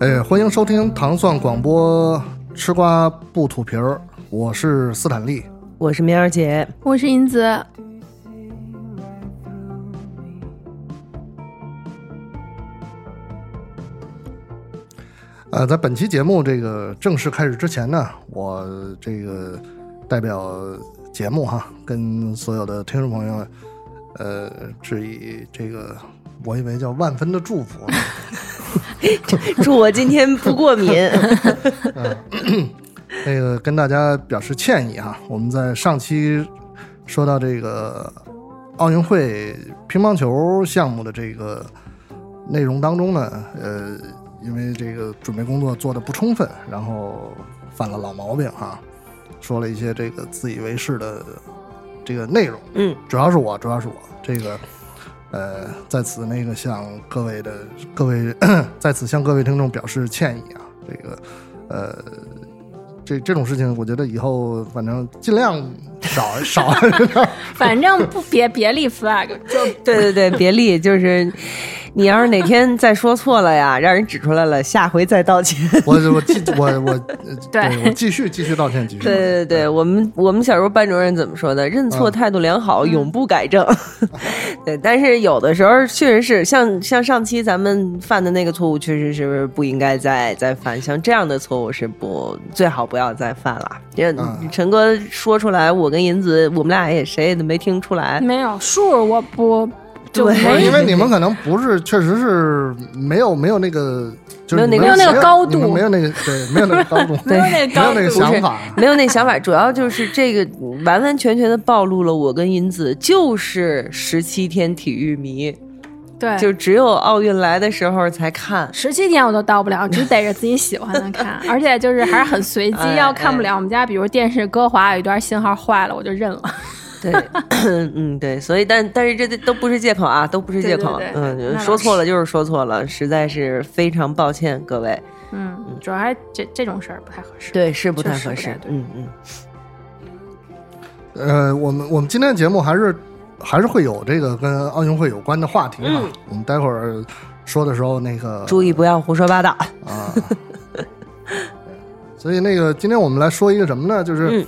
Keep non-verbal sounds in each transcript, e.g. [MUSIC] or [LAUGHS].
哎，欢迎收听糖蒜广播，吃瓜不吐皮儿，我是斯坦利。我是苗儿姐， [LAUGHS] 我是银子，呃，在本期节目这个正式开始之前呢，我这个代表节目哈，跟所有的听众朋友们，呃，致以这个我以为叫万分的祝福啊，祝我今天不过敏。那个跟大家表示歉意哈。我们在上期说到这个奥运会乒乓球项目的这个内容当中呢，呃，因为这个准备工作做的不充分，然后犯了老毛病哈，说了一些这个自以为是的这个内容。嗯，主要是我，主要是我这个。呃，在此那个向各位的各位， [COUGHS] 在此向各位听众表示歉意啊，这个，呃，这这种事情，我觉得以后反正尽量 [LAUGHS] 少少。反正不别别立 flag，就对对对，别立，就是你要是哪天再说错了呀，让人指出来了，下回再道歉。我我继我我呃对对我继续继续道歉，继续。对对对，我们我们小时候班主任怎么说的？认错态度良好，永不改正。 [LAUGHS] 对，但是有的时候确实是，像像上期咱们犯的那个错误，确实是不应该再再犯。像这样的错误是不最好不要再犯了。这嗯陈哥说出来，我跟银子，我们俩也谁也都没听出来。没有数，我不就对不是没因为你们可能不是，确实是没有没有那个，就是没有那你们个没有那个高度你们没有那个对，没有那个高度， [LAUGHS] 没有那个没有高那个度，想法。 [LAUGHS] 没有那想法，主要就是这个完完全全的暴露了我跟银子就是十七天体育迷，对，就只有奥运来的时候才看。十七天我都到不了，只逮着自己喜欢的 [LAUGHS] 看，而且就是还是很随哎机。要看不了，我们家比如电视歌华有一段信号坏了，我就认了。对， [LAUGHS] 嗯，对，所以但但是这都不是借口啊，都不是借口。对对对嗯，那倒是说错了就是说错了，实在是非常抱歉各位。嗯，主要还这这种事儿不太合适。对，是不太确实合不适太。对嗯嗯，呃，我们我们今天的节目还是还是会有这个跟奥运会有关的话题啊。嗯我们待会儿说的时候，那个注意不要胡说八道。啊。 [LAUGHS] 对所以那个，今天我们来说一个什么呢？嗯就是，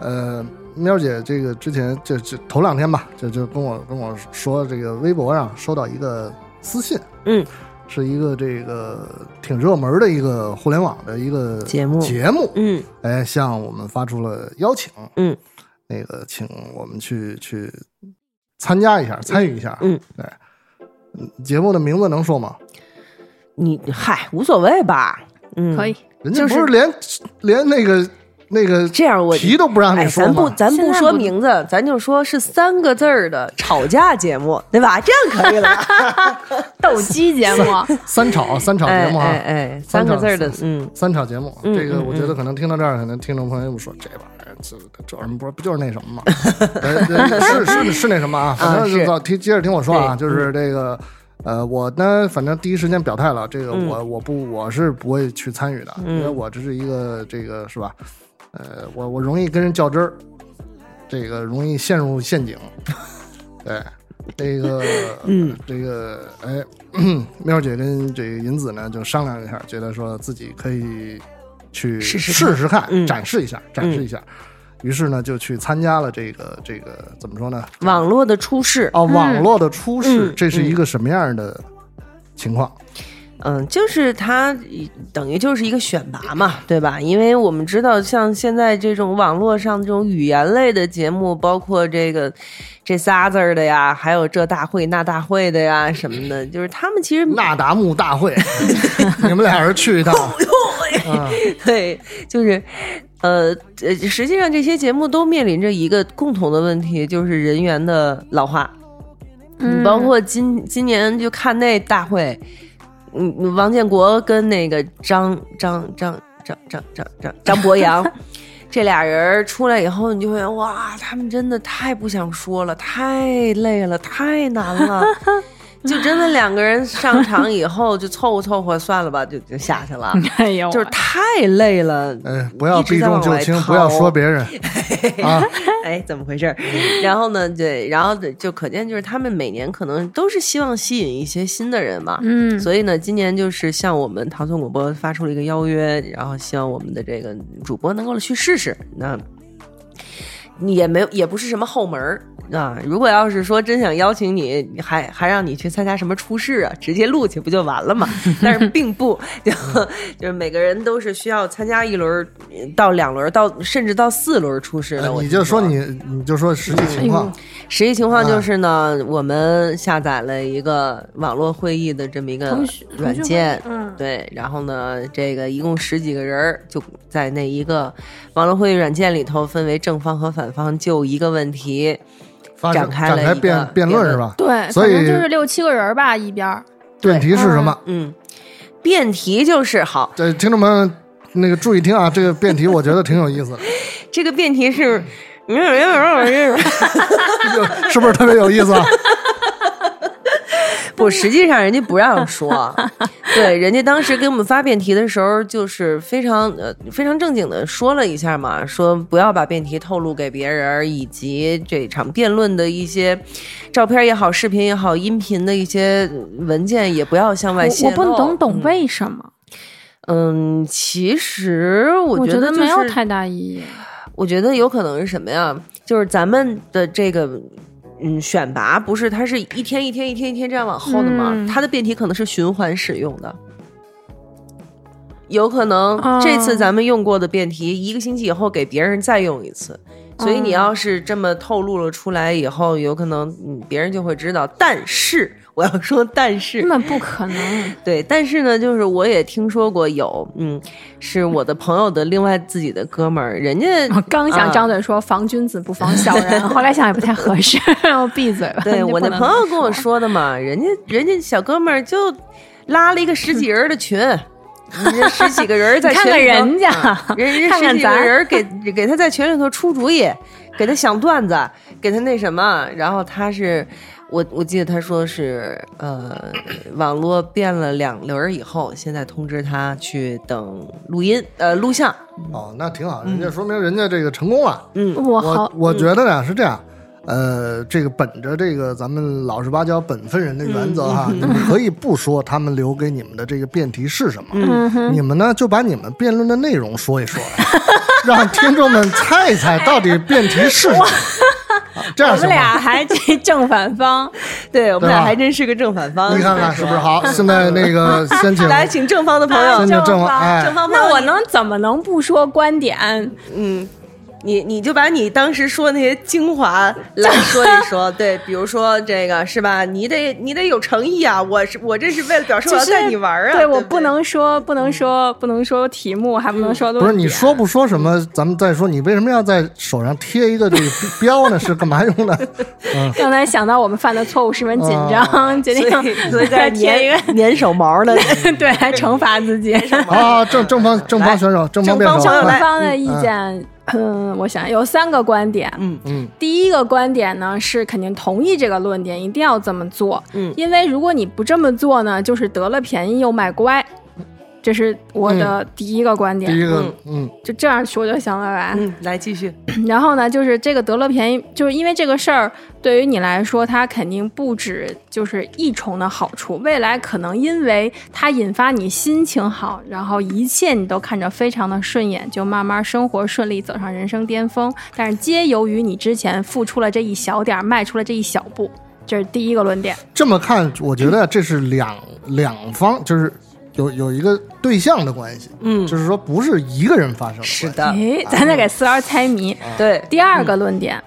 呃，喵姐这个之前就就头两天吧，就就跟我跟我说，这个微博上收到一个私信，嗯，是一个这个挺热门的一个互联网的一个节目节目，嗯哎，向我们发出了邀请，嗯，那个请我们去去参加一下，参与一下，嗯，对。嗯节目的名字能说吗？你嗨，无所谓吧。嗯，可以。人家就不是是连连那个那个这样我题都不让哎，啊你说咱不吗？咱现不在说不名字，咱就说是三个字儿的吵架节目，对吧？这样可以了。斗鸡节 [LAUGHS] 目，三吵三 [LAUGHS] 吵节目啊，哎哎哎，三个字儿的，嗯，三吵节目，嗯这个嗯我觉得可能听到这儿，可能听众朋友们说这玩意儿这这玩意儿不不就是那什么 [LAUGHS] 吗？呃这是是是那什么啊？反正是就听接着听我说啊，对嗯就是这个。呃，我呢，反正第一时间表态了，这个嗯我、我不我是不会去参与的，因为我这是一个这个是吧？呃，我我容易跟人较真儿，这个容易陷入陷阱。对，这 [LAUGHS] 个，嗯，这个，哎，喵姐跟这个银子呢就商量了一下，觉得说自己可以去试试试看试看，嗯展示一下，展示一下。于是呢，就去参加了这个这个怎么说呢？网络的初试，哦，网络的初试，嗯这是一个什么样的情况？嗯，就是它等于就是一个选拔嘛，对吧？因为我们知道，像现在这种网络上这种语言类的节目，包括这个这仨字儿的呀，还有这大会那大会的呀什么的，就是他们其实那达慕大 [LAUGHS] 会，你们俩人去一趟， [LAUGHS] 对，就是，呃，呃，实际上这些节目都面临着一个共同的问题，就是人员的老化。嗯包括今今年就看那大会，嗯，王建国跟那个张张张张张张张张博洋。这俩人儿出来以后，你就会哇，他们真的太不想说了，太累了，太难了。就真的两个人上场以后就凑合凑合算了吧，就就下去了， [LAUGHS] 哎呦，就是太累了。哎，不要一直避在重往就外轻，掏不要说别 [LAUGHS] 人啊。哎，怎么回事儿？然后呢，对，然后就可见就是他们每年可能都是希望吸引一些新的人嘛。嗯，所以呢，今年就是向我们唐宋广播发出了一个邀约，然后希望我们的这个主播能够去试试。那也没有，也不是什么后门儿啊。如果要是说真想邀请你，还还让你去参加什么初试啊，直接录去不就完了嘛？ [LAUGHS] 但是并不，就就是每个人都是需要参加一轮儿到两轮儿到甚至到四轮儿初试的。我呃你听嗯就说了你，啊你就说实际情况，实际情况就是呢，我们下载了一个网络会议的这么一个腾讯软件，腾讯会嗯对，然后呢，这个一共十几个人儿，就在那一个网络会议软件里头，分为正方和反方，就一个问题发展生开展了开一辩个辩论辩是吧？对，所反正以就是六七个人儿吧，一边儿辩题是什么？嗯，辩题就是好，这听众朋友们那个注意听啊，这个辩题我觉得挺有意思的， [LAUGHS] 这个辩题是。是不是特别有意思啊？不，实际上人家不让 [LAUGHS] 说，对，人家当时给我们发辩题的时候，就是非常呃非常正经的说了一下嘛，说不要把辩题透露给别人儿，以及这场辩论的一些照片也好、视频也好、音频的一些文件也不要向外我泄我露。不能懂为什么，嗯，其实我我觉得、就是、没有太大意义。我觉得有可能是什么呀？就是咱们的这个。嗯，选拔不是，它是一天一天一天一天这样往后的嘛？嗯它的辩题可能是循环使用的，有可能哦这次咱们用过的辩题，一个星期以后给别人再用一次，所以你要是这么透露了出来以后，有可能嗯别人就会知道。但是我要说，但是 [LAUGHS] 根本不可 [LAUGHS] 能。对，但是呢，就是我也听说过有，嗯，是我的朋友的另外自己的哥们儿，人家我刚想啊张嘴说防君子不防小 [LAUGHS] 人，后来想也不太合适，我闭嘴了。对 [LAUGHS] 就不我那能朋友这么跟我说的嘛，人家人家小哥们儿就拉了一个十几人儿的 [LAUGHS] 群。人家十几个人儿在你看群里头，看人家啊人 [LAUGHS] 人家十看看几个咱人儿给给他在群里头出主意，给他想段子，给他那什么，然后他是，我我记得他说是，呃，网络变了两轮儿以后，现在通知他去等录音，呃，录像，哦，那挺好，人家说明人家这个成功了。嗯嗯 [LAUGHS] 我我好，我觉得呢是这样，呃，这个本着这个咱们老实巴交本分人的原嗯则哈，你们可以不说他们留给你们的这个辩题是什么，嗯哼，你们呢就把你们辩论的内容说一说，让听众们猜一猜到底辩题是什么。啊这样我行们吗？俩还这 [LAUGHS] 正反方， [LAUGHS] 对我对吧们俩还真是个正反方，你看看是不是 [LAUGHS] 好？现在那个先请来，请正方的朋先友，请正正王，方哎，正方朋友那我你能怎么能不说观 [LAUGHS] 点？嗯，你你就把你当时说那些精华 [LAUGHS] 来说一说，对，比如说这个是吧？你得你得有诚意啊！我是我这是为了表示我就要是带你玩儿啊！对对我对嗯不能说，不能说，不能说题目，还不能说不是你论点说不说什么？咱们再说，你为什么要在手上贴一个这个标呢？是干嘛用的？ [LAUGHS] 刚才想到我们犯的错误十分紧哦 [LAUGHS] 张，决定所以所以 [LAUGHS] 在贴一粘个，粘手毛呢。 [LAUGHS] [LAUGHS] 对，来惩罚自己。啊，正正方正方选手，正方辩正手方正选来手方的意见，嗯，我想有三个观点。嗯嗯，第一个观点呢是肯定同意这个论点，一定要这么做。嗯因为如果你不这么做呢，就是得了便宜又卖乖。这是我嗯的第一个观点，第一个，嗯，就这样说就行了吧？嗯，来继续。然后呢，就是这个得了便宜，就是因为这个事儿对于你来说，它肯定不止就是一重的好处，未来可能因为它引发你心情好，然后一切你都看着非常的顺眼，就慢慢生活顺利，走上人生巅峰。但是皆由于你之前付出了这一小点儿，迈出了这一小步，这是第一个论点。这么看，我觉得这是两两方，就是有有一个对象的关系，嗯，就是说不是一个人发生的关系是，的，诶，咱再给四儿猜谜。对，第二个论点，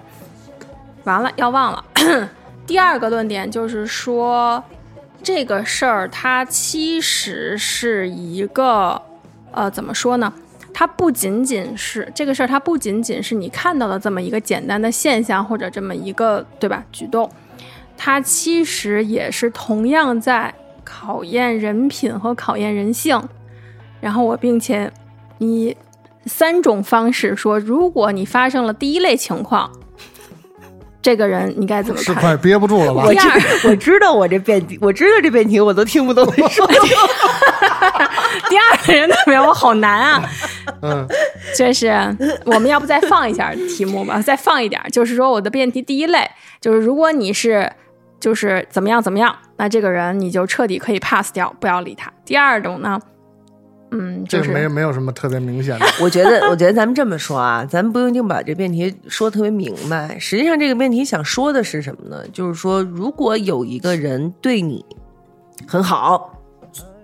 完了要忘了。 [CLEARS THROAT] 第二个论点就是说，这个事儿它其实是一个，呃，怎么说呢？它不仅仅是这个事儿，它不仅仅是你看到的这么一个简单的现象或者这么一个对吧举动，它其实也是同样在考验人品和考验人性。然后我并且以三种方式说，如果你发生了第一类情况，这个人你该怎么是快看？憋不住了吧？我第二知我知道我这辩题，我知道这辩题我都听不 [LAUGHS] 懂 [LAUGHS] 你说的。第二个人怎么样？我好难啊！嗯，就是我们要不再放一下题目吧，再放一点儿，就是说我的辩题第一类就是如果你是就是怎么样怎么样，那这个人你就彻底可以 pass 掉，不要理他。第二种呢，嗯，这就个没是没有什么特别明显的。我觉得，我觉得咱们这么说啊，咱们不一定把这辩题说特别明白。实际上，这个辩题想说的是什么呢？就是说，如果有一个人对你很好，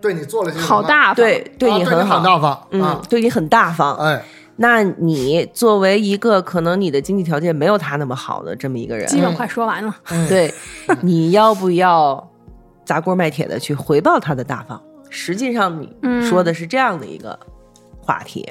对你做了些什么好大方，对啊你你很好，大方，嗯啊，，对你很大方，哎，那你作为一个可能你的经济条件没有他那么好的这么一个人，基本快说完了。嗯，对，你要不要砸锅卖铁的去回报他的大方？实际上，你嗯说的是这样的一个话题，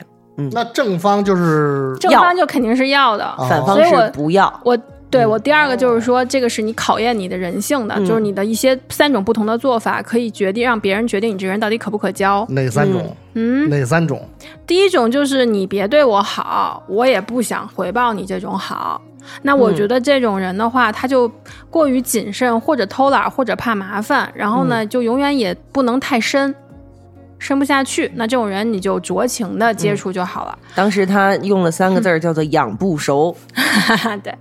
那正方就是正要方就肯定是要的，哦反方所以我是不要。我对我第二个就是说，这个是你考验你的人性的，嗯就是你的一些三种不同的做法，可以决定让别人决定你这个人到底可不可交。哪三种？嗯，哪三种？第一种就是你别对我好，我也不想回报你这种好。那我觉得这种人的话，他就过于谨慎，或者偷懒，或者怕麻烦，然后呢，就永远也不能太深，深不下去。那这种人你就酌情的接触就好了。当时他用了三个字儿叫做“养不熟哈哈， [LAUGHS] 对，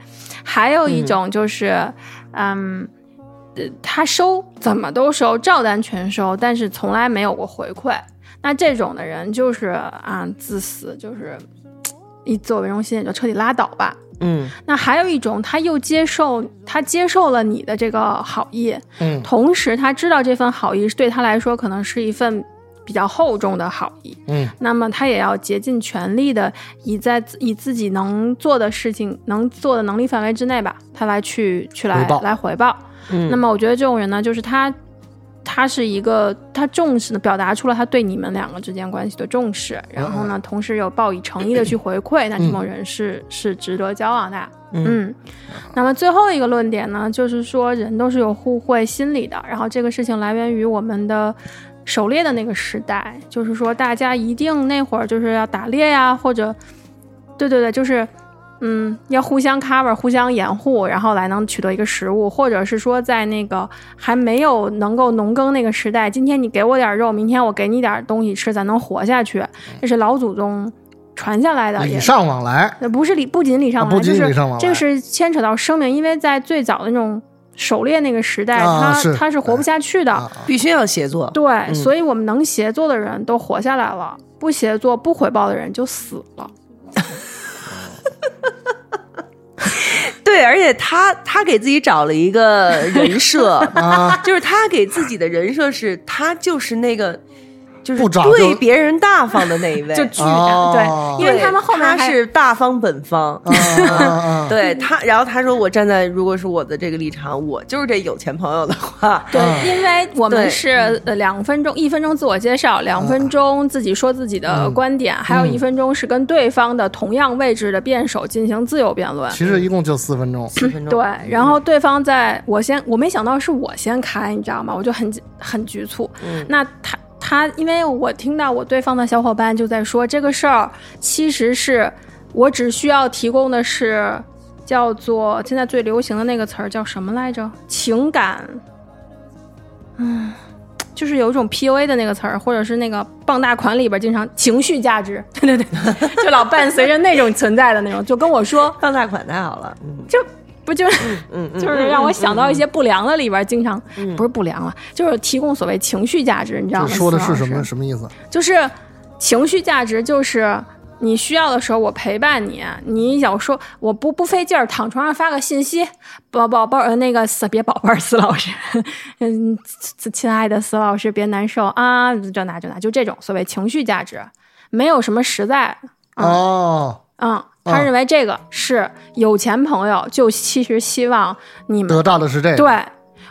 还有一种就是，嗯，呃他收怎么都收，照单全收，但是从来没有过回馈。那这种的人就是啊、自私，就是嘖以自我为中心，也就彻底拉倒吧。”。嗯，那还有一种，他又接受，他接受了你的这个好意，嗯同时他知道这份好意对他来说可能是一份比较厚重的好意，嗯，那么他也要竭尽全力的以在以自己能做的事情、能做的能力范围之内吧，他来去去来回报来回报。嗯那么我觉得这种人呢，就是他。他是一个，他重视的表达出了他对你们两个之间关系的重视，然后呢，同时有报以诚意的去回馈，那这种人是是值得交往的。嗯，那么最后一个论点呢，就是说人都是有互惠心理的，然后这个事情来源于我们的狩猎的那个时代，就是说大家一定那会儿就是要打猎呀，或者，对对对，就是。嗯，要互相 cover，互相掩护，然后来能取得一个食物，或者是说在那个还没有能够农耕那个时代，今天你给我点肉，明天我给你点东西吃，咱能活下去，这是老祖宗传下来的，也嗯礼尚往来，那不是礼，不仅礼尚啊往不来，仅就是礼尚往这来个是牵扯到生命，因为在最早的那种狩猎那个时代，啊它是它是活不下去的。啊啊必须要协作。对，所以我们能协作的人都活下来了，不协作不回报的人就死了。对，而且他他给自己找了一个人 [LAUGHS] 设，啊，就是他给自己的人设是他就是那个就是不长就对别人大方的那一 [LAUGHS] 位，就巨大，哦对，因为对他们后面他还是大方本方。啊啊啊对他，然后他说：“我站在如果是我的这个立场，我就是这有钱朋友的话，对嗯，因为我对们是呃两分钟，一分钟自我介绍，两分钟自己说自己的观点，还有一分钟是跟对方的同样位置的辩手进行自由辩论。其实一共就四分钟，四分钟。对，然后对方在我先，我没想到是我先开，你知道吗？我就很紧很局促。嗯那他他，因为我听到我对方的小伙伴就在说这个事儿，其实是我只需要提供的是叫做现在最流行的那个词儿叫什么来着？情感，嗯，就是有一种 PUA 的那个词儿，或者是那个傍大款里边经常情绪价值， [LAUGHS] 对对对，就老伴随着那种存在的那种，就跟我说放大款太好了，嗯这。不就是嗯嗯，就是让我想到一些不良的里边，经常、不是不良了，就是提供所谓情绪价值，你知道这吗？说的思是老什么师？什么意思？就是情绪价值，就是你需要的时候我陪伴你，你有说我不不费劲儿，躺床上发个信息，宝宝贝儿呃那个死别宝贝儿死老师， [LAUGHS] 嗯，亲爱的死老师别难受啊，这那这那就这种所谓情绪价值，没有什么实在，哦，嗯。他嗯认为这个是有钱朋友，就其实希望你们得到的是这个。对，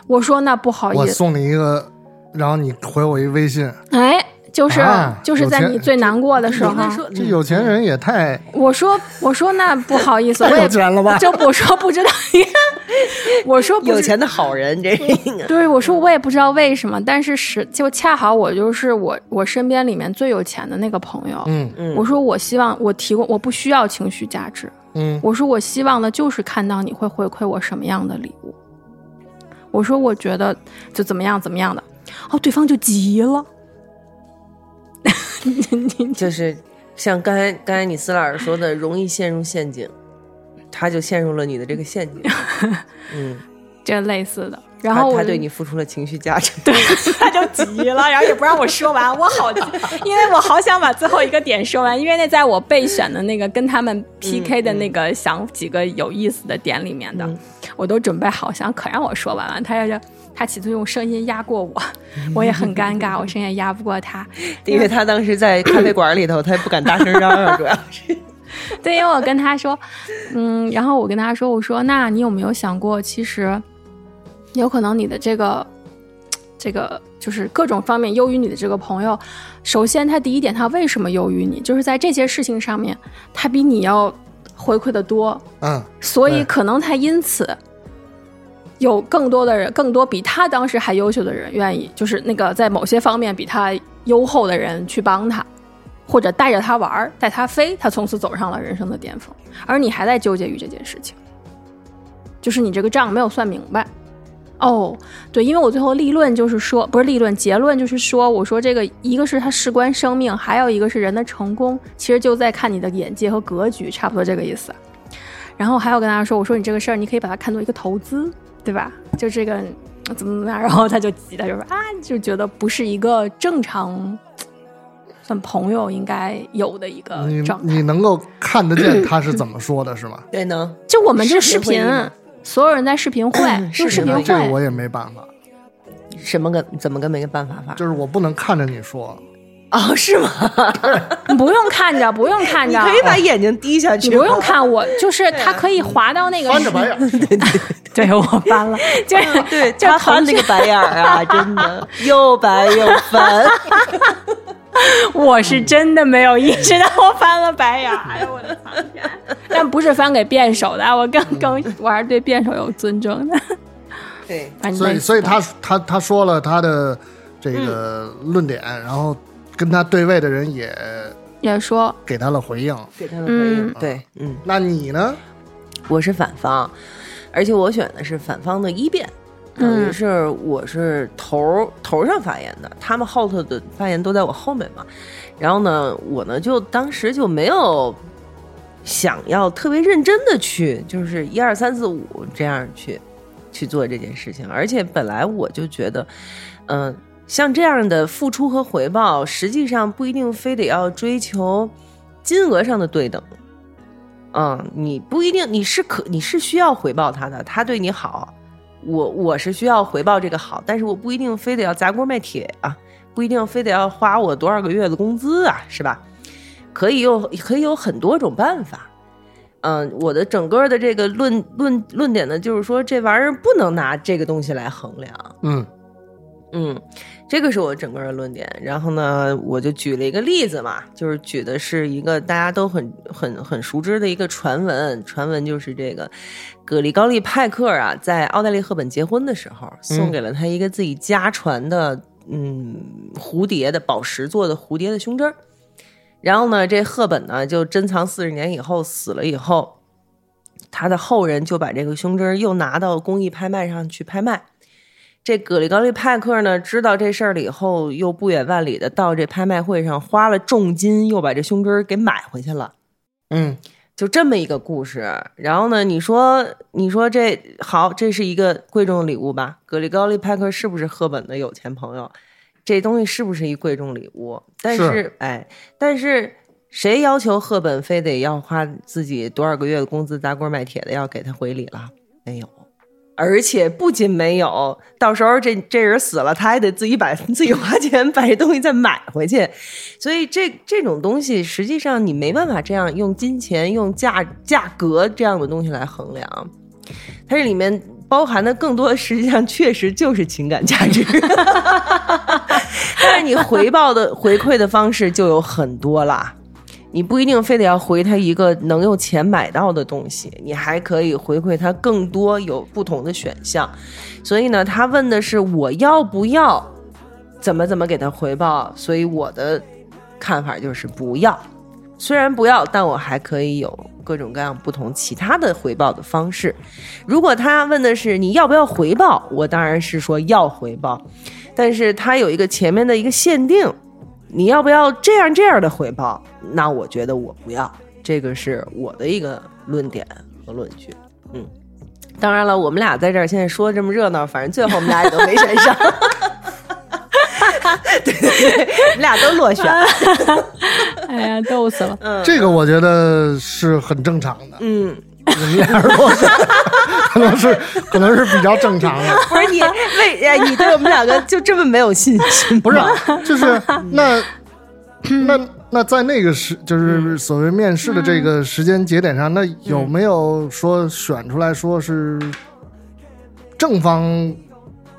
我说那不好我意思，送你一个，然后你回我一微信，哎，就是、啊就是在有钱你最难过的时候应，该说这有钱人也太 [LAUGHS] 我说我说那不好意思，我太有也 [LAUGHS] 钱了吧？就我说不知道，我说不有是钱的好人，这个对，我说我也不知道为什么，但是是就恰好我就是我我身边里面最有钱的那个朋友。嗯我说我希望我提供我不需要情绪价值，嗯我说我希望的就是看到你会回馈我什么样的礼物。我说我觉得就怎么样怎么样的，哦，对方就急了。你你就是像刚才刚才你司老师说的，容易陷入陷阱，他就陷入了你的这个陷 [LAUGHS] 阱。嗯，这类似的，然后他我他就对 [LAUGHS] 你付出了情绪价值。对，他就急了，然后也不让我说完，我好，因为我好想把最后一个点说完，因为那在我备选的那个跟他 [LAUGHS] 们 PK 的那个想几个有意思的点里面的，我都准备好，想可让我说完了，他要是他企图用声音压过我， [LAUGHS] 我也很尴尬，我声音也压不过他， [LAUGHS] 因为他当时在咖啡馆里头，他也不敢大声嚷啊嚷，主要是。 [LAUGHS] 对，因为我跟他说，嗯，然后我跟他说，我说，那你有没有想过，其实有可能你的这个这个就是各种方面优于你的这个朋友，首先他第一点，他为什么优于你，就是在这些事情上面，他比你要回馈的多，嗯，所以对可能他因此。有更多的人，更多比他当时还优秀的人愿意，就是那个在某些方面比他优厚的人去帮他，或者带着他玩儿，带他飞，他从此走上了人生的巅峰。而你还在纠结于这件事情，就是你这个账没有算明白。哦，对，因为我最后立论就是说，不是立论，结论就是说，我说这个一个是它事关生命，还有一个是人的成功，其实就在看你的眼界和格局，差不多这个意思。然后还有跟大家说，我说你这个事儿，你可以把它看作一个投资，对吧？就这个怎么怎么样，然后他就急，他就说啊，就觉得不是一个正常算朋友应该有的一个嗯你状态。你能够看得见他是怎么说的，是吗？ [LAUGHS] 对呢，就我们这视视频频会议吗，，所有人在视频会就视视频频会这个会，我也没办法，什么个怎么个没个办法法？就是我不能看着你说，哦，是吗？你不用看着，不用 [LAUGHS] 看你着，可以把眼睛低下去你吗，不用看我，就是他可以滑到那个翻着白眼儿， [LAUGHS] 对我翻了，就是 [LAUGHS] 对，[LAUGHS] 就他腾翻那讯个白眼儿啊，真的又白 [LAUGHS] 又翻。我是真的没有意识到我翻了白眼儿，哎呦我的苍天！ [LAUGHS] 但不是翻给辩手的，我更更我还是对辩手有尊重的。 [LAUGHS] 对，反正所以所以他他他说了他的这个论点，然后跟他对位的人也也说，给他了回应。给他们回应。嗯对，嗯，那你呢？我是反方，而且我选的是反方的一辩，等于嗯是我是头儿头上发言的，他们后头的发言都在我后面嘛。然后呢，我呢就当时就没有想要特别认真的去，就是一二三四五这样去去做这件事情。而且本来我就觉得，嗯、像这样的付出和回报，实际上不一定非得要追求金额上的对等。嗯，你不一定，你是可你是需要回报他的，他对你好，我我是需要回报这个好，但是我不一定非得要砸锅卖铁啊，不一定非得要花我多少个月的工资啊，是吧？可以有可以有很多种办法。嗯，我的整个的这个论论论点呢，就是说这玩意儿不能拿这个东西来衡量。嗯嗯，这个是我整个的论点。然后呢，我就举了一个例子嘛，就是举的是一个大家都很很很熟知的一个传闻。传闻就是这个葛利高利派克啊，在奥黛丽赫本结婚的时候，送给了她一个自己家传的嗯蝴蝶的宝石做的蝴蝶的胸针儿。然后呢，这赫本呢就珍藏四十年以后死了以后，他的后人就把这个胸针儿又拿到公益拍卖上去拍卖。这葛利高利派克呢，知道这事儿了以后，又不远万里的到这拍卖会上，花了重金又把这胸针儿给买回去了。嗯，就这么一个故事。然后呢，你说，你说这好，这是一个贵重的礼物吧？葛利高利派克是不是赫本的有钱朋友？这东西是不是一贵重礼物？但是，是哎，但是谁要求赫本非得要花自己多少个月的工资砸锅卖铁的要给他回礼了？没有。而且不仅没有，到时候这这人死了，他还得自己把 [LAUGHS] 自己花钱把这东西再买回去，所以这这种东西，实际上你没办法这样用金钱、用价价格这样的东西来衡量，它这里面包含的更多，实际上确实就是情感价值。 [LAUGHS] 但是你回报的回馈的方式就有很多啦。你不一定非得要回他一个能用钱买到的东西，你还可以回馈他更多有不同的选项。所以呢，他问的是我要不要，怎么怎么给他回报。所以我的看法就是不要，虽然不要，但我还可以有各种各样不同其他的回报的方式。如果他问的是你要不要回报，我当然是说要回报，但是他有一个前面的一个限定，你要不要这样这样的回报？那我觉得我不要，这个是我的一个论点和论据。嗯，当然了，我们俩在这儿现在说这么热闹，反正最后我们俩也都没选 [LAUGHS] 上。对对对，我们俩都落 [LAUGHS] 选。哎呀，逗死了！这个我觉得是很正常的，嗯，你俩人落选可能是可能是比较正常 [LAUGHS] 的。不是你为哎，你对我们两个就这么没有信心？不是，啊就是那那那在那个时，就是所谓面试的这个时间节点上，那有没有说选出来说是正方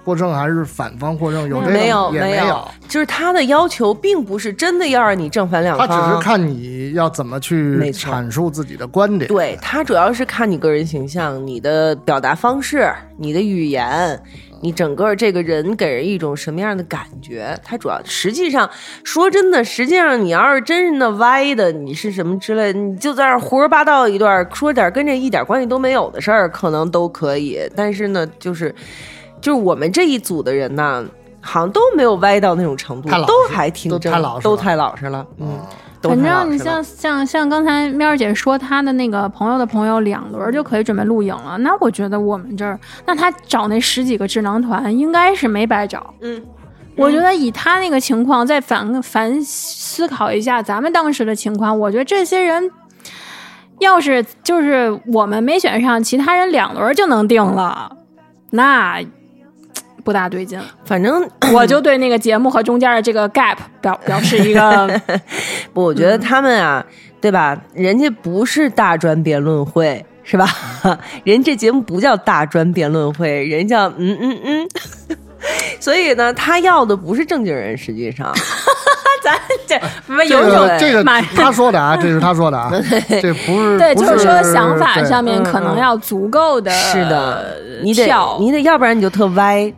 获胜还是反方获胜？有这个嗯没有也没有，就是他的要求并不是真的要让你正反两他方，只是看你要怎么去嗯没错阐述自己的观点。对他主要是看你个人形象、你的表达方式、你的语言，你整个这个人给人一种什么样的感觉。他主要实际上说真的，实际上你要是真是那歪的，你是什么之类的，你就在那儿胡说八道一段儿，说点儿跟这一点关系都没有的事儿，可能都可以。但是呢，就是就是我们这一组的人呢。好像都没有歪到那种程度太老，实都还挺都正，太老实都了太老实了。嗯，都反太老正你实了像像像刚才喵儿姐说，她的那个朋友的朋友两轮儿就可以准备露营了。那我觉得我们这儿，那她找那十几个智囊团应该是没白找。嗯，我觉得以她那个情况，再反反思考一下咱们当时的情况，我觉得这些人要是就是我们没选上，其他人两轮儿就能定了，那不大 [CLEARS THROAT] 对劲。反正我就对那个节目和中间的这个 gap 表表示一个不，我觉嗯得他们啊，对吧？人家不是大专辩论会，是吧？ [LAUGHS] 人这节目不叫大专辩论会，人叫嗯嗯嗯。 [LAUGHS] 所以呢，他要的不是正经人，实际上这哎没这有有个这个马上他说的啊，这是他说的啊，这不是 [LAUGHS] 对，不就是说想法对上面嗯可能嗯要足够的是的， [LAUGHS] 你得呃跳你得，要不然你就特歪。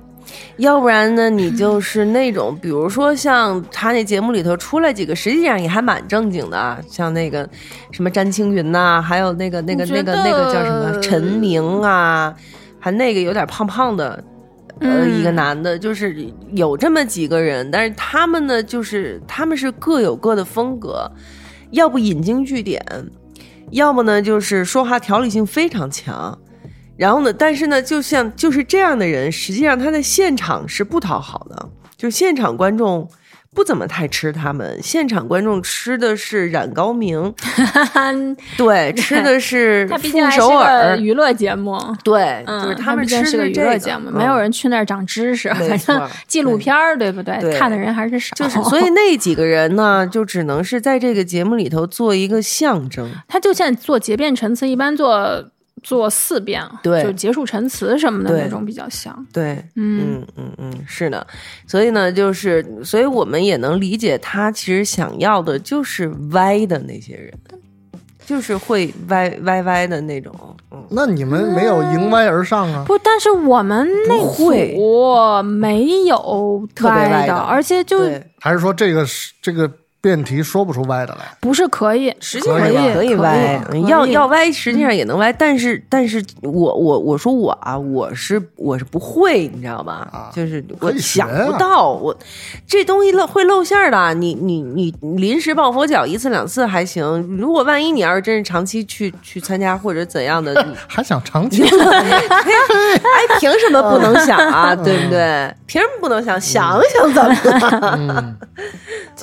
要不然呢，你就是那 [LAUGHS] 种，比如说像他那节目里头出来几个，实际上也还蛮正经的啊，像那个什么詹青云呐、还有那个那个我觉那得个那个叫什么陈明啊，还那个有点胖胖的，呃，嗯一个男的，就是有这么几个人，但是他们呢，就是他们是各有各的风格，要不引经据典，要么呢就是说话条理性非常强。然后呢，但是呢，就像就是这样的人，实际上他在现场是不讨好的，就是现场观众不怎么太吃他们，现场观众吃的是冉高明，对， [LAUGHS] 吃的是它毕竟傅还是首个尔，娱乐节目。对，嗯，就是它们毕竟吃是的个娱这乐节目，没有嗯 [LAUGHS] 人去那儿长知识，没反正错纪录片儿对不对？对看的人还是少。就是，所以那几个人呢，就只能是在这个节目里头做一个象征。 [LAUGHS] 他就现在做结辩陈词，一般做做四遍，啊对就结束陈词什么的对那种比较像。对，嗯，嗯嗯嗯，是的。所以呢，就是，所以我们也能理解他其实想要的就是歪的那些人，就是会歪歪歪的那种。嗯，那你们没有嗯迎歪而上啊？不，但是我们那不会组没有特别歪的，的而且就对，还是说这个是这个辩题说不出歪的来？不是可以，实际上也可以以歪可以，要可以要歪，实际上也能歪。但是，但是我我我说我啊，我是我是不会，你知道吧？啊就是可我以学想啊不到，我这东西露会露馅儿的。你你你你临时抱佛脚一次两次还行，如果万一你要是真是长期去去参加或者怎样的，你还想长期 [LAUGHS] 哎，凭什么不能想啊？嗯对不对？凭什么不能想？想想怎么 [LAUGHS] 嗯，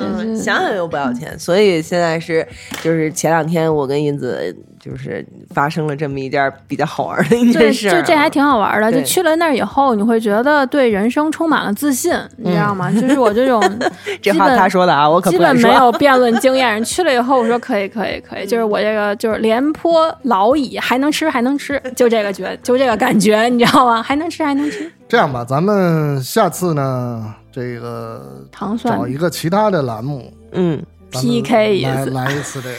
嗯，想想又不要钱，所以现在是就是前两天我跟英子就是发生了这么一件比较好玩的一对，件事儿啊，就这还挺好玩的。就对去了那儿以后，你会觉得对人生充满了自信，你知道吗？就是我这种这基话本他说的啊，我可基不本敢没说。有辩论经验人去了以后，我说可以可以可以，就是我这个就是廉颇老矣，还能吃还能吃，就这个觉就这个感觉，你知道吗？还能吃还能吃， [LAUGHS] 这样吧，咱们下次呢，这个糖蒜找一个其他的栏目，嗯，咱们 PK 一来次来一次这个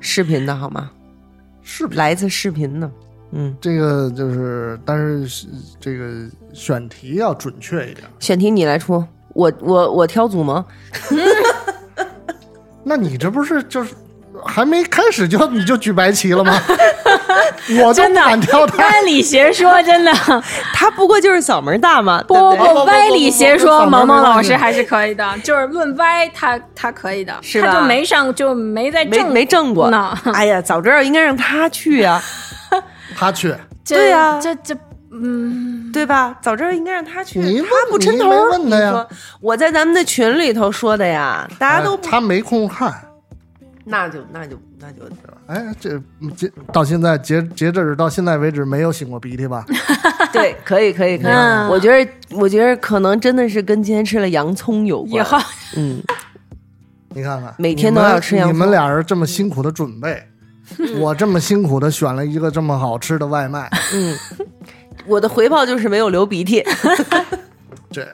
视频的好吗？视频。来一次视频的，嗯，这个就是，但是这个选题要准确一点。选题你来出，我我我挑组吗？那你这不是就是还没开始就你就举白旗了吗？ [LAUGHS] 我都真不的敢挑他。歪理邪说，真的他不过就是嗓门大嘛，不对不对不不不歪理邪不说，不萌萌不老师还是可以的，就是论歪他他可以的，是吧他就没上就没在没正没挣过呢。 [LAUGHS] 哎呀，早知道应该让他去啊呀、他去，这对啊呀这这嗯，对吧？早知道应该让他去，你问他不抻头你没问他呀你说我在咱们的群里头说的呀，大家都哎不，他没空看。那就那就那就 [LAUGHS] 哎，这截到现在截截至到现在为止没有擤过鼻涕 [LAUGHS] 吧？对，可以可以可以。嗯我觉得我觉得可能真的是跟今天吃了洋葱有关。以后嗯，你看看，每天都要吃你洋们你葱们俩人这么辛苦的准 [LAUGHS] 备，我这么辛苦的选了一个这么好吃的外卖，我的回报就是没有流 [LAUGHS] 鼻涕， [LAUGHS] 这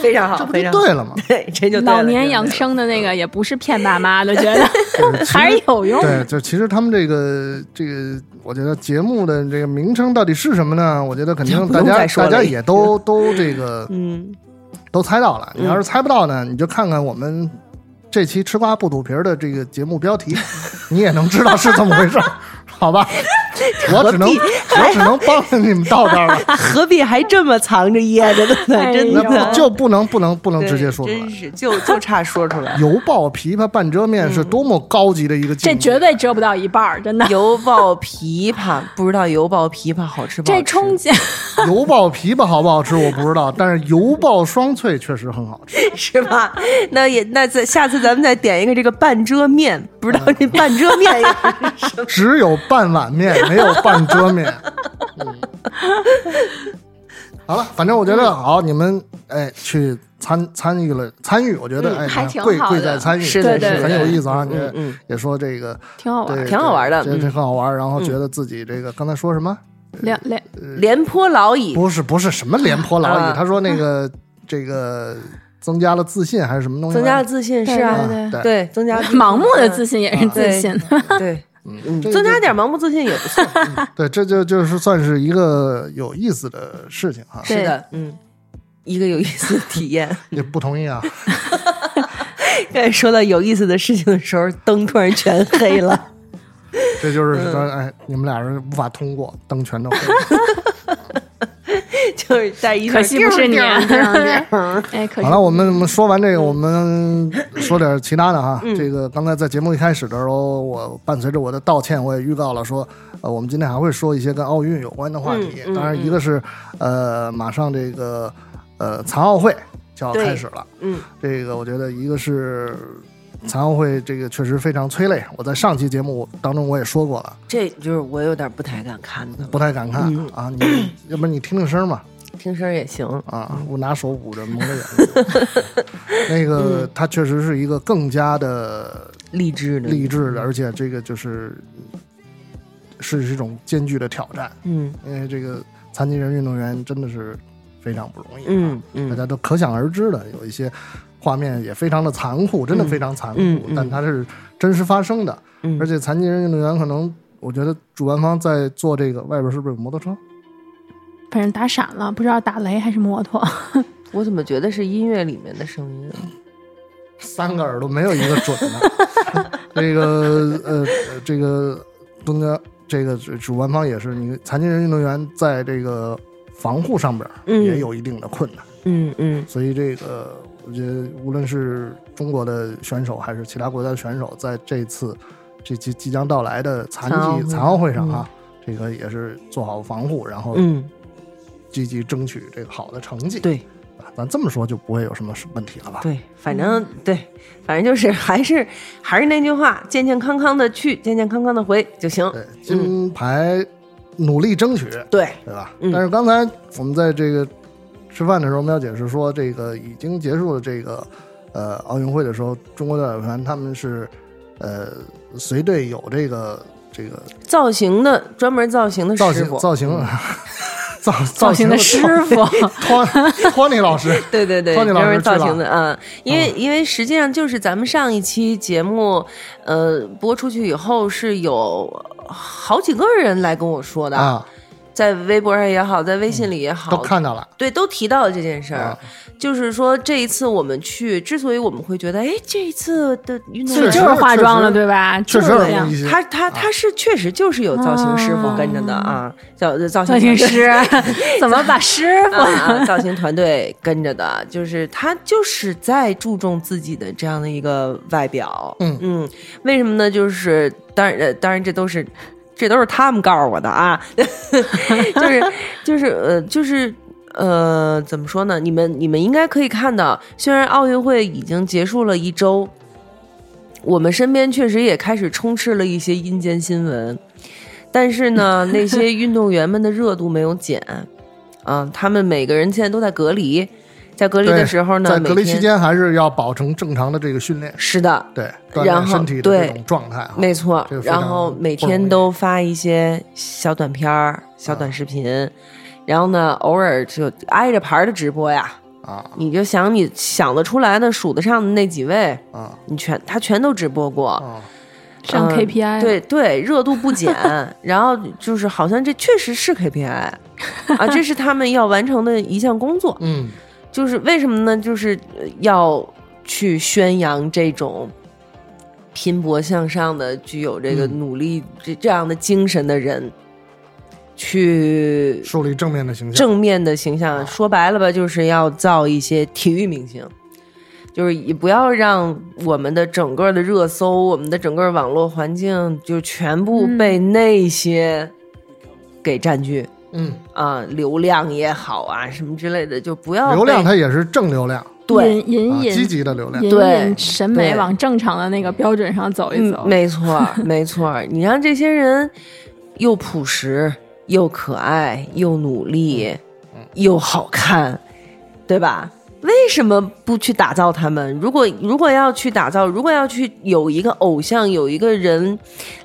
非常这好，不非就常好。对了吗？ [LAUGHS] 对，这就对了老年养。这就对了生的那个也不是骗爸 [LAUGHS] 妈的，觉得 [LAUGHS] 还是有哦用对，就其实他们这个这个，我觉得节目的这个名称到底是什么呢？我觉得肯定不大用家再说大了家也都都这个 [LAUGHS] 嗯，都猜到了。你嗯要是猜不到呢，你就看看我们这期吃瓜不吐皮儿的这个节目标 [LAUGHS] 题，你也能知道是怎么回事儿，好吧？我只能我只能帮着你们到这儿 [LAUGHS] 了。何必还这么藏着掖着 [LAUGHS] 的哎呢？真那的呦不就不能不能不能对直接说出来。真。是就就差说出来油爆琵琶半遮面嗯是多么高级的一个境这界，绝对遮不到一半儿，[LAUGHS] 真的。油爆琵琶，不知道油爆琵琶好吃不好这吃？冲击， [LAUGHS] 油爆琵琶好不好吃我不知道，但是油爆双脆确实很好 [LAUGHS] 吃。是吧？那也那再下次咱们再点一个这个半遮面，不知道这半遮面也 [LAUGHS] 是什么只有半碗面，没有半遮 [LAUGHS] 面。嗯、好了，反正我觉得好，你们哎去参参与了参与，我觉嗯得、哎还挺贵好贵的在参与，是的这是的很有意思啊。你嗯嗯也说这个挺好玩对儿。挺好玩的这这嗯很好玩。然后觉得自己这个刚才说什么？两两廉颇老矣。嗯不是不是什么廉颇老啊矣，他说那个这个增加了自信还是什么东西增来着？加了自信对是啊，对对对，增加盲目的自信也是自信，信，嗯对，嗯这个增加点盲目自信也不错，对，这就就是算是一个有意思的事情哈。对是的，嗯，一个有意思的体验。 [LAUGHS] 也不同意啊。刚才说到有意思的事情的时候，灯突然全黑了。 [LAUGHS] 这就是说，哎，你们俩人无法通过，灯全都黑了。就是在一可惜不是你。 [LAUGHS] 哎，可惜好了，我们我们说完嗯这个，我们说点其他的哈。这个刚才在节目一开始的时候，我伴随着我的道歉，我也预告了说，呃，我们今天还会说一些跟奥运有关的话题。嗯嗯当然，一个是呃，马上这个呃残奥会就要开始了。嗯，这个我觉得一个是残奥会，这个确实非常催泪。我在上期节目当中我也说过了，这就是我有点不太敢看的，不太敢看、嗯啊。你要不然你听听声嘛。听声也行。啊，我拿手捂着蒙着眼。那嗯个，它确实是一个更加的励志的，励志的，而且这个就是是是一种艰巨的挑战，嗯因为这个残疾人运动员真的是非常不容易、啊。嗯大嗯，家都可想而知的，有一些画面也非常的残酷，真的非常残酷，嗯嗯嗯但它是真实发生的。嗯而且残疾人运动员可能，我觉得主办方在做这个外边是不是有摩托车？反正打闪了，不知道打雷还是摩托。我怎么觉得是音乐里面的声音啊？三个耳朵没有一个准的。 [LAUGHS] 这个呃，呃这个东家这个主主办方也是，你残疾人运动员在这个防护上边儿嗯也有一定的困难，嗯嗯所以这个我觉得无论是中国的选手还是其他国家的选手，在这次这即即将到来的残残奥会疾残奥会上啊，这个也是做好防护，然后嗯，积极争取这个好的成绩。对啊，咱这么说就不会有什么问题了吧？对，反正对，反正就是还是还是那句话，健健康康的去，健健康康的回就行。对，金嗯牌努力争取。对，对吧？嗯但是刚才我们在这个吃饭的时候，喵姐是说，这个已经结束了这个呃奥运会的时候，中国代表团他们是呃随队有这个这个造型的专门造型的造师型傅，嗯造型， [LAUGHS] 造造型型的师傅，托托尼老师，对对对，托尼专老门师造去了嗯型的啊，因为因为实际上就是咱们上一期节目，呃，播出去以后是有好几个人来跟我说的，啊，在微博上也好，在微信里也好，都看到了，对，都提到了这件事儿。啊就是说，这一次我们去，之所以我们会觉得，哎，这一次的运动所以确就实是化妆确了，实对吧？确实啊就有是这这么样一。些。他他他是确实就是有造型师傅跟着的啊，造造型哦造型师师 [LAUGHS] 怎么把师傅？啊，造型团队跟着的，就是他就是在注重自己的这样的一个外表。嗯为什么呢？就是当然，呃当然这都是。这都是他们告诉我的啊， [LAUGHS] 就是就是呃就是呃怎么说呢？你们你们应该可以看到，虽然奥运会已经结束了一周，我们身边确实也开始充斥了一些阴间新闻，但是呢，[LAUGHS] 那些运动员们的热度没有减，啊，他们每个人现在都在隔离，在隔离对的时候呢，在每隔离天期间还是要保持正常的这个训练，是的，对，锻然炼后身体的对这种状态啊。没错这个。非常然后每不容天易啊都发一些小短片儿、小短视频，然后呢，偶尔就挨着牌儿的直播呀。啊你就想你想得出来的、数得上的那几位，啊你全他全都直播过。啊！上嗯 KPI 对对，热度不减，然后就是好像这确实是 KPI 啊，这是他们要完成的一项工 [LAUGHS] 作。嗯，就是为什么呢？就是呃要去宣扬这种拼搏向上的、具有这个嗯努力这、这样的精神的人，去树立正面的形象。啊正面的形象。说白了吧，就是要造一些体育明星，就是也不要让我们的整个的热搜、我们的整个网络环境就全部被那些给占据。嗯，啊，流量也好啊，什么之类的，就不要被流量它也是正流量，对引引啊，引积极的流量引对引审美对往正常的那个标准上走一走嗯，。没错儿，没错儿。你让这些人又朴实又可爱又努力嗯又好看，对吧？为什么不去打造他们？如果如果要去打造，如果要去有一个偶像，有一个人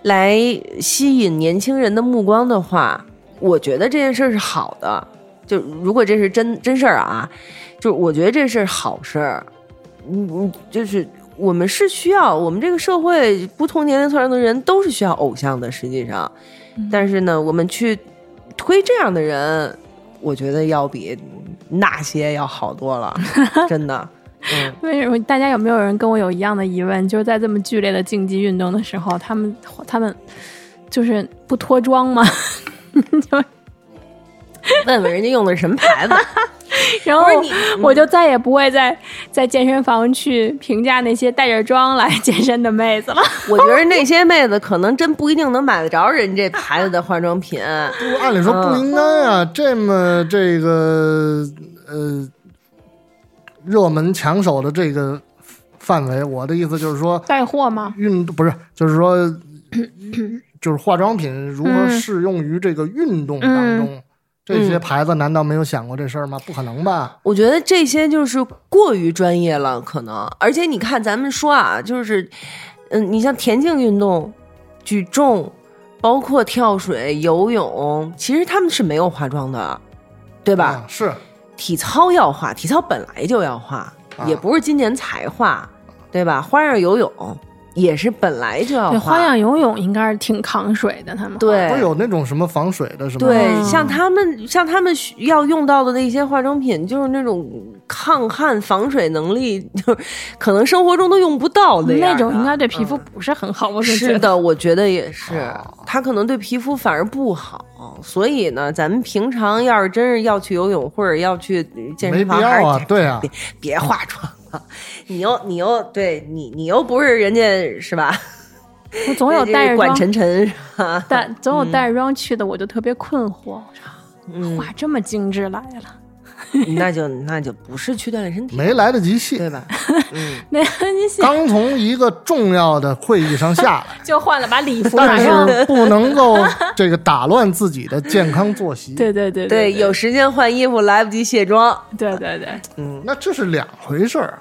来吸引年轻人的目光的话，我觉得这件事儿是好的。就如果这是真真事儿啊，就是我觉得这是好事儿。嗯嗯，就是我们是需要，我们这个社会不同年龄层的人都是需要偶像的，实际上，但是呢，我们去推这样的人，我觉得要比那些要好多了，真的。嗯，为什么大家有没有人跟我有一样的疑问？就是在这么剧烈的竞技运动的时候，他们他们就是不脱妆 [LAUGHS] 吗？问问人家用的是什么牌子？然后不是你，嗯我就再也不会在在健身房去评价那些带着妆来健身的 [LAUGHS] 妹子了。我觉得那些妹子可能真不一定能买得着人这牌子的化妆品。不按理说不应该啊，这么这个呃热门抢手的这个范围，我的意思就是说，带货吗？运不是就是 [COUGHS] 说，就是化妆品如何嗯适用于这个运动当中，这些牌子难道没有想过这事儿吗？不可能吧？我觉得这些就是过于专业了，可能。而且你看，咱们说啊，就是，嗯，你像田径运动、举重，包括跳水、游泳，其实他们是没有化妆的，对吧？啊是体操要化，体操本来就要化，也不是今年才化，对吧？花样游泳也是本来就要对，化。花样游泳应该是挺抗水的，他们对不是有那种什么防水的什么？啊对，嗯像他们像他们需要用到的那些化妆品，就是那种抗旱防水能力，就是可能生活中都用不到的样那的嗯种应该对皮肤不是很好，我总觉是 [LAUGHS] 得。的，我觉得也是哦，它可能对皮肤反而不好。所以呢，咱们平常要是真是要去游泳或者要去健没身必房，还要啊是，对啊，别化妆了。你又你又对你你又不是人家是吧？我总有带着管妆，晨 [LAUGHS] 晨是吧？但总有带着妆去的，我就特别困惑。嗯哇，这么精致来了，那就那就不是去锻炼身体，没来得及对卸，吧？那你想，刚从一个重要的会议上下来就换了把礼服但马上。是不能 [LAUGHS] 够这个打乱自己的健康作息。对对对对，有时间换衣服，来不及卸妆。对对对，那这是两回事儿。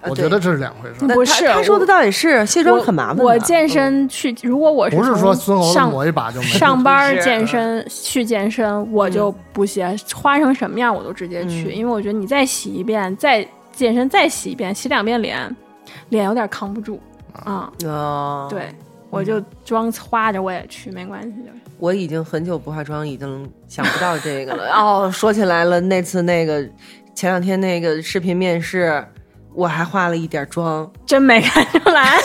呃我觉得这是两回事儿。不他是他说的我倒也是，卸妆很麻烦的。我我健身去，如果我不是说孙从猴子上抹一把就没上了班儿是健身去健身，我就不洗，花成什么样我都直接去，嗯因为我觉得你再洗一遍，再健身再洗一遍，洗两遍脸，脸有点扛不住啊、哦，对，，我就妆花着我也去，没关系，就是我已经很久不化妆，已经想不到这个了。 [LAUGHS] 哦，说起来了，那次那个前两天那个视频面试，我还化了一点妆，真没看出来。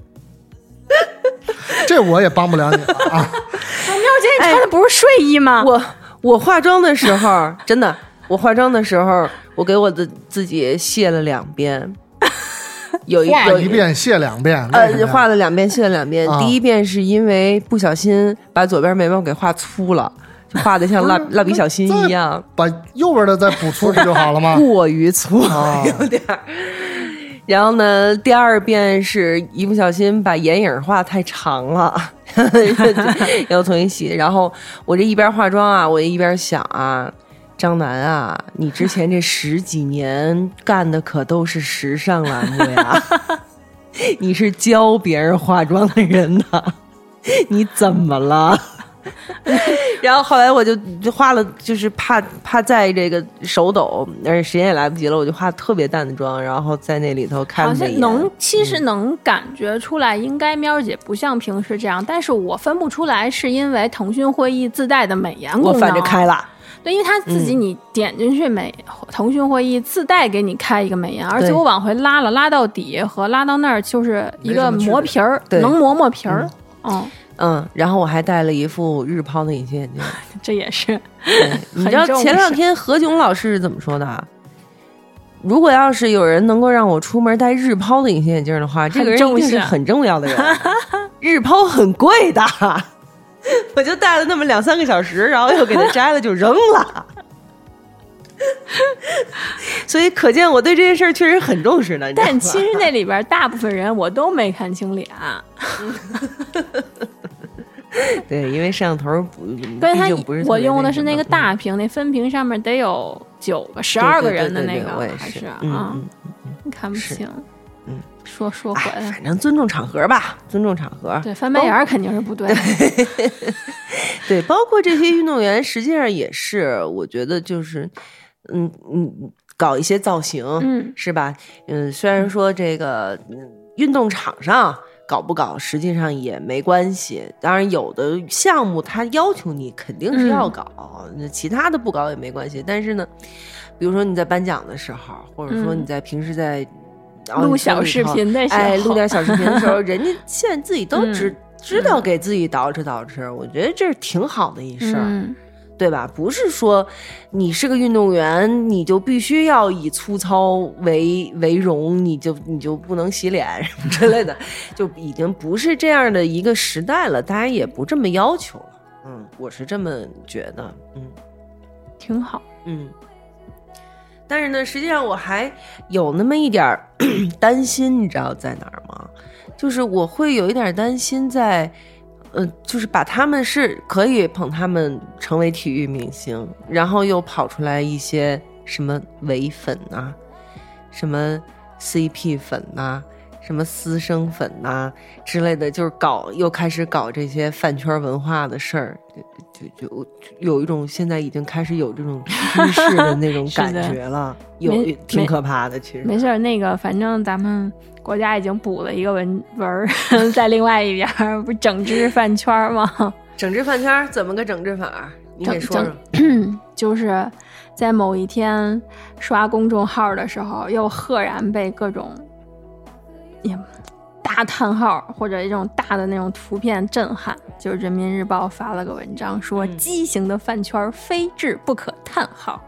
[LAUGHS] 这我也帮不了你了 [LAUGHS] 啊！苗姐，你穿的不是睡衣吗？我我化妆的时候，真的，我化妆的时候，我给我的自己卸了两 [LAUGHS] 遍，有一画有一。遍卸两遍，为什么呃，呀画了两遍，卸了两遍。啊第一遍是因为不小心把左边眉毛给画粗了，就画的像蜡蜡笔小新一样，把右边的再补粗不就好了 [LAUGHS] 吗？ [LAUGHS] 过于粗。啊，有点儿。然后呢，第二遍是一不小心把眼影画太长了， [LAUGHS] 要重新洗。然后我这一边化妆啊，我一边想啊，张楠啊，你之前这十几年干的可都是时尚栏目呀， [LAUGHS] 你是教别人化妆的人呐，你怎么了？ [LAUGHS] 然后后来我就就画了，就是怕怕在这个手抖，而且时间也来不及了，我就化特别淡的妆，然后在那里头看好美像颜嗯能，其实能感觉出来，应该喵儿姐不像平时这样，但是我分不出来，是因为腾讯会议自带的美颜功我能。反着开了。对，因为它自己你点进去美、腾讯会议自带给你开一个美颜，而且对我往回拉了，拉到底和拉到那儿就是一没什个么区别磨皮儿，对能磨磨皮儿。嗯，嗯，然后我还戴了一副日抛的隐形眼镜。这 [LAUGHS] 也是对 [LAUGHS] 你知道很重前两视天何炅老师是怎么说的啊？如果要是有人能够让我出门戴日抛的隐形眼镜的话，这个人一重定视是很重要 [LAUGHS] 的人。日抛很贵的， [LAUGHS] 我就戴了那么两三个小时，然后又给它摘了，就扔了。 [LAUGHS] 所以可见我对这件事儿确实很重视的。你知道但吧其实那里边大部分人我都没看清脸， [LAUGHS] 对，因为摄像头不，关毕键他竟不是特我别用的那是什那么嗯个大屏，那分屏上面得有九个、十二个人的对那对对个对，我也还是啊，嗯嗯你看不是清。嗯，说说回哎，来，反正尊重场合吧，尊重场合。对翻白眼儿肯定是不对的。哦对，包括这些运动员，实际上也是，我觉得就是，嗯嗯，搞一些造型，嗯，是吧？嗯，虽然说这个嗯运动场上搞不搞，实际上也没关系。当然，有的项目它要求你肯定是要嗯搞，那其他的不搞也没关系。但是呢，比如说你在颁奖的时候，或者说嗯你在平时在、 [LAUGHS] 然后录你说小里视头频的时候，哎，录点小视频的 [LAUGHS] 时候，人家现在自己都嗯知、知道给自己捯饬捯饬，我觉得这是挺好的一事儿，嗯对吧？不是说你是个运动员，你就必须要以粗糙为为荣，你就你就不能洗脸什么之类的，就已经不是这样的一个时代了，大家也不这么要求了。嗯，我是这么觉得。嗯。挺好。嗯，但是呢，实际上我还有那么一点儿 [CLEARS THROAT] 担心，你知道在哪儿吗？就是我会有一点儿担心在，呃，就是把他们是可以捧他们成为体育明星，然后又跑出来一些什么伪粉呐、什么 CP 粉呐、什么私生粉呐、之类的，就是搞又开始搞这些饭圈文化的事儿，就就就有一种现在已经开始有这种趋势的那种 [LAUGHS] 是感的觉了，有没挺没可怕的。其实没事儿，那个反正咱们国家已经补了一个文文儿， [LAUGHS] 在另外一边儿不是整治饭圈儿吗？整治饭圈儿怎么个整治法儿？你给整说说整。就是在某一天刷公众号的时候，又赫然被各种也大叹号或者一种大的那种图片震撼。就是人民日报发了个文章说，嗯畸形的饭圈儿非治不可叹号。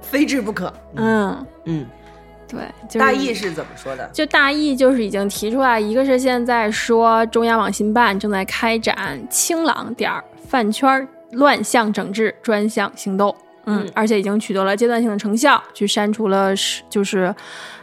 非治不可。嗯，嗯，对，就是、大意是怎么说的？就大意就是已经提出来，一个是现在说中央网信办正在开展“清朗点儿饭圈乱象整治专项行动”，嗯，而且已经取得了阶段性的成效，去删除了是就是，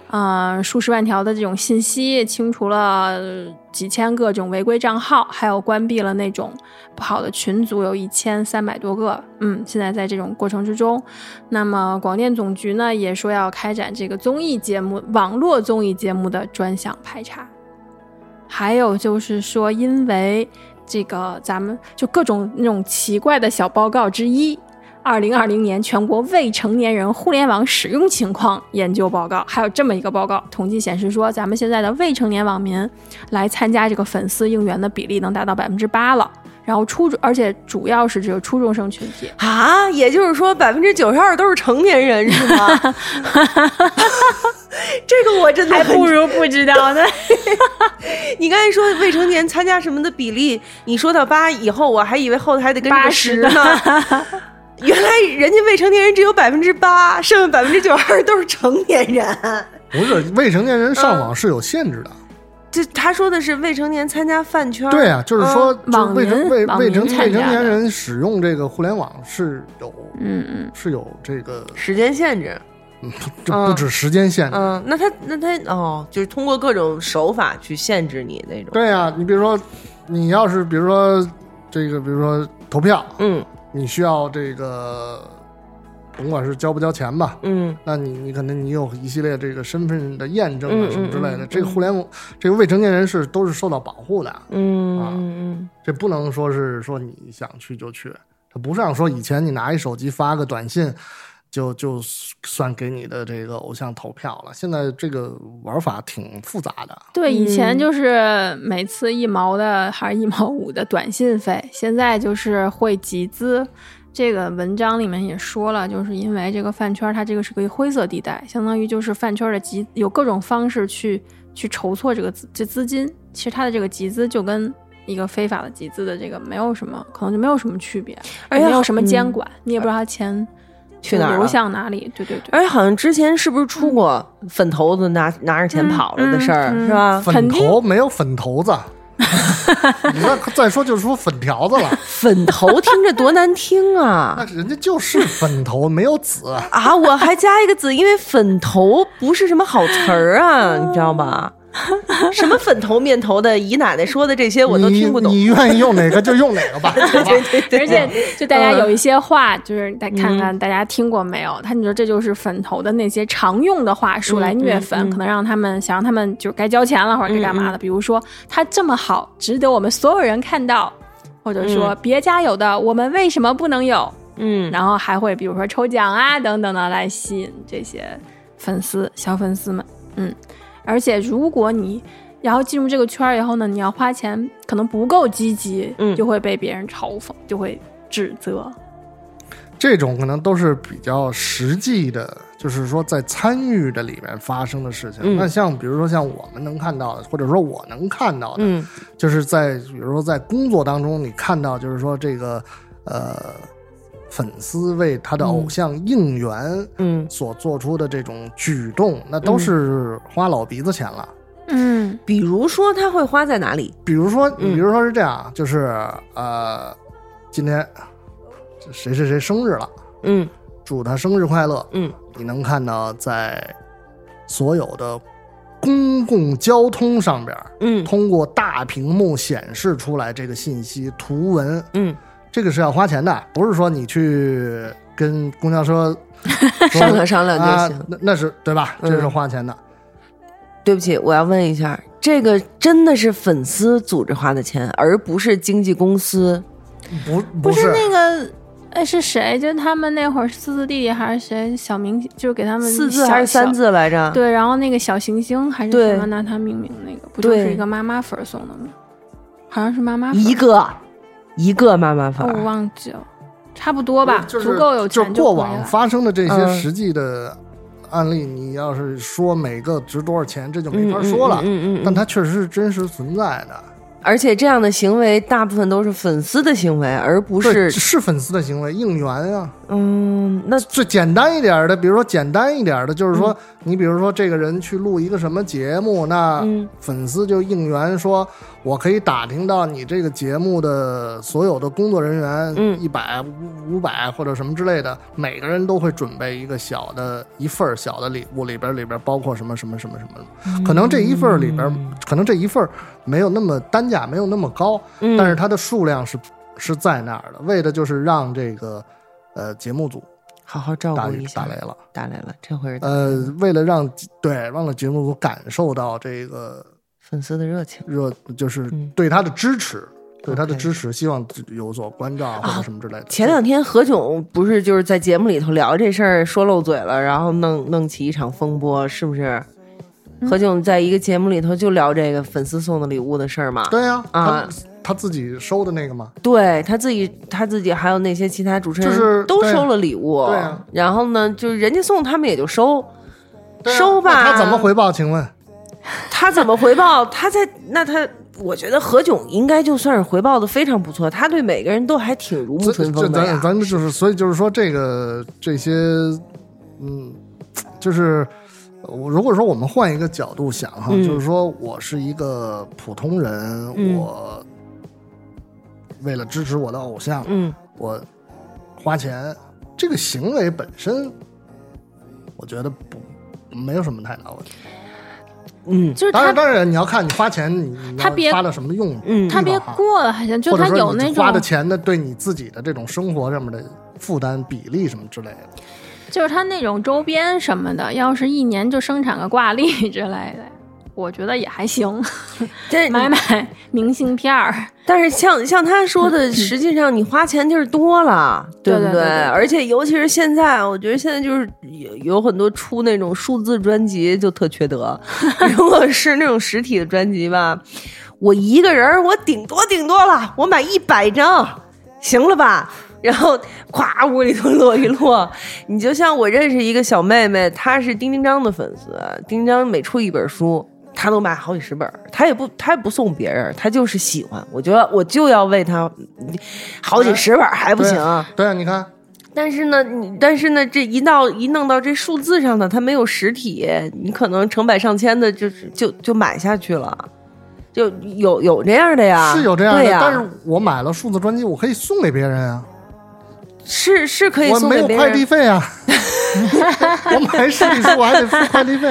呃，数十万条的这种信息，清除了呃几千个这种违规账号，还有关闭了那种不好的群组，有一千三百多个。嗯，现在在这种过程之中，那么广电总局呢也说要开展这个综艺节目、网络综艺节目的专项排查，还有就是说，因为这个咱们就各种那种奇怪的小报告之一。二零二零年全国未成年人互联网使用情况研究报告，还有这么一个报告，统计显示说，咱们现在的未成年网民来参加这个粉丝应援的比例能达到百分之八了，然后初中，而且主要是只有初中生群体。啊，也就是说百分之九十二都是成年人是吗？ [LAUGHS] 这个我真的还很不如不知道呢。 [LAUGHS] 你刚才说未成年参加什么的比例，你说到八以后，我还以为后头还得跟着十呢。原来人家未成年人只有百分之八，剩下百分之九十二都是成年人。不是未成年人上网是有限制的。这他说的是未成年参加饭圈，对啊，就是说，就是嗯网未成民未网未民成参未加成年的人使用这个互联网是有嗯嗯，是有这个，时间限制。这不止时间限制。嗯，那他那他哦，就是通过各种手法去限制你那种。对呀、你比如说，你要是比如说这个，比如说投票，嗯你需要这个，甭管是交不交钱吧，嗯那你你可能你有一系列这个身份的验证嗯啊嗯什么之类的。嗯这个互联网，这个未成年人是都是受到保护的，嗯啊嗯这不能说是说你想去就去，它不像说以前你拿一手机发个短信。就就算给你的这个偶像投票了。现在这个玩法挺复杂的，对，以嗯前就是每次一毛的还是一毛五的短信费，现在就是会集资。这个文章里面也说了，就是因为这个饭圈它这个是个灰色地带，相当于就是饭圈的集有各种方式去去筹措这个资这资金。其实它的这个集资就跟一个非法的集资的这个没有什么，可能就没有什么区别，而且也没有什么监嗯管，你也不知道它钱去哪儿流了向哪里。对对对，而且好像之前是不是出过粉头子拿拿着钱跑了的事儿，嗯嗯嗯是吧？粉肯定头没有粉头子， [LAUGHS] 你那再说就是说粉条子了，粉头听着多难听 [LAUGHS] 那啊！人家就是粉头，没有籽。啊，我还加一个字，因为粉头不是什么好词儿 [LAUGHS] 啊，你知道吧？什么粉头面头的，姨奶奶说的这些我都听不懂。你你愿意用哪个就用哪个 [LAUGHS] 吧，好吧而且就大家嗯有一些话，就是大看看大家听过没有？他你说这就是粉头的那些常用的话术嗯来虐嗯嗯嗯粉，可能让他们想让他们就该交钱了或者该干嘛的。比如说他这么好，值得我们所有人看到，或者说别家有的我们为什么不能有？ [LAUGHS] 嗯，然后还会比如说抽奖啊等等的来吸引这些粉丝小粉丝们，嗯，而且如果你然后进入这个圈儿以后呢，你要花钱，可能不够积极，嗯就会被别人嘲讽，就会指责，这种可能都是比较实际的，就是说在参与的里面发生的事情。嗯那像比如说像我们能看到的，或者说我能看到的，嗯就是在比如说在工作当中，你看到就是说这个呃粉丝为他的偶像应援，嗯，所做出的这种举动，那都是花老鼻子钱了。嗯比如说他会花在哪里？比如说，嗯比如说是这样，就是呃，今天这谁谁谁生日了，嗯祝他生日快乐。嗯你能看到在所有的公共交通上边，嗯通过大屏幕显示出来这个信息图文，嗯，这个是要花钱的，不是说你去跟公交 [LAUGHS] 车说商量商量啊就行。，那那是对吧？嗯这是花钱的。对不起，我要问一下，这个真的是粉丝组织花的钱，而不是经纪公司不不不是那个。哎，是谁？就他们那会儿四字弟弟还是谁？小明就嗯是给他们四字小还是三？小字来着？对，然后那个小行星还是对什么拿他命名那个，不就是对一个妈妈粉儿送的吗？好像是妈妈粉儿一个一个妈妈粉哦儿，我忘记了，差不多吧，就是足够有就钱过可以往了发生的这嗯些实际的案例，你要是说每个值多少钱，这就没法说了。嗯嗯嗯但嗯嗯，它确实是真实存在的，而且这样的行为大部分都是粉丝的行为，而不对是是粉丝的行为应援啊，嗯，那最简单一点儿的，比如说简单一点儿的，就是嗯说，你比如说这个人去录一个什么节目，那嗯粉丝就应援说，我可以打听到你这个节目的所有的工作人嗯员，一百、五五百或者什么之类的，每个人都会准备一个小的一份儿小的礼物，里边儿里边儿包括什么什么什么什么什嗯么，可能这一份儿里边儿，可能这一份儿没有那么单价没有那么高，嗯但是它的数量是是在那儿的，为的就是让这个呃节目组好好照打顾一下，打雷了，打雷了，这回是呃，为了让对让了节目组感受到这个粉丝的热情热，就是嗯对他的支持，对他的 OK 啊支持，希望有所关照或者什么之类的。前两天何炅不是就是在节目里头聊这事儿，说漏嘴了，然后弄弄起一场风波，是不是？何炅在一个节目里头就聊这个粉丝送的礼物的事儿嘛。对呀、他啊他自己收的那个嘛，对他自己，他自己还有那些其他主持人就是都对收了礼物，对啊然后呢，就是人家送他们也就收，对呀啊收吧那他怎么回报？请问，他怎么回报？他在那他，我觉得何炅应该就算是回报的非常不错，他对每个人都还挺如沐这春这风的呀咱咱们就是，所以就是说这个这些，嗯，就是我如果说我们换一个角度想哈，嗯就是说我是一个普通人，嗯我为了支持我的偶像，嗯我花钱，这个行为本身，我觉得不没有什么太大问题。嗯就是当然，他当然你要看你花钱，你你要他别花到什么用途，嗯他别哈过了，好像就或者他说有你那花的种，钱的对你自己的这种生活上面的负担比例什么之类的。就是他那种周边什么的，要是一年就生产个挂历 [LAUGHS] 之类的，我觉得也还行，但买买明信片儿。但是像像他说的，实际上你花钱地儿多了，嗯对不对对对对而且尤其是现在，我觉得现在就是有有很多出那种数字专辑就特缺德。 [LAUGHS] 如果是那种实体的专辑吧，我一个人儿我顶多顶多了，我买一百张，行了吧？然后咵屋里头落一 [LAUGHS] 落，你就像我认识一个小妹妹，她是丁丁张的粉丝，丁丁张每出一本书，她都买好几十本儿，她也不她也不送别人，她就是喜欢。我觉得我就要为她嗯好几十本儿还不行啊，嗯对啊，你看，但是呢，你但是呢，这一到一弄到这数字上呢，它没有实体，你可能成百上千的就是就就买下去了，就有有这样的啊呀，是有这样的，对呀、但是我买了数字专辑，我可以送给别人啊，是是可以我送没给有别快递人费啊， [LAUGHS] 我买实体书我还得付快递费、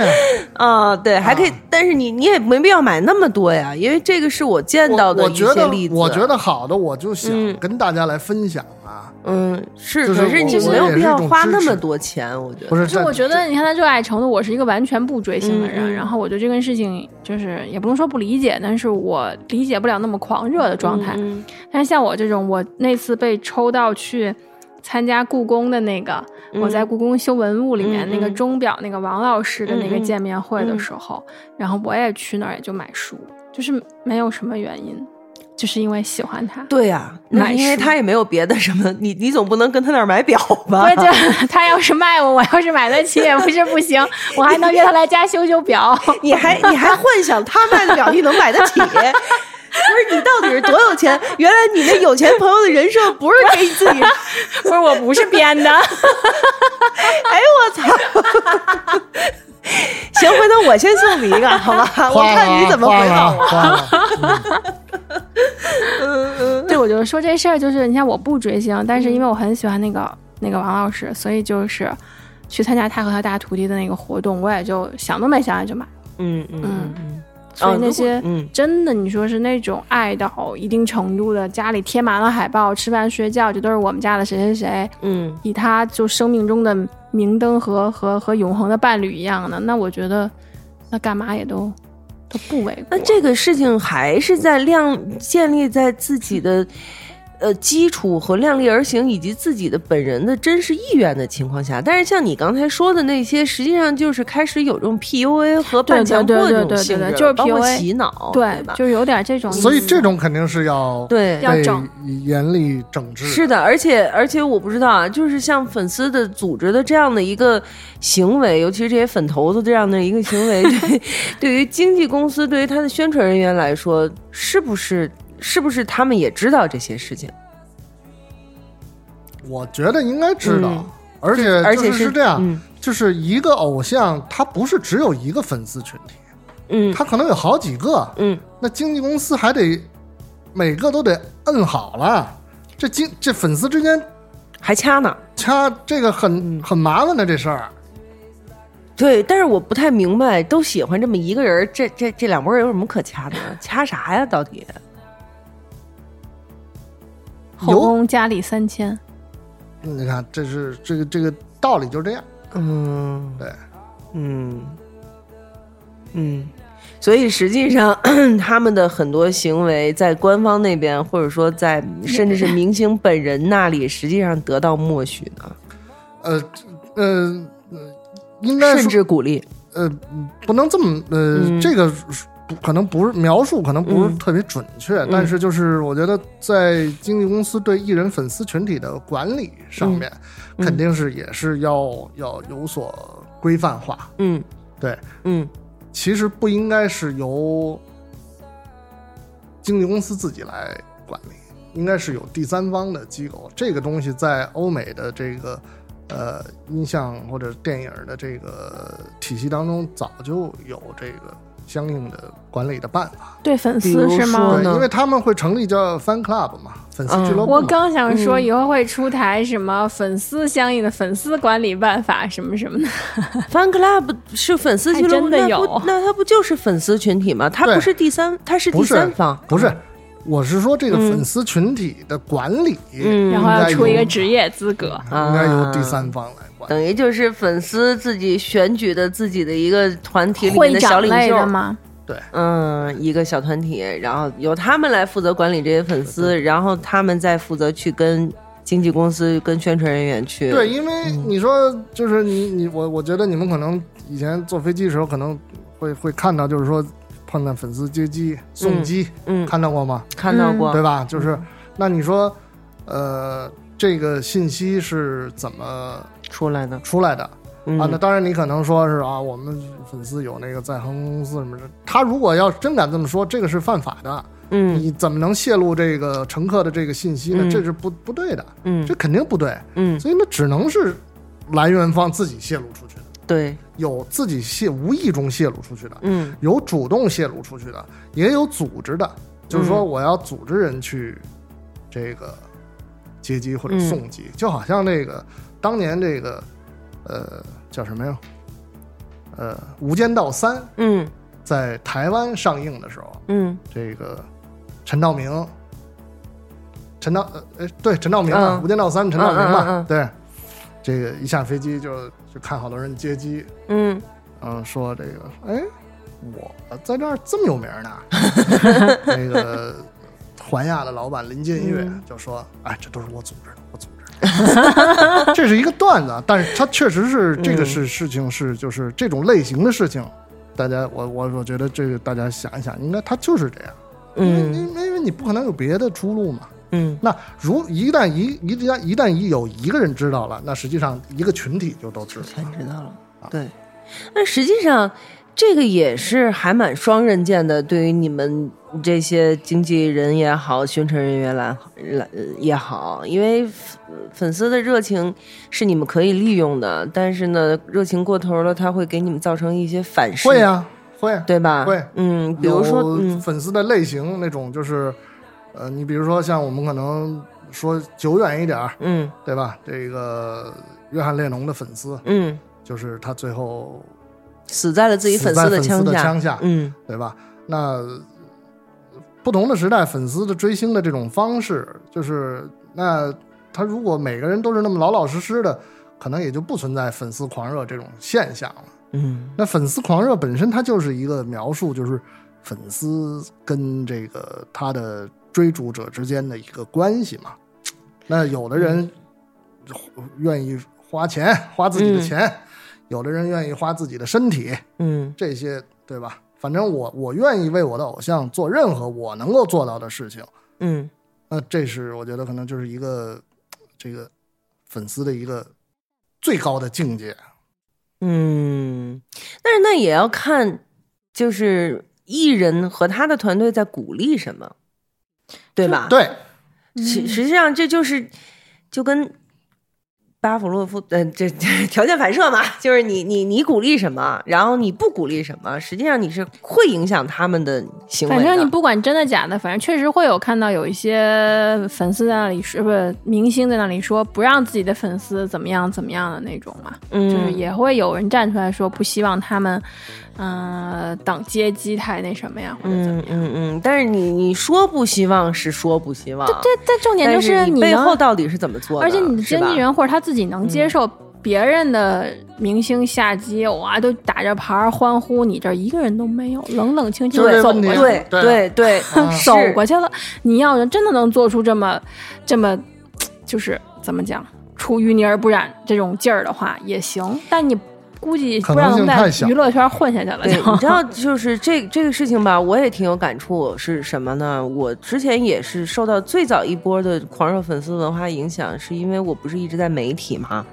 啊。啊，对，还可以，但是你你也没必要买那么多呀，因为这个是我见到的我我一觉些得例子，啊我觉得好的，我就想嗯跟大家来分享啊，嗯是，就是可是我你我没有也是必一要种花支那么持多钱，我觉不是？得可是这我觉得，你看他热爱程度，我是一个完全不追星的人，嗯嗯然后我对这件事情就是也不能说不理解，但是我理解不了那么狂热的状态。嗯但是像我这种，我那次被抽到去参加故宫的那个，我在故宫修文物里面、嗯那个嗯钟表那个王老师的那个嗯嗯见面会的时候，然后我也去那儿也就买书，就是没有什么原因，就是因为喜 [LAUGHS] 欢他。对呀、那买是因为书他也没有别的什么，你你总不能跟他那儿买表吧？对，就他要是卖我，我要是买得起也不是不行，我还能约他来家修修表。 [LAUGHS] [LAUGHS] 你还你还幻想他卖得了，你能买得起？不是你到底是多有钱？原来你那有钱朋友的人设不是给你自 [LAUGHS] 己，不是，我不是编的。哎我操！ [LAUGHS] 行，回头我先送你一个，好吧？我换了看啊你怎么回换报了我。啊换 [LAUGHS] 了啊对，我就说这事儿，就是你看我不追星，但是因为我很喜欢那个那个王老师，所以就是去参加他和他大徒弟的那个活动，我也就想都没想就买。嗯嗯嗯嗯，所以那些嗯真的，你说是那种爱到一定程度的，家里贴满了海报，吃饭睡觉，这都是我们家的谁谁谁，嗯，以他就生命中的明灯和和和永恒的伴侣一样的，那我觉得那干嘛也都都不为过。那这个事情还是在量建立在自己的。呃，基础和量力而行，以及自己的本人的真实意愿的情况下，但是像你刚才说的那些，实际上就是开始有这种 PUA 和对半对强迫对这对种对性对质，就是包括 PUA 洗脑，对吧，？就是有点这种意思，所以这种肯定是要对，要被整严厉整治。是的，而且而且我不知道啊，就是像粉丝的组织的这样的一个行为，尤其是这些粉头子这样的一个行为，对对于经纪公司，对于他的宣传人员来说，是不是是不是他们也知道这些事情？我觉得应该知道，啊嗯而且而就且是是这样，嗯就是一个偶像，他不是只有一个粉丝群体，嗯他可能有好几个，嗯，那经纪公司还得每个都得摁好了，这经这粉丝之间还掐呢。掐这个嗯很很麻烦的这事儿，对，但是我不太明白，都喜欢这么一个人，这这这两拨人有什么可掐的？掐啥呀？到底？后宫佳丽三千，你看这是这个这个道理就是这样，嗯，对，嗯，嗯，所以实际上 [CLEARS THROAT] 他们的很多行为在官方那边，或者说在甚至是明星本人那里，实际上得到默许的，呃呃呃应该甚说至鼓励。呃不能这么呃、嗯这个是不可能不是描述，可能不是嗯特别准确，但是就是我觉得在经纪公司对艺人粉丝群体的管理上面，嗯肯定是也是要要有所规范化，嗯对。嗯其实不应该是由经纪公司自己来管理，应该是有第三方的机构。这个东西在欧美的这个呃音像或者电影的这个体系当中，早就有这个相应的管理的办法。对粉比如丝是说吗对，？呢因为他们会成立叫 fan club 嘛，粉丝哦俱乐部嘛。我刚想说嗯以后会出台什么粉丝相应的粉丝管理办法什么什么的， ，fan club 是粉丝俱乐部，还真的那不有那他不就是粉丝群体吗？他对不是第三，他是第不是三方，不嗯是，我是说这个嗯粉丝群体的管理，嗯然后要出一个职业资格。嗯啊应该由第三方来管。等于就是粉丝自己选举的自己的一个团体里面会的小长领类袖的吗？嗯，一个小团体，然后由他们来负责管理这些粉丝，然后他们再负责去跟经纪公司、跟宣传人员去。对，，因为嗯你说就是你你我我觉得你们可能以前坐飞机的时候可能会会看到，就是说碰到粉丝接机送机，嗯，看到过吗？看到过，嗯对吧？就是那你说，呃，这个信息是怎么出来的。出来的？嗯、啊，那当然，你可能说是啊，我们粉丝有那个在航空公司什么的。他如果要真敢这么说，这个是犯法的。嗯你怎么能泄露这个乘客的这个信息呢？嗯这是不不对的，嗯这肯定不对。嗯，所以那只能是来源方自己泄露出去的，对，有自己泄无意中泄露出去的，嗯有主动泄露出去的，也有组织的，就是说嗯我要组织人去这个接机或者嗯送机，就好像那个当年这个呃叫什么呀？呃，《无间道三》嗯在台湾上映的时候，嗯这个陈道明，陈道呃哎对陈道明啊，嗯无间道三》陈道明嘛，嗯嗯嗯嗯对，这个一下飞机就就看好多人接机，嗯，然后说这个哎我在这儿这么有名呢， [LAUGHS] 那个环亚的老板林建岳就说，哎这都是我组织的，我组织的， [LAUGHS] 这是一个段子，啊，但是它确实是这个是事情是就是这种类型的事情。大家，我我我觉得这个大家想一想，应该它就是这样。因为嗯因为因为你不可能有别的出路嘛。嗯那如一旦一一旦一旦一有一个人知道了，那实际上一个群体就都知道全了。知道了。啊对，那实际上这个也是还蛮双刃剑的，对于你们这些经纪人也好，宣传人员来来呃也好，因为呃粉丝的热情是你们可以利用的，但是呢，热情过头了，它会给你们造成一些反噬，会啊，会啊。对吧？会嗯，比如说，有嗯粉丝的类型那种就是，呃，你比如说像我们可能说久远一点儿，嗯对吧？这个约翰列侬的粉丝，嗯，就是他最后死在了自己死粉在丝的粉丝枪的下，枪下嗯对吧？那不同的时代，粉丝的追星的这种方式，就是那他如果每个人都是那么老老实实的，可能也就不存在粉丝狂热这种现象了。嗯那粉丝狂热本身它就是一个描述，就是粉丝跟这个他的追逐者之间的一个关系嘛。那有的人愿意花钱，花自己的钱；有的人愿意花自己的身体。嗯这些，对吧？反正我我愿意为我的偶像做任何我能够做到的事情，嗯那这是我觉得可能就是一个这个粉丝的一个最高的境界。嗯，但是那也要看，就是艺人和他的团队在鼓励什么，对吧？，对，嗯实实际上这就是就跟巴甫洛夫，嗯、这 [LAUGHS] 这条件反射嘛，就是你你你鼓励什么，然后你不鼓励什么，实际上你是会影响他们的行为的。反正你不管真的假的，反正确实会有看到有一些粉丝在那里说，不是明星在那里说不让自己的粉丝怎么样怎么样的那种嘛，嗯就是也会有人站出来说不希望他们，嗯，党阶级太那什么呀，或者怎么嗯样。嗯嗯，但是你你说不希望是说不希望，对，但重点就但是你你背能后到底是怎么做的，而且你的是经吧纪人或者他自己能嗯接受别人的明星下街，哇，都打着牌儿欢呼，你这儿一个人都没有，冷冷清清就这地走问过题啊去，对对对对，是走过去了。你要人真的能做出这么、这么，就是怎么讲，出淤泥而不染这种劲儿的话也行，但你估计可不能让性能太在小娱乐圈混下去了对，就你知道，就是这这个事情吧，我也挺有感触。是什么呢？我之前也是受到最早一波的狂热粉丝文化影响，是因为我不是一直在媒体嘛。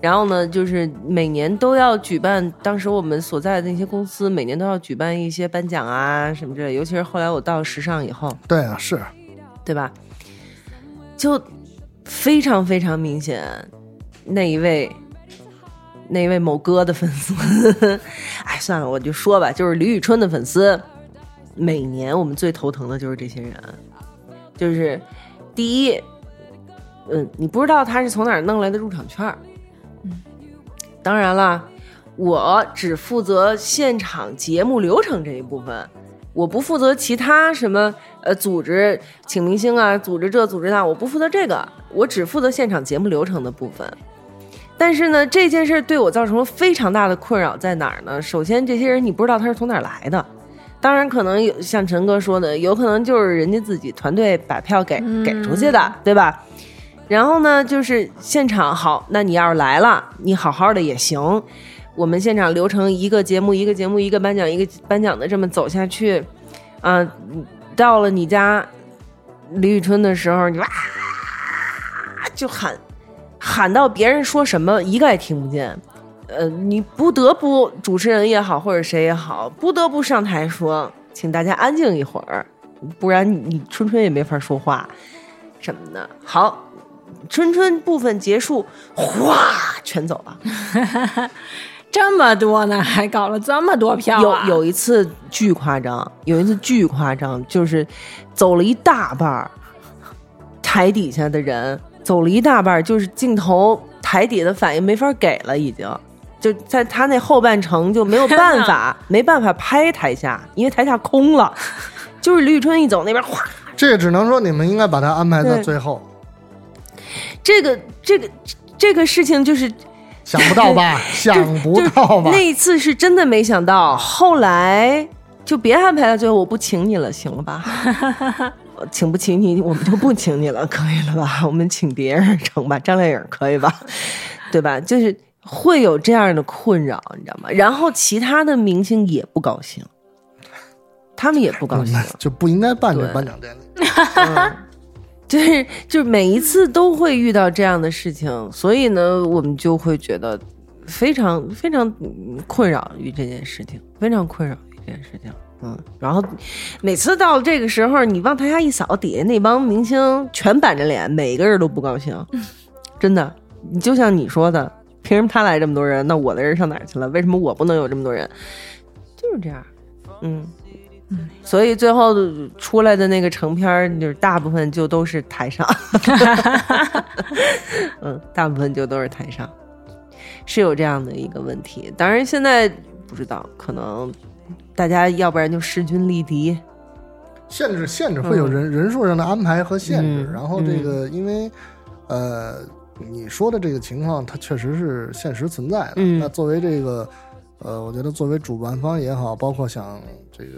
然后呢，就是每年都要举办，当时我们所在的那些公司每年都要举办一些颁奖啊什么之类的。尤其是后来我到时尚以后， [LAUGHS] 对啊，是对吧？就非常非常明显，那一位那一位某哥的粉丝， [LAUGHS] 哎，算了，我就说吧，就是李宇春的粉丝。每年我们最头疼的就是这些人，就是第一，嗯，你不知道他是从哪儿弄来的入场券儿。当然啦，我只负责现场节目流程这一部分，我不负责其他什么呃组织请明星啊，组织这组织那，我不负责这个，我只负责现场节目流程的部分。但是呢，这件事儿对我造成了非常大的困扰，在哪儿呢？首先，这些人你不知道他是从哪儿来的，当然可能有像陈哥说的，有可能就是人家自己团队把票给给出去的，对吧？然后呢，就是现场好，那你要是来了，你好好的也行。我们现场流程一个节目一个节目一个颁奖一个颁奖的这么走下去，啊、到了你家李宇春的时候，你哇就喊，喊到别人说什么一个也听不见。呃，你不得不主持人也好，或者谁也好，不得不上台说，请大家安静一会儿，不然你你春春也没法说话什么的。好，春春部分结束，哗，全走了。 [LAUGHS] 这么多呢，还搞了这么多票、有啊，有一次巨夸张，有一次巨夸张，就是走了一大半儿，台底下的人走了一大半儿，就是镜头台底的反应没法给了，已经就在他那后半程就没有办法，没办法拍台下，因为台下空了。就是李宇春一走那边，哗，这只能说你们应该把它安排在对最后，这个这个这个事情就是想不到 [LAUGHS] 吧？想不就是到吧？ [LAUGHS] 那一次是真的没想到，后来就别安排到最后，我不请你了，行 [LAUGHS] 了吧？我请不起你，我们就不请你了，可以了吧？我 [LAUGHS] 们请别人成吧，张靓颖可以吧？ [LAUGHS] 对吧？就是会有这样的困扰，你知道吗？然后其他的明星也不高兴，他们也不高兴。就不应该办这对颁奖典礼。 [LAUGHS] 就是就是每一次都会遇到这样的事情，所以呢，我们就会觉得非常非常嗯困扰于这件事情，非常困扰于这件事情。嗯，然后每次到这个时候，你往台下一扫，底下那帮明星全板着脸，每个人都不高兴，真的。你就像你说的，凭什么他来这么多人，那我的人上哪儿去了？为什么我不能有这么多人？就是这样，嗯。所以最后出来的那个成片儿，就是大部分就都是台上，嗯，大部分就都是台上，是有这样的一个问题。当然现在不知道，可能大家要不然就势均力敌，限制限制会有人、人数上的安排和限制，嗯然后这个因为呃你说的这个情况，它确实是现实存在的。嗯那作为这个呃，我觉得作为主办方也好，包括像这个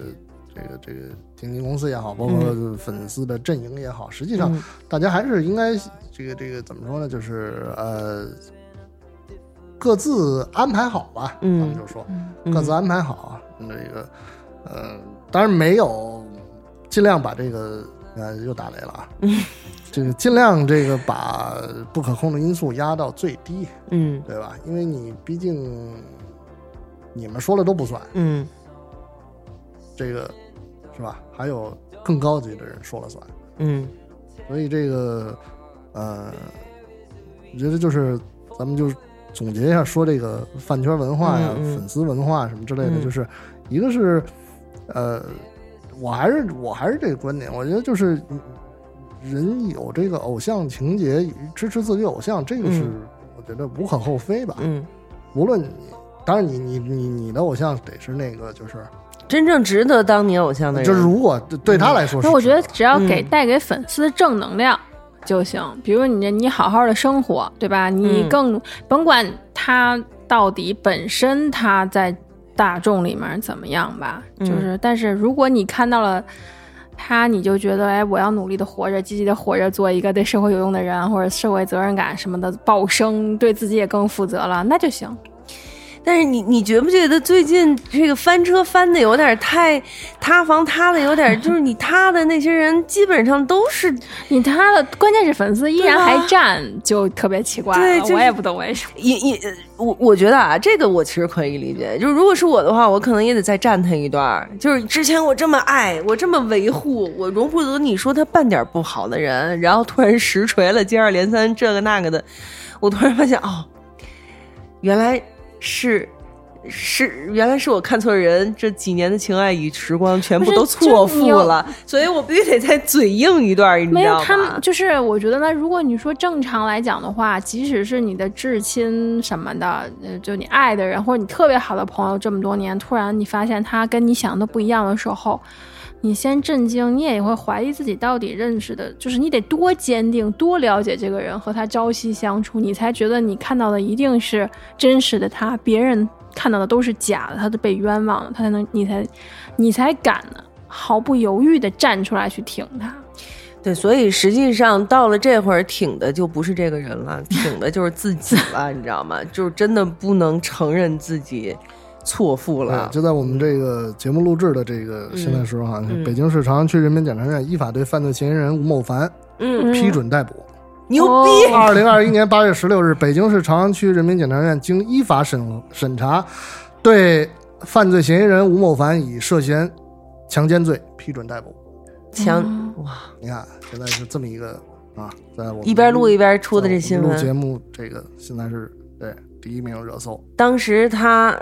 这个这个经纪公司也好，包括粉丝的阵营也好，实际上嗯大家还是应该这个这个怎么说呢？就是呃。各自安排好吧，嗯咱们就说，嗯各自安排好。那个，呃，当然没有，尽量把这个，呃，又打雷了啊。嗯这个尽量这个把不可控的因素压到最低，嗯对吧？因为你毕竟你们说了都不算，嗯这个是吧？还有更高级的人说了算，嗯所以这个，呃，我觉得就是咱们就是总结一下，说这个饭圈文化呀、嗯嗯粉丝文化什么之类的，嗯就是一个是，呃，我还是我还是这个观点，我觉得就是嗯人有这个偶像情节，支持自己偶像，这个是嗯我觉得无可厚非吧。嗯，无论你，当然你你你你的偶像得是那个，就是真正值得当你偶像的人，就是如果对对他来说是，那我觉得只要给嗯带给粉丝正能量就行。比如你你好好的生活，对吧？你嗯更、甭管他到底本身他在大众里面怎么样吧，嗯就是但是如果你看到了。他你就觉得哎，我要努力的活着，积极的活着，做一个对社会有用的人，或者社会责任感什么的爆升，对自己也更负责了，那就行。但是你你觉不觉得最近这个翻车翻的有点太塌房塌的有点，就是你塌的那些人基本上都是你他的关键是粉丝依然对啊还站，就特别奇怪了，对就是我也不懂为什么。也也我我觉得啊，这个我其实可以理解。就是如果是我的话，我可能也得再站他一段儿。就是之前我这么爱，我这么维护，我容不得你说他半点不好的人，然后突然实锤了，接二连三这个那个的，我突然发现哦，原来是。是，原来是我看错人。这几年的情爱与时光全部不是都错就是你付要了，所以我必须得再嘴硬一段儿，你知道吗？没有，他们就是我觉得呢，如果你说正常来讲的话，即使是你的至亲什么的，呃，就你爱的人或者你特别好的朋友，这么多年突然你发现他跟你想的不一样的时候，你先震惊，你也会怀疑自己到底认识的，就是你得多坚定、多了解这个人，和他朝夕相处，你才觉得你看到的一定是真实的他，别人看到的都是假的，他都被冤枉了，他才能，你才，你才敢呢，毫不犹豫的站出来去挺他。对，所以实际上到了这会儿，挺的就不是这个人了，挺的就是自己了， [LAUGHS] 你知道吗？就是真的不能承认自己错付了对，。就在我哎们这个节目录制的这个现在时候哈，嗯北京市朝阳区人民检察院依法对犯罪嫌疑人吴某凡嗯，批准逮捕。牛逼！哦二零二一年八月十六日，北京市朝阳区人民检察院经依法审审查，对犯罪嫌疑人吴某凡以涉嫌强奸罪批准逮捕。强嗯哇，你看，现在是这么一个啊，在我们一边录一边出的在我们这新录节闻，目这个现在是对第一名热搜，当时他，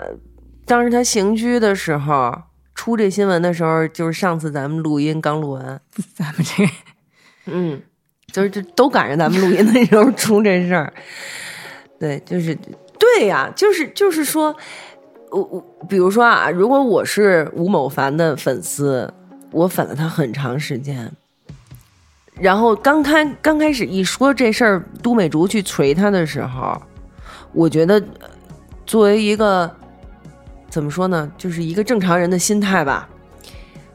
当时他刑拘的时候。出这新闻的时候，就是上次咱们录音刚录完， [LAUGHS] 咱们这个嗯，就是就都赶上咱们录音的时候出这事儿， [LAUGHS] 对，就是对呀、就是就是说，我我比如说啊，如果我是吴某凡的粉丝，我粉了他很长时间，然后刚开刚开始一说这事儿，都美竹去锤他的时候，我觉得呃作为一个怎么说呢，就是一个正常人的心态吧，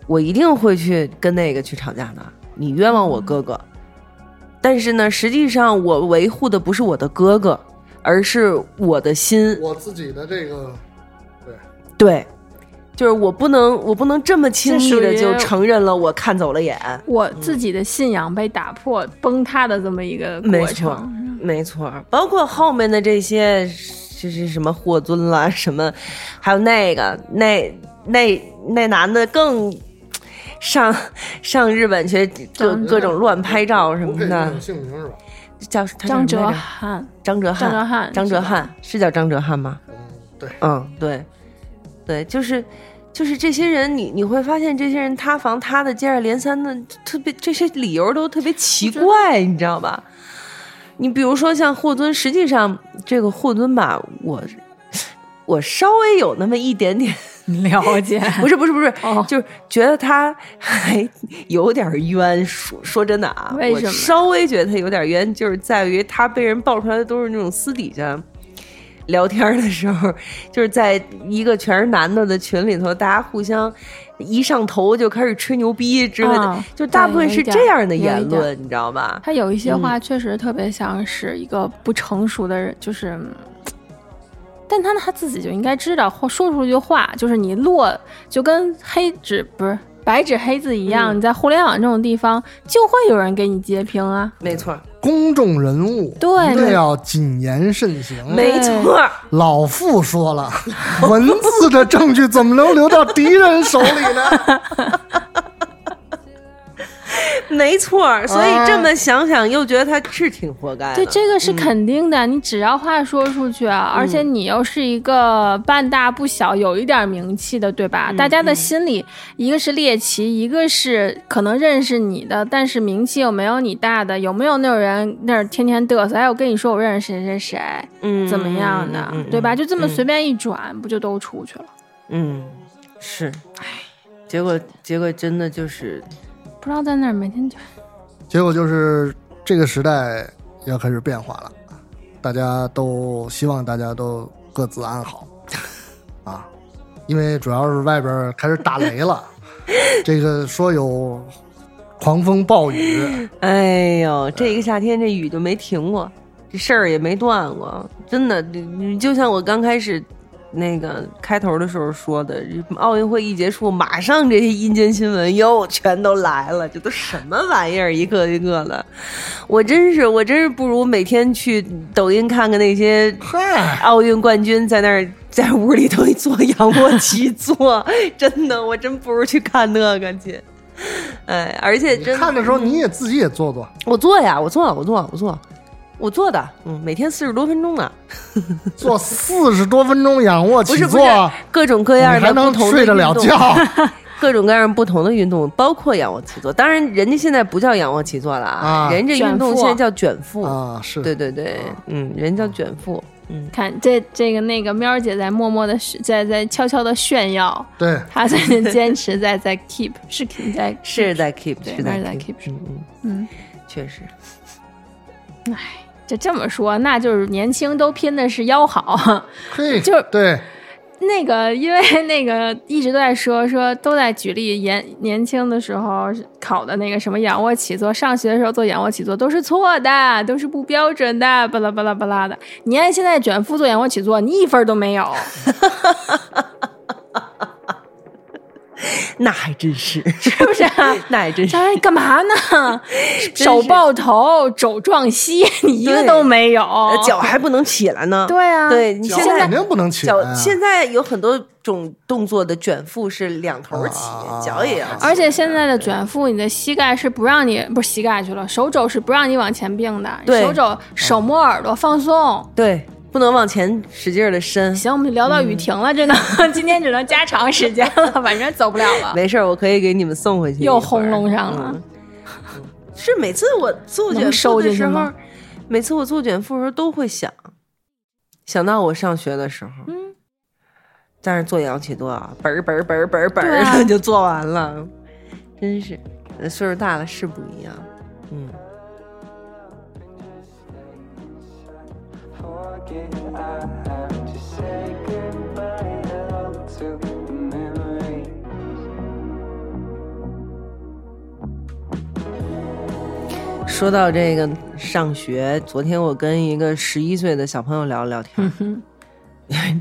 我一定会去跟那个去吵架的。你冤枉我哥哥，但是呢，实际上我维护的不是我的哥哥，而是我的心。我自己的这个对，就是我不能，我不能这么轻易的这属就于承认了我看走了眼。我自己的信仰被打破、崩塌的这么一个没过错程。，没错，包括后面的这些，就是什么霍尊啦，什么，还有那个那那那男的更上上日本去，各各种乱拍照什么的，姓名是吧？叫他叫张什么哲来着 [LAUGHS] 瀚，张哲瀚，张哲瀚，张哲瀚是叫张哲瀚吗？嗯，对。嗯，对，对，就是就是这些人，你你会发现这些人塌房塌的接二连三的，特别这些理由都特别奇怪，你知道吧？你比如说像霍尊，实际上这个霍尊吧，我我稍微有那么一点点，了 [LAUGHS] 解。不是不是不是，哦， [LAUGHS] 就是觉得他还有点冤。说说真的啊，为我什么稍微觉得他有点冤，就是在于他被人爆出来的都是那种私底下聊天的时候，就是在一个全是男的的群里头，大家互相一上头就开始吹牛逼之类的，嗯啊就大部分对是有一点这样的有一言点论，你知道吧？他有一些话确实特别像是一个不成熟的人，就是，嗯但他他自己就应该知道，或说出一句话，就是你落就跟黑纸不是白纸黑字一样，嗯你在互联网这种地方就会有人给你截屏啊。没错，公众人物对一定要谨言慎行。没错，老傅说了，文字的证据怎么能流到敌人手里呢？没错儿，所以这么想想，又觉得他是挺活该的。嗯对，嗯这个是肯定的。你只要话说出去，啊而且你又是一个半大不小、有一点名气的，对嗯吧？大家的心里，一个是猎奇，一个是可能认识你的，但是名气又没有你大的，有没有那种人那儿天天嘚瑟？哎，我跟你说，我认识谁谁谁，嗯怎么样的，嗯嗯嗯对吧？就这么嗯随便一转，不就都出去了？嗯，是，哎，结果结果真的就是，不知道在哪儿，每天就 [LAUGHS] 结果就是这个时代要开始变化了，大家都希望大家都各自安好啊，因为主要是外边开始打雷 [LAUGHS] 了，这个说有狂风暴雨，哎呦，这个夏天这雨就没停过，这事儿也没断过，真的，你你就像我刚开始。那个开头的时候说的，奥运会一结束，马上这些阴间新闻又全都来了，这都什么玩意儿，一个一个的，我真是，我真是不如每天去抖音看看那些嗨， [LAUGHS] 奥运冠军在那儿在屋里头一坐 [LAUGHS] 仰卧起坐，真的，我真不如去看那个去。哎，而且你真看的时候你也自己也做做，我做呀，我做，我做，我做，我做的，嗯，每天四十多分钟呢，做四十多分钟仰卧不起是不是坐，，各种各你样的嗯还不能同的睡得了运动觉。 [LAUGHS] 各种各样不同的运动，包括仰卧起坐。当然，人家现在不叫仰卧起坐了啊人家运动卷腹现在叫卷腹，啊，是对对对，嗯，人叫卷腹，嗯。 [LAUGHS] 看这这个那个喵儿姐在默默的在在悄悄的炫耀，对，她在那 [LAUGHS] 坚持在在 keep 是 keep 在是在 keep，对是在还是在 keep， keep 嗯嗯，嗯，确实，就这么说，那就是年轻都拼的是腰好。 [LAUGHS] 嘿，就是对，那个，因为那个一直都在说说，都在举例年年轻的时候考的那个什么仰卧起坐，上学的时候做仰卧起坐都是错的，都是不标准的，巴拉巴拉巴拉的。你按现在卷腹做仰卧起坐，你一分都没有。 [LAUGHS] [LAUGHS] 那还真是，是不是啊那还真是张。然你干嘛 [LAUGHS] 呢？是手抱头，肘撞膝，你一个对都没有呃。脚还不能起来呢。对啊，对你脚现在肯定不能起来脚啊。现在有很多种动作的卷腹是两头起啊，脚也要起。而且现在的卷腹，你的膝盖是不让你不是膝盖去了，手肘是不让你往前并的，对手肘手摸耳朵放松。对，不能往前使劲的伸。行，我们聊到雨停 [LAUGHS] 了，真的，今天只能加长时间了，反正走不了了，没事儿，我可以给你们送回去一会儿。又轰隆上 [LAUGHS] 了。嗯。是每次我做卷腹能收的进去时候吗，每次我做卷腹的时候都会想，想到我上学的时候，嗯，但是做仰卧起坐啊，本儿本儿本儿本儿本对啊儿 [LAUGHS] 的就做完了，真是，呃岁数大了是不一样，嗯。 forget I have to say goodbye. Hello to the memories. 说到这个上学，昨天我跟一个十一岁的小朋友聊聊天儿，嗯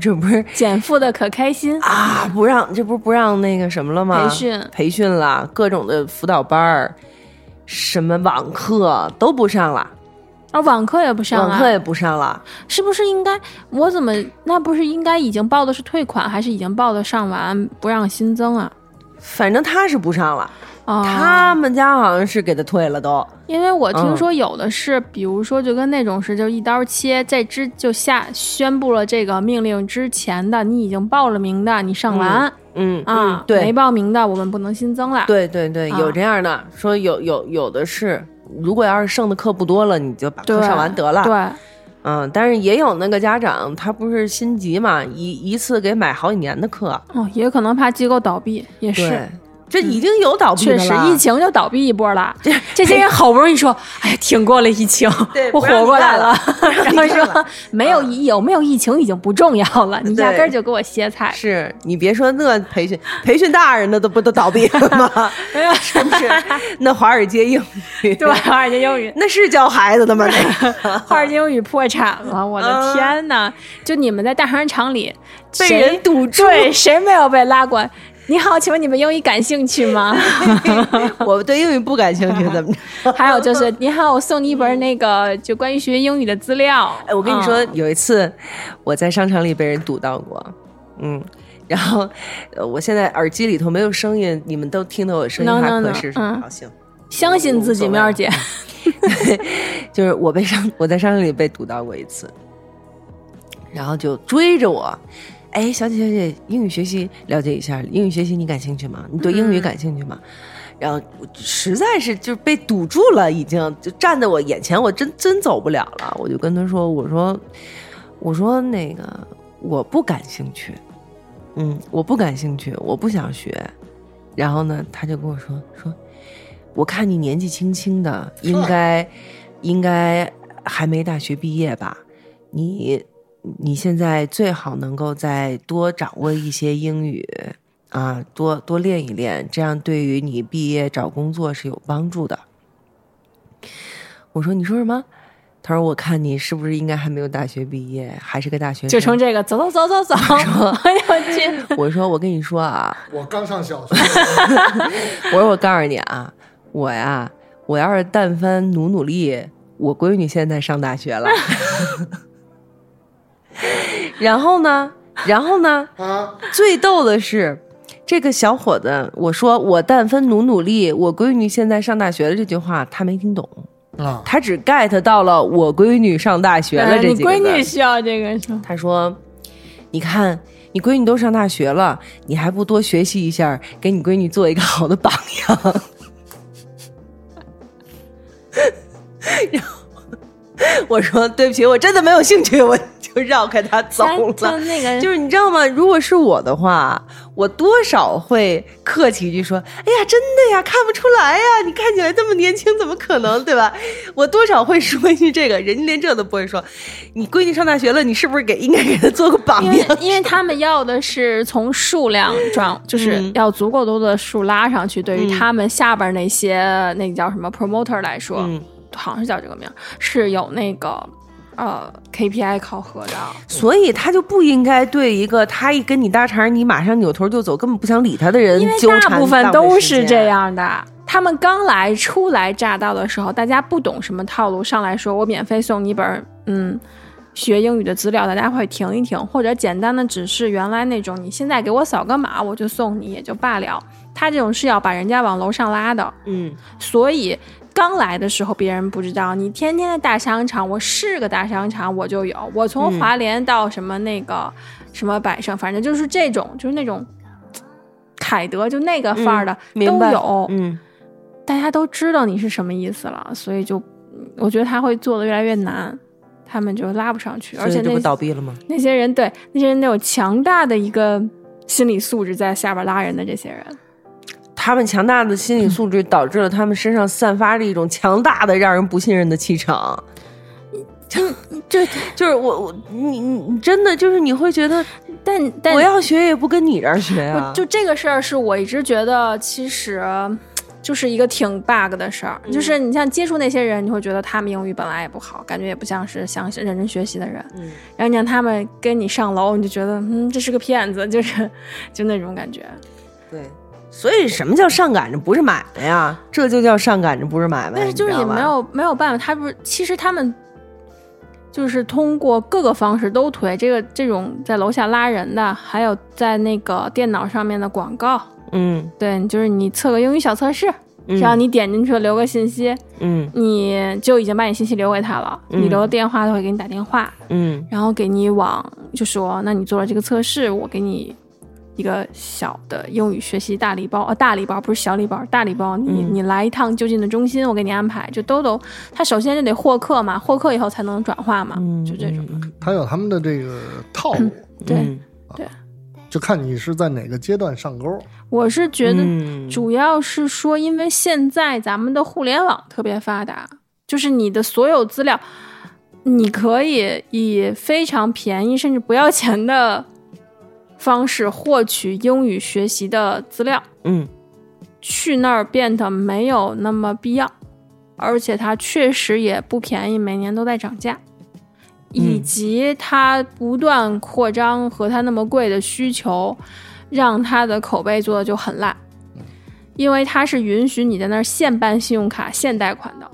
[LAUGHS] 这不是减负的可开心。啊，不让这不是不让那个什么了吗？培训培训了，各种的辅导班儿，什么网课都不上了，啊，网课也不上网课了，也不上了，是不是应该？我怎么那不是应该已经报的是退款，还是已经报的上完不让新增啊？反正他是不上了，啊，他们家好像是给他退了都。因为我嗯听说有的是，比如说就跟那种是，就一刀切，在之就下宣布了这个命令之前的，你已经报了名的，你上完、嗯啊、嗯对没报名的我们不能新增了。，对对对，啊有这样的，说有有有的是，如果要是剩的课不多了，你就把课对上完得了。对，嗯，但是也有那个家长，他不是心急嘛，一一次给买好几年的课，哦，也可能怕机构倒闭，也是对。，这已经有倒闭的确实，了疫，情就倒闭一 [LAUGHS] 波了。这些人好不容易说：“哎，挺过了疫情对，我不让你活过来干 [LAUGHS] 了然不后让你干说：“没有疫有没有疫情已经不重要了，你压对根儿就给我歇菜。是你别说那培训，培训大人的都不都倒闭了 [LAUGHS] 吗？是不是？那华尔街英语，” [LAUGHS] [LAUGHS] 对，华尔街英语那是教孩子的吗？这个 [LAUGHS] 华尔街英语破产了，我的天呐！就你们在大商场里啊被谁人堵住对，谁没有被拉过？你好，请问你们英语感兴趣吗？ [LAUGHS] [LAUGHS] 我对英语不感兴趣，怎么着？还有就是，你好，我送你一本那个就关于学英语的资料。嗯哎，我跟你嗯说，有一次我在商场里被人堵到过，嗯，然后呃我现在耳机里头没有声音，你们都听到我声音能还能合能适是嗯吗？好，行。相信自己，喵儿姐。就是我被商我在商场里被堵到过一次，然后就追着我，哎，小姐小姐，英语学习了解一下，英语学习你感兴趣吗？你对英语感兴趣吗？然后我实在是就是被堵住了，已经就站在我眼前，我真真走不了了。我就跟他说，我说我说那个我不感兴趣，嗯，我不感兴趣，我不想学。然后呢，他就跟我说说，我看你年纪轻轻的，应该应该还没大学毕业吧？你你现在最好能够再多掌握一些英语啊，多多练一练，这样对于你毕业找工作是有帮助的。我说你说什么？他说我看你是不是应该还没有大学毕业，还是个大学生？就成这个，走走走走走，哎呦我去！我说我跟你说啊，我刚上小 [LAUGHS] 学，我说我告诉你啊，我呀，我要是但凡努努力，我闺女现在上大学了。 [LAUGHS] 然后呢，然后呢，啊，最逗的是，这个小伙子，我说我但凡努努力，我闺女现在上大学了这句话，他没听懂，啊，他只 get 到了我闺女上大学了这哎你几个字。闺女需要这 [LAUGHS] 个是吗？他说：“你看，你闺女都上大学了，你还不多学习一下，给你闺女做一个好的榜样。” [LAUGHS] 然后，我说：“对不起，我真的没有兴趣，我就绕开他走就了。”那个，就是你知道吗？如果是我的话，我多少会客气一句说：“哎呀，真的呀，看不出来呀，你看起来这么年轻，怎么可能，对吧？”我多少会说一句这个，人家连这都不会说。你闺女上大学了，你是不是给应该给她做个榜因为样？因为他们嗯要的是从数量转， [LAUGHS] 就是要足够多的数拉上去。对于他们下边那些那叫什么 promoter 来说，嗯，好像是叫这个名儿，是有那个呃 KPI 考核的。所以她就不应该对一个她一跟你搭茬，你马上扭头就走，根本不想理她的人因为纠缠。大部分都是这。样的。他们刚来初来乍到的时候，大家不懂什么套路，上来说我免费送你一本嗯学英语的资料，大家会停一停，或者简单的只是原来那种你现在给我扫个码我就送你也就罢了。他这种是要把人家往楼上拉的，嗯，所以刚来的时候别人不知道，你天天的大商场，我是个大商场，我就有。我从华联到什么那个、嗯什么百盛，反正就是这种，就是那种凯德，就那个范儿的、明都白。有、嗯，大家都知道你是什么意思了，所以就嗯我觉得他会做的越来越难，他们就拉不上去，而且所以这不那倒闭了吗？那些人对那些人得有强大的一个心理素质在下边拉人的这些人。他们强大的心理素质导致了他们身上散发着一种强大的让人不信任的气场。这，就是我我你你你真的就是你会觉 [LAUGHS] 得但但我要学也不跟你这儿学我啊，就这个事儿，是我一直觉得其实就是一个挺 bug 的事儿。就是嗯你像接触那些人，你会觉得他们英语本来也不好，感觉也不像是想认真学习的人。嗯然后你让他们跟你上楼，你就觉得嗯，这是个骗子，就是就那种感觉。对。所以什么叫上赶着不是买卖呀？这就叫上赶着不是买卖。但是就是你也知道吧没有没有办法，他不是其实他们就是通过各个方式都推这个这种在楼下拉人的，还有在那个电脑上面的广告。嗯对，就是你测个英语小测试，只要你点进去留个信息，嗯你就已经把你信息留给他了，嗯你留的电话他会给你打电话，嗯然后给你往就说，那你做了这个测试，我给你一个小的英语学习大礼包，呃，大礼包不是小礼包，大礼包，你、嗯你来一趟就近的中心，我给你安排，就都都，他首先就得获客嘛，获客以后才能转化嘛，嗯，就这种，嗯他有他们的这个套路，对、嗯就看你是在哪个阶段上钩。我是觉得嗯主要是说，因为现在咱们的互联网特别发达，就是你的所有资料，你可以以非常便宜甚至不要钱的方式获取英语学习的资料，嗯去那儿变得没有那么必要，而且它确实也不便宜，每年都在涨价。嗯以及它不断扩张和它那么贵的需求，让它的口碑做的就很烂，因为它是允许你在那儿现办信用卡、现贷款的，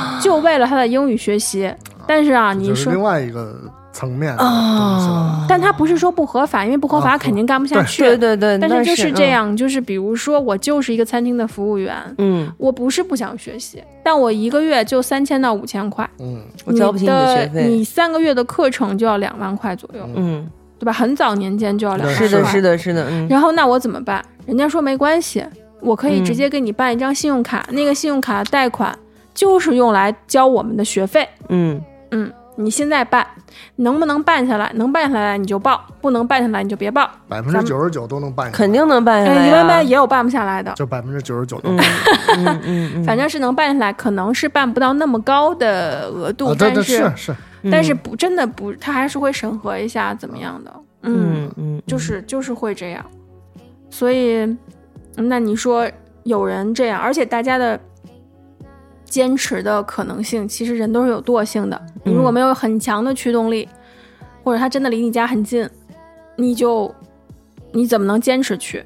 [LAUGHS] 就为了它的英语学习。但是啊，你就是说哦另外一个层面的东西了。啊，但他不是说不合法，因为不合啊法肯定干不下对嗯去。对对对，但是那就是是这，样，就是比如说我就是一个餐厅的服务员，嗯，我不是不想学习，但我一个月就三千到五千块，嗯，我交不起你的学你费，三个月的课程就要两万块左右，嗯，对吧？很早年间就要两万块。是的，是。的，是的，嗯，然后那我怎么办？人家说没关系，我可以直接给你办一张信用卡，那个信用卡贷款就是用来交我们的学费。嗯，嗯，你现在办，能不能办下来？能办下来你就报，不能办下来你就别报。百分咱之们九十九都能办下来，肯定能办下来哎，啊，一万八也有办不下来的，就百分之九十九都 [LAUGHS] 嗯，能办。嗯嗯嗯嗯，反正是能办下来，可能是办不到那么高的额度，啊，对哦但对是是是，嗯但是不真的不，他还是会审核一下怎么样的。嗯，嗯，嗯嗯，就是就是会这样，所以那你说有人这样，而且大家的。坚持的可能性，其实人都是有惰性的。你如果嗯没有很强的驱动力，或者他真的离你家很近，你就你怎么能坚持去，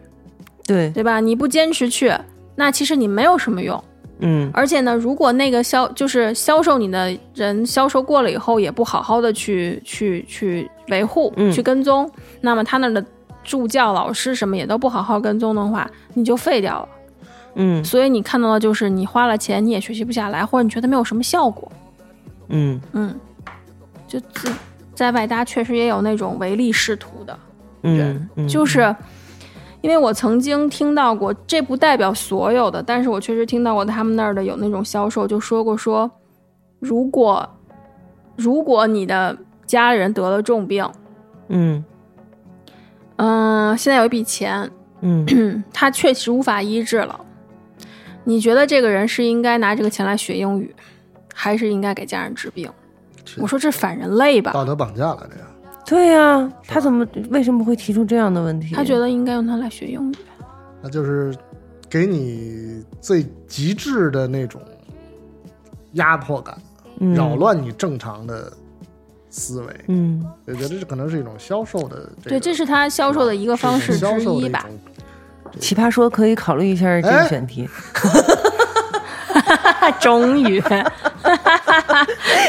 对，对吧？你不坚持去，那其实你没有什么用。嗯而且呢，如果那个销就是销售你的人销售过了以后，也不好好的去去去维护、嗯去跟踪，那么他那儿的助教、老师什么也都不好好跟踪的话，你就废掉了。嗯所以你看到的就是你花了钱你也学习不下来，或者你觉得没有什么效果，嗯嗯，就自在外搭确实也有那种唯利是图的，嗯嗯，就是因为我曾经听到过，这不代表所有的，但是我确实听到过他们那儿的有那种销售就说过说，如果如果你的家人得了重病，嗯嗯、现在有一笔钱，嗯他确实无法医治了，你觉得这个人是应该拿这个钱来学英语，还是应该给家人治病？是我说这反人类吧，道德绑架了这个。对呀、是他吧怎么为什么会提出这样的问题？他觉得应该用它来学英语。那就是给你最极致的那种压迫感，嗯扰，乱你正常的思维。嗯我觉得这可能是一种销售的个，对，这是他销售的一个方式之销售的一一吧。种奇葩说可以考虑一下这个哎选题，终 [LAUGHS] 于，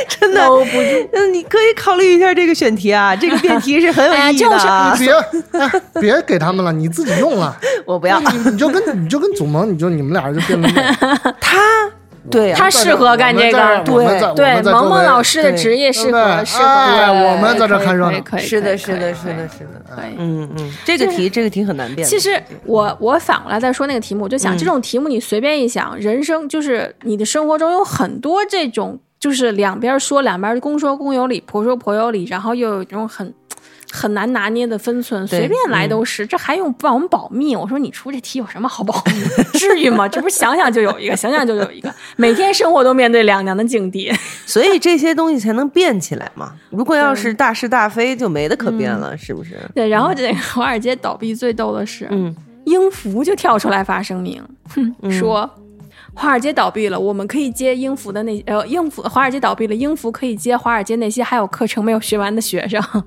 真的搂不住。哎那你可以考虑一下这个选题 [LAUGHS] 啊，这个辩题是很有哎呀意义的 [LAUGHS] 啊。别、哎、别给他们了，你自己用了，我不要你你就跟你就跟祖萌，你就你们俩人就辩论呗。他，对呀、 [LAUGHS] 他适合干这个我们在我们在我对们，在萌萌作为老师的对职业对适合，适合。哎我们在这可以看热可以闹可以是可的，以是可以的，是的，是的，可以。嗯嗯，这个题这个题很难辩论。其实我我反过来再说那个题目，我就想这种题目你随便一想，人生就是你的生活中有很多这种，就是两边说两边公说公有理，婆说婆有理，然后又有这种很很难拿捏的分寸，对随便来都是，这还用帮我们保密？我说你出这题有什么好保密？ [LAUGHS] 至于吗？这不是想想就有一个，想想就有一个，每天生活都面对两难的境地。所以这些东西才能辩起来嘛。如果要是大是大非，就没得可辩了，是不是？对，然后这个华尔街倒闭最逗的是，嗯，英孚就跳出来发声明，哼， [LAUGHS] 说华尔街倒闭了，我们可以接英孚的那呃，英孚华尔街倒闭了，英孚可以接华尔街那些还有课程没有学完的学生。 [LAUGHS]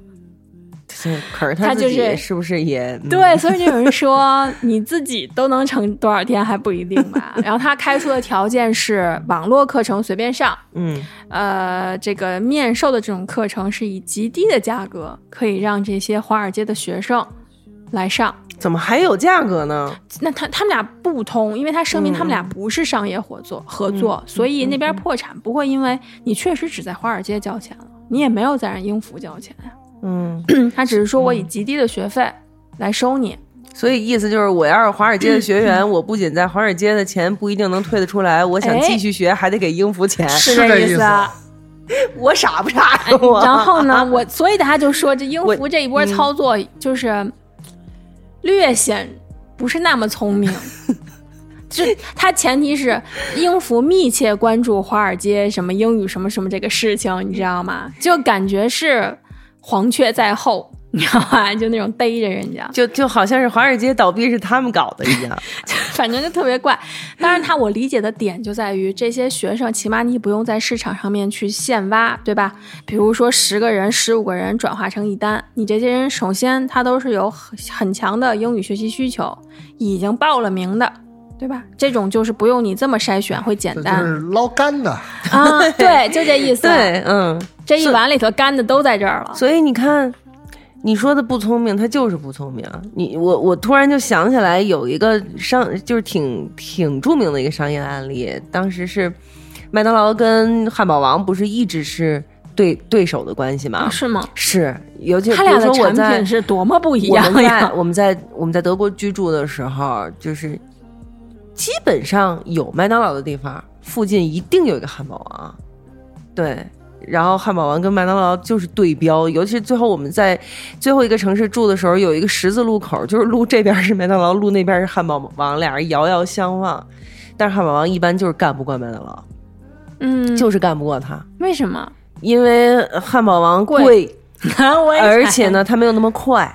对可是他他就自是己是不是也？嗯对，所以就有人说你自己都能撑多少天还不一定吧。然后他开出的条件是网络课程随便上，嗯呃，这个面授的这种课程是以极低的价格可以让这些华尔街的学生来上。怎么还有价格呢？那他他们俩不通，因为他声明他们俩不是商业合作、合作，所以那边破产不会因为你确实只在华尔街交钱了，你也没有在人英孚交钱呀、嗯，他只是说我以极低的学费来收你，所以意思就是，我要是华尔街的学 [LAUGHS] 员，我不仅在华尔街的钱不一定能退得出来，我想哎继续学还得给英孚钱，是这这意思思啊。我傻不傻呀？ [LAUGHS] 我 [LAUGHS] 然后呢，我所以大家就说这英孚我这一波操作就是略显不是那么聪明。就它前提是英孚密切关注华尔街什么英语什么什么这个事情，你知道吗？就感觉是黄雀在后，你知道吧？就那种逮着人家，就就好像是华尔街倒闭是他们搞的一样， [LAUGHS] 反正就特别怪。当然，他我理解的点就在于这些学生，起码你不用在市场上面去现挖，对吧？比如说十个人、十五个人转化成一单，你这些人首先他都是有很很强的英语学习需求，已经报了名的。对吧？这种就是不用你这么筛选，会简这就单是捞干的，啊。对，就这意思。，对，嗯，这一碗里头干的都在这儿了。所以你看，你说的不聪明，他就是不聪明啊。你我我突然就想起来有一个商，就是挺挺著名的一个商业案例，当时是麦当劳跟汉堡王不是一直是对对手的关系吗？啊是吗？是，尤其他比俩如的说我产在品是多么不一我们样在呀！我们在我们在德国居住的时候，就是基本上有麦当劳的地方附近一定有一个汉堡王，对。然后汉堡王跟麦当劳就是对标，尤其是最后我们在最后一个城市住的时候，有一个十字路口，就是路这边是麦当劳，路那边是汉堡王，俩人遥遥相望。但是汉堡王一般就是干不过麦当劳，嗯，就是干不过他，为什么？因为汉堡王贵贵，我 [LAUGHS] 也而且， [LAUGHS] 呢，它没有那么快，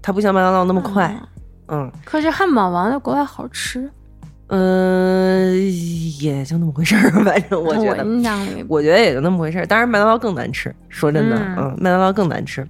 它不像麦当劳那么快。嗯，可是汉堡王在国外好吃，呃，也就那么回事儿，反正我觉得，印象里我觉得也就那么回事儿。当然，麦当劳更难吃，说真的，嗯嗯，麦当劳更难吃。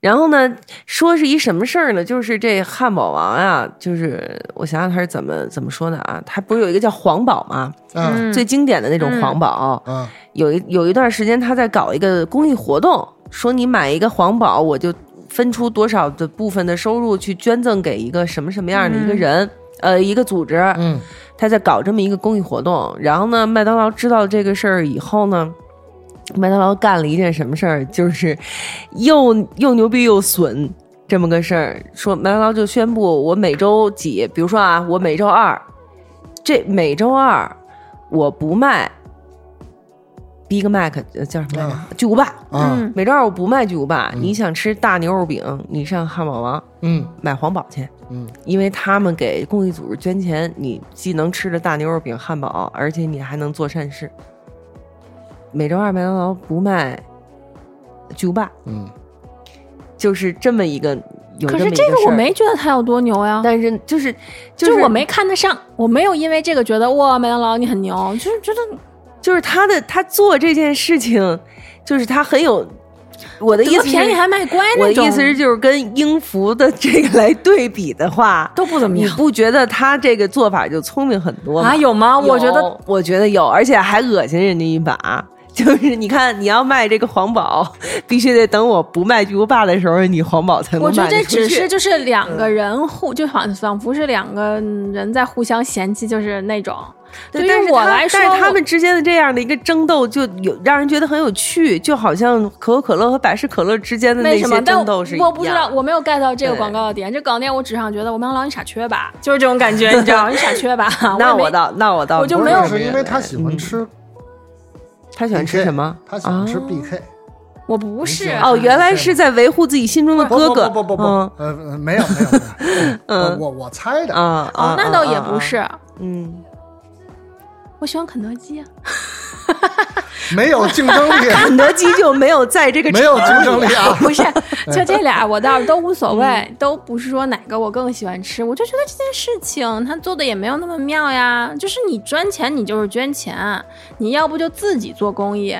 然后呢，说是一什么事儿呢？就是这汉堡王啊，就是我想想他是怎么怎么说的啊？他不是有一个叫皇堡吗？嗯啊最经典的那种皇堡，啊有一有一段时间他在搞一个公益活动，说你买一个环保，我就分出多少的部分的收入去捐赠给一个什么什么样的一个人，呃，一个组织。嗯他在搞这么一个公益活动。然后呢，麦当劳知道这个事儿以后呢，麦当劳干了一件什么事儿，就是又又牛逼又损这么个事儿。说麦当劳就宣布，我每周几，比如说啊，我每周二，这每周二我不卖 Big Mac，呃叫什么来着啊？巨无霸。嗯啊每周二我不卖巨无霸，你想吃大牛肉饼，你上汉堡王嗯买皇堡去。嗯因为他们给公益组织捐钱，你既能吃着大牛肉饼、汉堡，而且你还能做善事。每周二麦当劳不卖巨无霸，嗯就是这么一个有可么是一这个个事我儿，没觉得它有多牛呀，但是就是就是我没看得上，我没有因为这个觉得哇麦当劳你很牛，就是觉得就是他的他做这件事情，就是他很有我的意得思是便宜还卖乖我那的种，意思是就是跟英孚的 [LAUGHS] 这个来对比的话，都不怎么你样不觉得他这个做法就聪明很多吗？啊？有吗？我觉得有，哦我觉得有，而且还恶心人家一把。 [LAUGHS] 就是你看，你要卖这个黄堡，必须得等我不卖巨无霸的时候，你黄堡才能我觉得卖这得出去。嗯只是就是两个人互，就仿仿佛是两个人在互相嫌弃，就是那种。对对，但于是我他来说，但是他我们之间的这样的一个争斗，就有让人觉得很有趣，就好像可口可乐和百事可乐之间的那为些什么？但争斗是一样。我不知道，，我没有 get 到这个对广告的点。这广告点我只上觉得我麦当劳你傻缺吧，就是这种感觉，你知 [LAUGHS] [LAUGHS] 道吗？你傻缺吧？那我我也没倒，那我倒，我就不没有嗯是是因为他喜欢吃，他喜欢吃 BK 什么？他喜欢吃啊 BK。我不是你喜欢哦，原来是在维护自己心中的不哥哥。不不不不，嗯呃，没有没有没有，[LAUGHS] 我嗯我我猜的。啊哦啊，那啊倒啊也啊不是，嗯。我喜欢肯德基啊。没有竞争 [LAUGHS] 力，肯德基就 [LAUGHS] 没有在这个没有竞争力啊！不 [LAUGHS] 是，就这俩我倒是都无所嗯谓，都不是说哪个我更喜欢吃，我就觉得这件事情他做的也没有那么妙呀。就是你捐钱，你就是捐钱，你要不就自己做公益，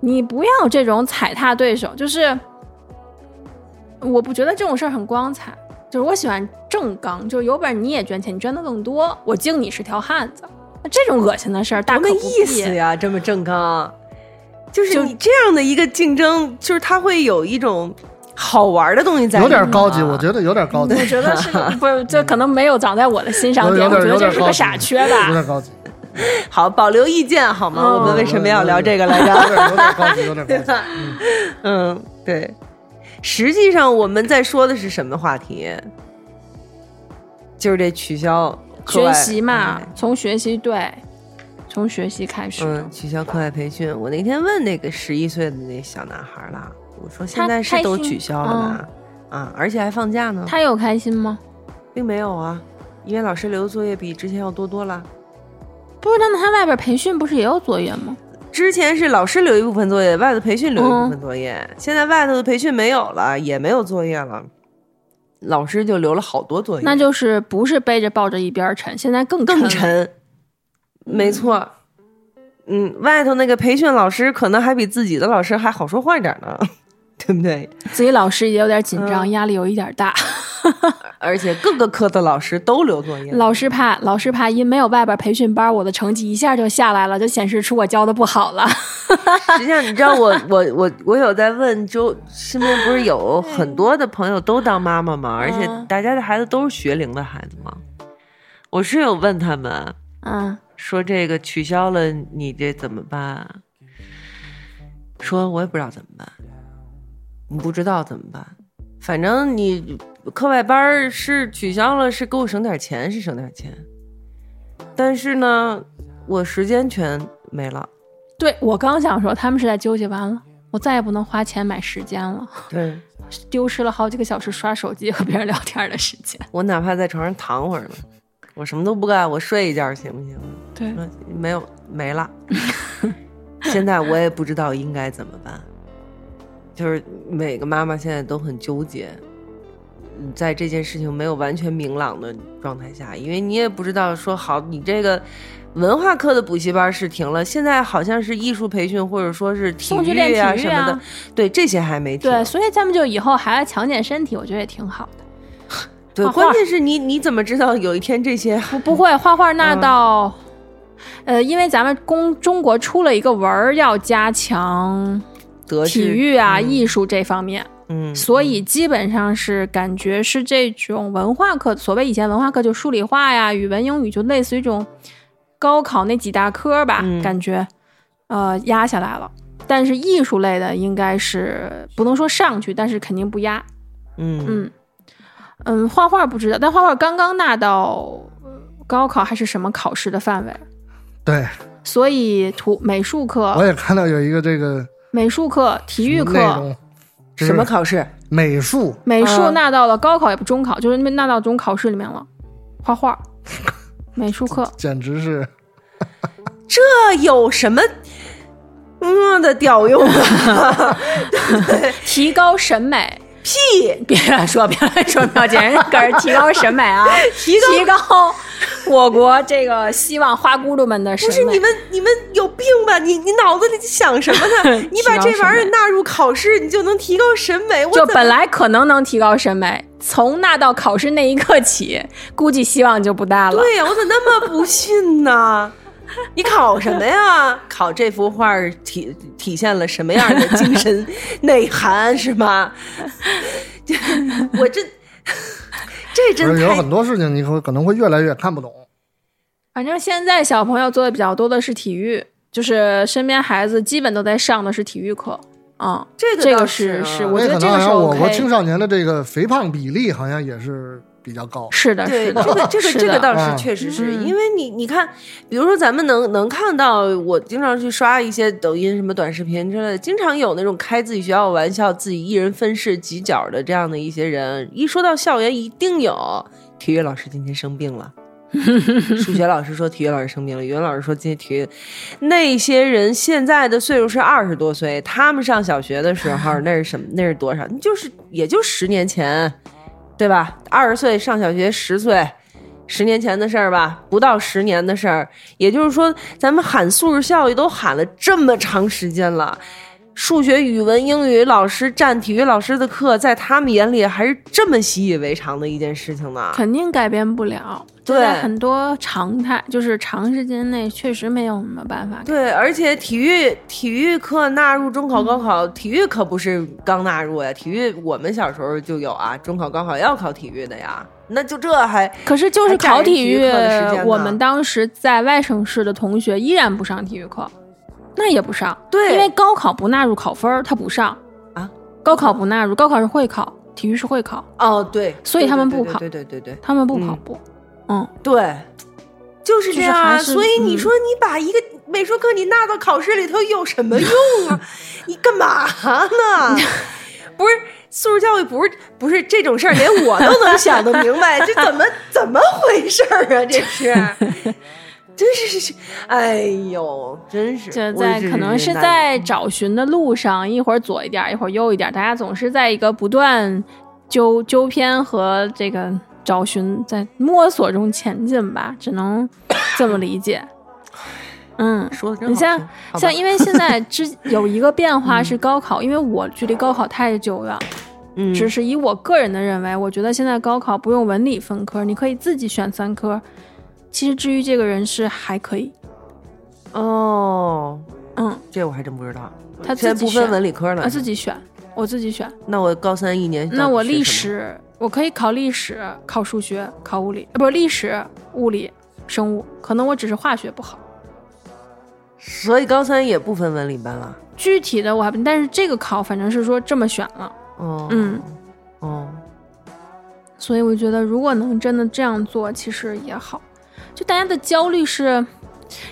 你不要这种踩踏对手。就是我不觉得这种事儿很光彩，就是我喜欢正刚，就是有本事你也捐钱，你捐的更多，我敬你是条汉子。那这种恶心的事儿，大什可么不意必思呀？这么正刚，就是就你这样的一个竞争，就是它会有一种好玩的东西在里有面啊，嗯点高级，我觉得有点高级，我觉得 [LAUGHS] 是个不是，这可能没有长在我的心上有点，点嗯我觉得有这点是高个级，傻缺吧 [LAUGHS] 有。点高级，好保留意见好吗？嗯我们为什么要聊这个来有着？点有点高级，有点 [LAUGHS] 高级。 [LAUGHS] 嗯，对。实际上我们在说的是什么话题？就是这取消课学外习嘛哎，从学习对，从学习开始。嗯，取消课外培训。我那天问那个十一岁的那小男孩了，我说他现在开是都心取消了呢，啊，而且还放假呢。他有开心吗？并没有啊，因为老师留的作业比之前要多多了。不是，那他外边培训不是也有作业吗？之前是老师留一部分作业，外头培训留一嗯部分作业，现在外头的培训没有了，也没有作业了，老师就留了好多作业，那就是不是背着抱着一边儿沉，现在更更沉。沉。没错，嗯，外头那个培训老师可能还比自己的老 [LAUGHS] 师还好说话一点呢，对不对？自己老师也有点紧张，嗯压力有一点大。而且各个科的老师都留作业。老师怕，老师怕，因没有外边培训班，我的成绩一下就下来了，就显示出我教的不好了。实际上，你知道我我我我有在问周，身边不是有很多的朋友都当妈妈嘛，而且大家的孩子都是学龄的孩子嘛。我是有问他们嗯，说这个取消了，你这怎么办？啊说我也不知道怎么办，你不知道怎么办？反正你课外班儿是取消了，是给我省点钱，是省点钱，但是呢，我时间全没了。对我刚想说，他们是在纠结完了，我再也不能花钱买时间了，对。丢失了好几个小时刷手机和别人聊天的时间。我哪怕在床上躺会儿呢，我什么都不干，我睡一觉行不行？对说没有没了。 [LAUGHS] 现在我也不知道应该怎么办，就是每个妈妈现在都很纠结，嗯在这件事情没有完全明朗的状态下，因为你也不知道说好你这个。文化课的补习班是停了，现在好像是艺术培训或者说是体送去练育啊体育什么的啊，对这些还没停。对，所以咱们就以后还要强健身体，我觉得也挺好的。对画画关键是你你怎么知道有一天这些 [LAUGHS] 我不会画画，那嗯到，呃，因为咱们公中国出了一个文儿，要加强得志体育啊、嗯艺术这方面。嗯，所以基本上是感觉是这种文化课，所谓以前文化课就数理化呀、语文、英语，就类似于这种高考那几大科吧，嗯感觉呃压下来了。但是艺术类的应该是不能说上去，但是肯定不压。嗯嗯嗯，画画不知道，但画画刚刚纳到呃高考还是什么考试的范围，对，所以图美术我课、也看到有一个这个美术课、体育哎内课、容，什么考试？美术美术嗯纳到了高考，也不中考，就是纳到中考试里面了。[LAUGHS] 画画，美术课，简直是这有什么嗯的屌用 [LAUGHS] 啊？提高审美。屁！别乱说，别乱说，妙姐，人可是提高审美啊， [LAUGHS] 提高高我国这个希望花咕噜们的审不美。是你们，你们有病吧？你你脑子里想什么呢？ [LAUGHS] 你把这玩意儿纳入考试，你就能提高审美。我就怎么本来可能能提高审美，从纳到考试那一刻起，估计希望就不大了。对呀？我怎么那么不信 [LAUGHS] 呢？你考什么呀？考这幅画儿体体现了什么样的精神内涵是 [LAUGHS] 吗？这我这 [LAUGHS] 这不真是有太很多事情你会可能会越来越看不懂。反正现在小朋友做的比较多的是体育，就是身边孩子基本都在上的是体育课。嗯，这个这倒个是是啊是，我我也觉可得这能好个是像我国 OK 青。少年的这个肥胖比例好像也是比较高。是的，对，是这的，个这个是这个的倒是嗯确实是、嗯因为你你看，比如说咱们能能看到，我经常去刷一些抖音什么短视频之类的，经常有那种开自己学校玩笑、自己一人分饰几角的这样的一些人。一说到校园，一定有体育老师今天生病了。数学老师说体育老师生病了，语文老师说今天体育，那些人现在的岁数是二十多岁，他们上小学的时候那是什么？那是多少？就是也就十年前，对吧？二十岁上小学，十岁，十年前的事儿吧，不到十年的事儿。也就是说，咱们喊素质教育都喊了这么长时间了。数学、语文、英语老师占体育老师的课，在他们眼里还是这么习以为常的一件事情呢。肯定改变不了。对现在很多常态就是长时间内确实没有什么办法。对，而且体育体育课纳入中考、高考，体育可不是刚纳入呀。体育我们小时候就有啊，中考、高考要考体育的呀。那就这还可是就是考体育还占人体育课的时间呢，我们当时在外省市的同学依然不上体育课，那也不上，对因为高考不纳入考分儿，他不上啊。高考不纳入，高考是会考，体育是会考，哦对，所以对他们对不对考对对对对他们不跑步。嗯，对，就是这就是样啊。还是所以你嗯说你把一个美术课你纳到考试里头有什么用啊？你干嘛呢？ [LAUGHS] 不是素质教育，不是不是这种事儿，连我都能想得明白，这怎么怎么回事儿啊？这 [LAUGHS] 是，真是，哎呦，真是，就我在这可能是难在找寻的路上，一会儿左一点儿，一会儿右一点儿，大家总是在一个不断纠纠偏和这个找寻，在摸索中前进吧，只能这么 [LAUGHS] 理解。嗯，说的真你好像听好吧 [LAUGHS] 像因为现在之有一个变化是高考，因为我距离高考太久远，嗯只是以我个人的认为，我觉得现在高考不用文理分科，你可以自己选三科。其实至于这个人是还可以，哦，嗯，这我还真不知道。他现在自己不分选文理科了他，自己选，我自己选。啊那我高三一年到底学什么，那我历史，我可以考历史、考数学、考物理，呃，不是历史、物理、生物，可能我只是化学不好。所以高三也不分文理班了。具体的我还不，但是这个考反正是说这么选了，哦，嗯，哦，所以我觉得如果能真的这样做，其实也好。就大家的焦虑是，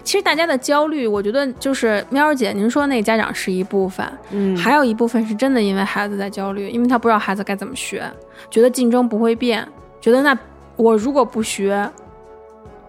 其实大家的焦虑，我觉得就是喵儿姐您说那个家长是一部分，嗯，还有一部分是真的因为孩子在焦虑，因为他不知道孩子该怎么学，觉得竞争不会变，觉得那我如果不学，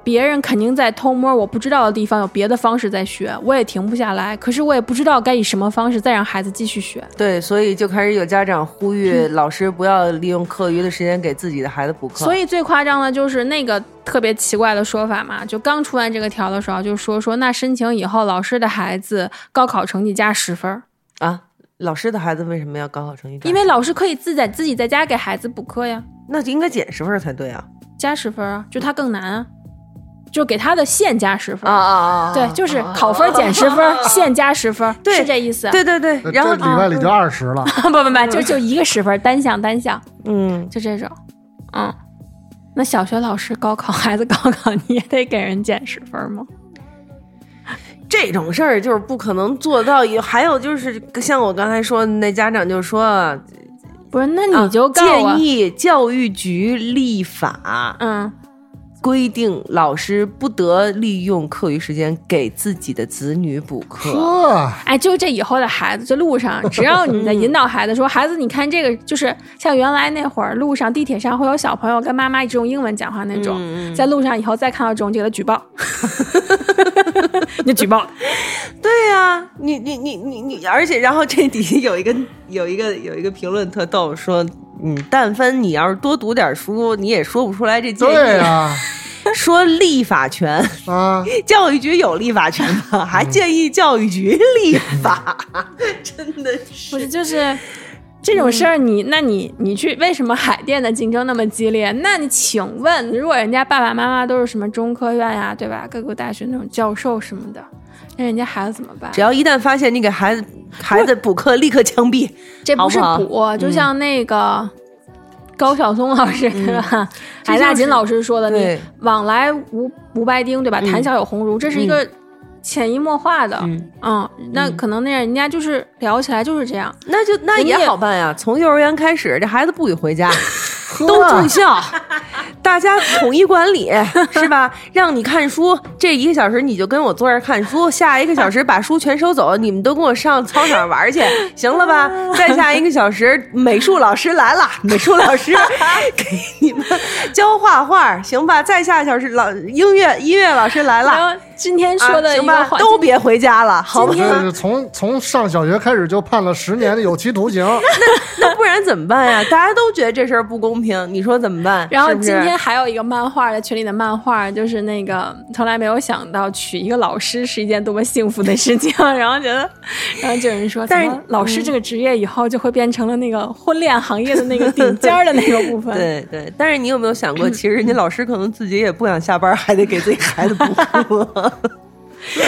别人肯定在偷摸我不知道的地方有别的方式在学，我也停不下来。可是我也不知道该以什么方式再让孩子继续学。对，所以就开始有家长呼吁老师不要利用课余的时间给自己的孩子补课。所以最夸张的就是那个特别奇怪的说法嘛，就刚出完这个条的时候就说说那申请以后老师的孩子高考成绩加十分儿，啊，老师的孩子为什么要高考成绩单？因为老师可以自在自己在家给孩子补课呀。那就应该减十分儿才对啊！加十分啊，就他更难啊，就给他的线加十分。啊啊对，就是考分减十分， [LAUGHS] 线加十分，对是这意思。啊对对对那，然后这里外里嗯就二十了， [LAUGHS] 不不不，就就一个十分，单项单项，嗯，就这种。嗯，那小学老师高考孩子高考，你也得给人减十分吗？这种事儿就是不可能做到。有还有就是像我刚才说的，那家长就说啊不是，那你就告啊我。建议教育局立法嗯，规定，老师不得利用课余时间给自己的子女补课。呵，哎，就这以后的孩子，这路上，只要你在引导孩子说，孩子，你看这个，就是像原来那会儿路上、地铁上会有小朋友跟妈妈一直用英文讲话那种，在路上以后再看到这种，就给他举报，你就举报。对呀、你你你你你，而且然后这底下有一个有一个有一个评论特逗，说嗯，但凡你要是多读点书，你也说不出来这建议。对啊呀，说立法权， [LAUGHS] 啊， [LAUGHS] 教育局有立法权吗？还建议教育局立法，真的不是。是，就是这种事儿，你那你你去，为什么海淀的竞争那么激烈？那你请问，如果人家爸爸妈妈都是什么中科院呀、对吧？各个大学那种教授什么的，那人家孩子怎么办只？要一旦发现你给孩子孩子补课，立刻枪毙。这不是好嗯不补，就像那个高晓松老师、嗯对吧？海大琴老师说的，对你往来无无白丁，对吧？谈笑有鸿儒，这是一个潜移默化的，嗯嗯，那可能那人家就是聊起来就是这样，那就那人也也好办呀，从幼儿园开始，这孩子不许回 [LAUGHS] 家，都住校，大家统一管理，是吧？ [LAUGHS] 让你看书，这一个小时你就跟我坐这儿看书，下一个小时把书全收走，你们都跟我上操场玩 [LAUGHS] 去，行了吧？再下一个小时，美术老师来了，美术老 [LAUGHS] 师给你们教画画，行吧？再下一小时，老音乐音乐老师来然了。后今天啊说的一行个吧话，，都别回家了，好我吧？这是从从上小学开始就判了十年的有期徒刑， [LAUGHS] 那不然怎么办呀？大家都觉得这事儿不公平，你说怎么办？然后是不是今天还有一个漫画的群里的漫画，就是那个从来没有想到娶一个老师是一件多么幸福的事情， [LAUGHS] 然后觉得，然后就有人说，但是怎么老师这个职业以后就会变成了那个婚恋行业的那个顶尖儿的那个 [LAUGHS] 部分。对对，但是你有没有想过，其实人家老师可能自己也不想下班，还得给自己孩子补课。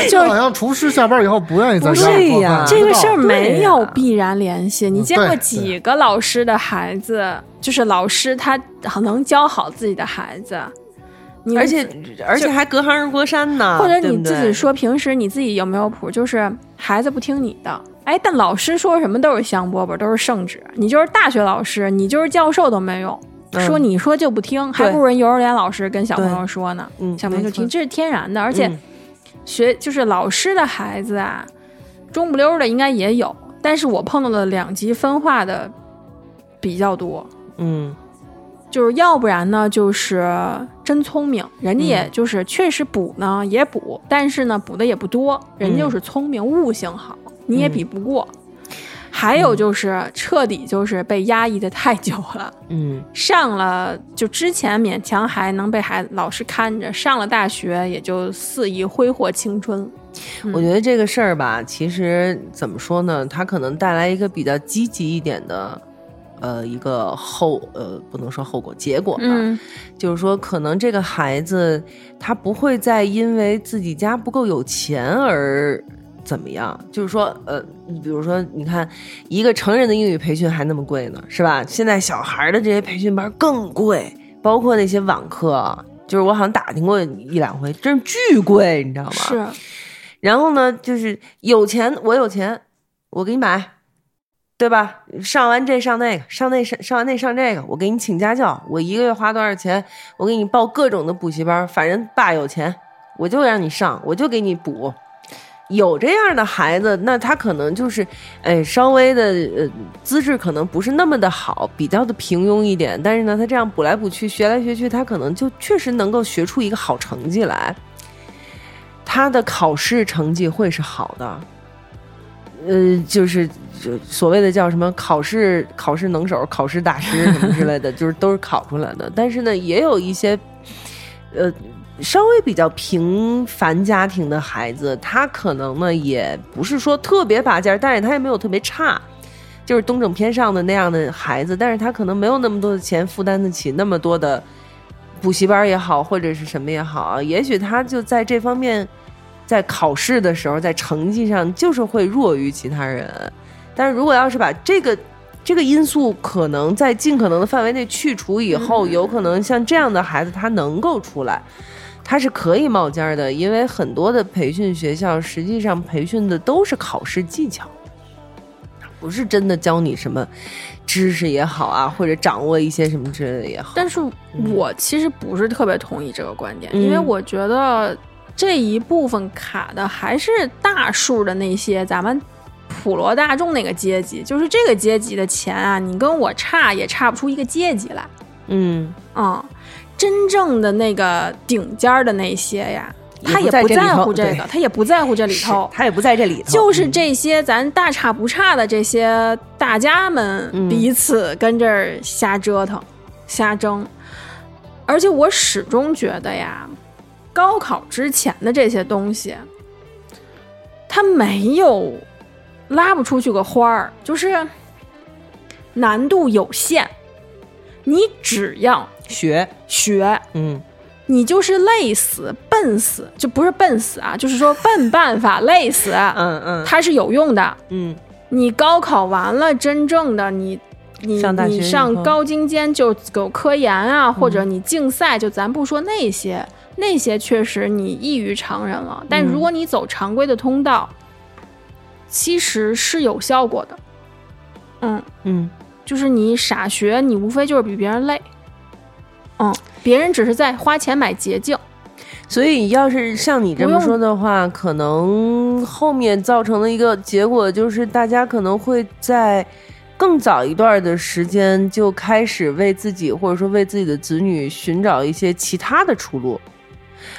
就好像厨师下班以后不愿意在家不是做呀饭，这嗯个知道事儿没对有呀必然联系。你嗯见过对几个老师的孩子，就是老师他能教好自己的孩子， [LAUGHS] 你而且而且还隔行如隔山呢。或者对你不自对己，说，平时你自己有没有谱？就是孩子不听你的，哎，但老师说什么都是香饽饽，都是圣旨。你就是大学老师，你就是教授都没用，嗯说你说就不听，还对不如人幼儿园老师跟小朋对友说呢，嗯小朋友就没错听，这是天然的。而且嗯学就是老师的孩子啊，中不溜儿的应该也有，但是我碰到的两极分化的比较多。嗯，就是要不然呢，就是真聪明，人家也就是确实补呢、也补，但是呢补的也不多，人家就是聪明，悟性好，你也比不过。还有就是彻底就是被压抑的太久了，嗯上了就之前勉强还能被孩老师看着，上了大学也就肆意挥霍青春。我觉得这个事儿吧，其实怎么说呢，它可能带来一个比较积极一点的呃一个后呃不能说后果结果吧，嗯就是说可能这个孩子他不会再因为自己家不够有钱而。怎么样？就是说，呃，你比如说，你看，一个成人的英语培训还那么贵呢，是吧？现在小孩的这些培训班更贵，包括那些网课啊，就是我好像打听过一两回，真是巨贵，你知道吗？是然后呢，就是有钱，我有钱，我给你买，对吧？上完这上那个，上那上上完那上这个，我给你请家教，我一个月花多少钱？我给你报各种的补习班，反正爸有钱，我就让你上，我就给你补。有这样的孩子，那他可能就是，哎，稍微的呃资质可能不是那么的好，比较的平庸一点。但是呢，他这样补来补去，学来学去，他可能就确实能够学出一个好成绩来。他的考试成绩会是好的，呃，就是就所谓的叫什么考试考试能手、考试大师什么之类的， [LAUGHS] 就是都是考出来的。但是呢，也有一些，呃，稍微比较平凡家庭的孩子，他可能呢也不是说特别拔尖儿，但是他也没有特别差。就是东整偏上的那样的孩子，但是他可能没有那么多的钱负担得起那么多的补习班也好，或者是什么也好啊，也许他就在这方面，在考试的时候，在成绩上就是会弱于其他人。但是如果要是把这个这个因素可能在尽可能的范围内去除以后，有可能像这样的孩子他能够出来，他是可以冒尖儿的，因为很多的培训学校实际上培训的都是考试技巧。不是真的教你什么知识也好啊，或者掌握一些什么之类的也好。但是我其实不是特别同意这个观点，嗯因为我觉得这一部分卡的还是大数的那些咱们普罗大众那个阶级，就是这个阶级的钱啊，你跟我差也差不出一个阶级来嗯，啊、真正的那个顶尖儿的那些呀，也他不也在不这里在头乎这对个，他也不在乎这里头是。他也不在这里头，就是嗯这些咱大差不差的这些大家们嗯彼此跟这儿瞎折腾、瞎争，而且我始终觉得呀，高考之前的这些东西，它没有拉不出去个花儿，就是难度有限。你只要嗯学，学，嗯你就是累死、笨死，就不是笨死啊，就是说笨办法累死。嗯嗯它是有用的。嗯你高考完了，真正的你，你上大学以你后嗯上高精尖就走科研啊，或者你竞赛，就咱不说那些，那些确实你异于常人了。但如果你走常规的通道，其实是有效果的。嗯，嗯，就是你傻学，你无非就是比别人累。嗯，别人只是在花钱买捷径。所以要是像你这么不用说的话，可能后面造成的一个结果就是，大家可能会在更早一段的时间就开始为自己或者说为自己的子女寻找一些其他的出路，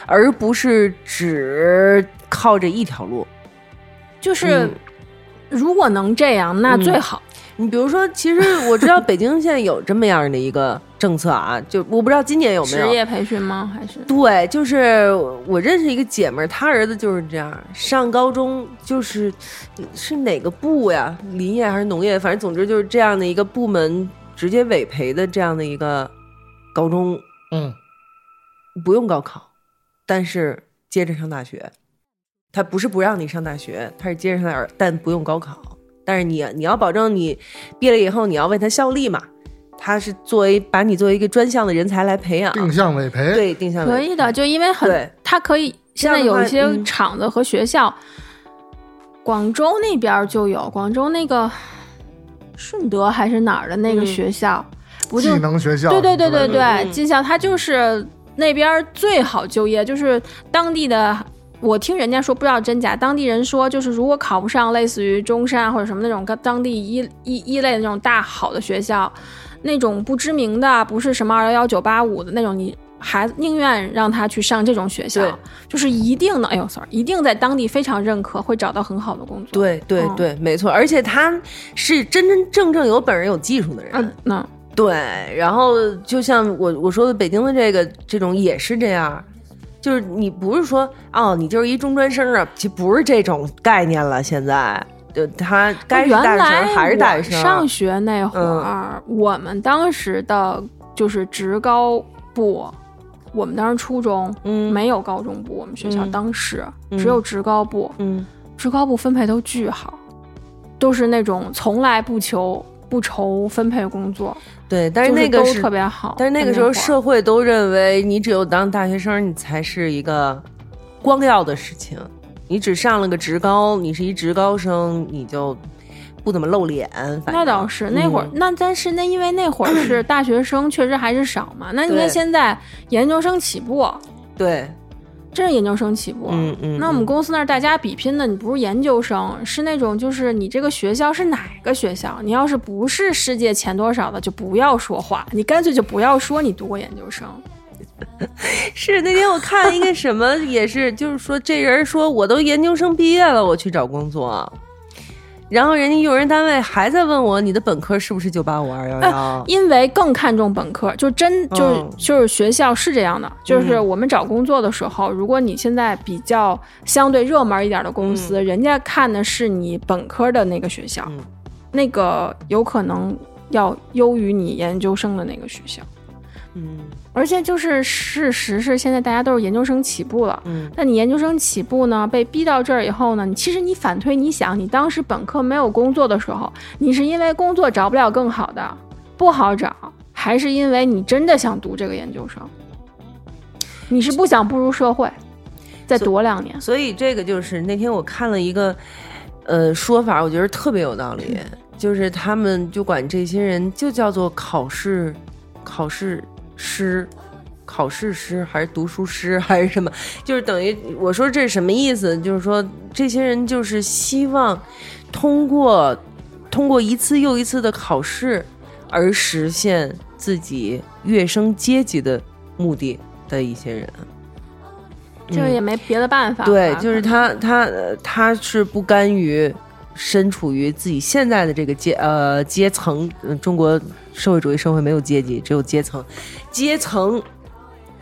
而不是只靠着一条路。就是、嗯如果能这样，那嗯最好。你比如说，其实我知道北京现在有这么样的一个政策啊，就我不知道今年有没职有。业培训吗？还是对，就是我认识一个姐们儿，她儿子就是这样，上高中就是是哪个部呀，林业还是农业，反正总之就是这样的一个部门直接委培的这样的一个高中，嗯，不用高考，但是接着上大学。他不是不让你上大学，他是接着上大学，但不用高考。但是你你要保证你毕了以后你要为他效力嘛，他是作为把你作为一个专项的人才来培养，定向委培，对定向可为以的，就因为对很，它可以现在这样的有话一些嗯厂子和学校，广州那边儿就有，广州那个顺德还是哪儿的那个嗯学校，不就技能学校，对对对是吧对对，嗯技校它就是那边儿最好就业，就是当地的。我听人家说，不知道真假。当地人说，就是如果考不上类似于中山啊或者什么那种当地一一一类的那种大好的学校，那种不知名的，不是什么二幺幺九八五的那种，你孩子宁愿让他去上这种学校对，就是一定能，哎呦，sorry，一定在当地非常认可，会找到很好的工作。，对对嗯对，没错，而且他是真真正正有本事、有技术的人。嗯，那对，然后就像我我说的，北京的这个这种也是这样，就是你不是说哦，你就是一中专生啊，其实不是这种概念了。现在就他该是大原来声还是大声。啊嗯我上学那会儿，我们当时的就是职高部，我们当时初中、嗯没有高中部，我们学校嗯当时、嗯只有职高部，嗯职高部分配都巨好，都是那种从来不求不愁分配工作，对，但是就那个都是特别好。但是那个时会候儿社会都认为你只有当大学生，你才是一个光耀的事情。你只上了个职高，你是一职高生，你就不怎么露脸。反那正倒是，那会儿、嗯那但是那因为那会儿是大学生，确实还是少嘛。那你对看现在研究生起步，对，真是研究生起步。嗯嗯那我们嗯公司那儿大家比拼的，你不是研究生，是那种就是你这个学校是哪个学校？你要是不是世界前多少的，就不要说话，你干脆就不要说你读过研究生。是那天我看一个什么，也是就是说这人说我都研究生毕业了，我去找工作，然后人家用人单位还在问我你的本科是不是九八五二幺幺？因为更看重本科，就真就是、嗯就是学校是这样的，就是我们找工作的时候，如果你现在比较相对热门一点的公司，人家看的是你本科的那个学校，嗯那个有可能要优于你研究生的那个学校。嗯而且就是事实是，现在大家都是研究生起步了。嗯那你研究生起步呢，被逼到这儿以后呢，你其实你反推，你想你当时本科没有工作的时候，你是因为工作找不了更好的，不好找，还是因为你真的想读这个研究生？你是不想步入社会，再躲两年？所嗯以这个就是那天我看了一个呃说法，我觉得特别有道理，就是他们就管这些人就叫做考试考试师。考试师还是读书师 [LAUGHS] 还是什么？就是等于我说这是什么意思？就是说这些人就是希望通过通过一次又一次的考试而实现自己跃升阶级的目的的一些人。嗯这个也没别的办法吧。对，就是可能他，他呃他是不甘于身处于自己现在的这个阶呃阶层、呃中国社会主义社会没有阶级，只有阶层，阶层。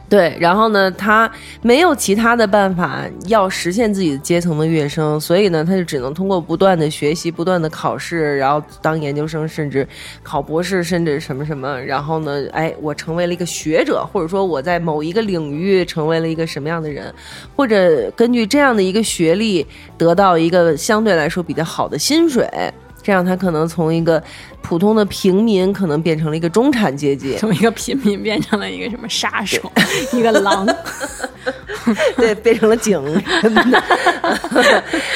对，然后呢，他没有其他的办法要实现自己的阶层的跃升，所以呢，他就只能通过不断的学习、不断的考试，然后当研究生，甚至考博士，甚至什么什么，然后呢，哎，我成为了一个学者，或者说我在某一个领域成为了一个什么样的人，或者根据这样的一个学历得到一个相对来说比较好的薪水，这样他可能从一个普通的平民可能变成了一个中产阶级，从一个平民变成了一个什么杀手，一个 [LAUGHS] 狼。 [LAUGHS] 对，变成了警什么的，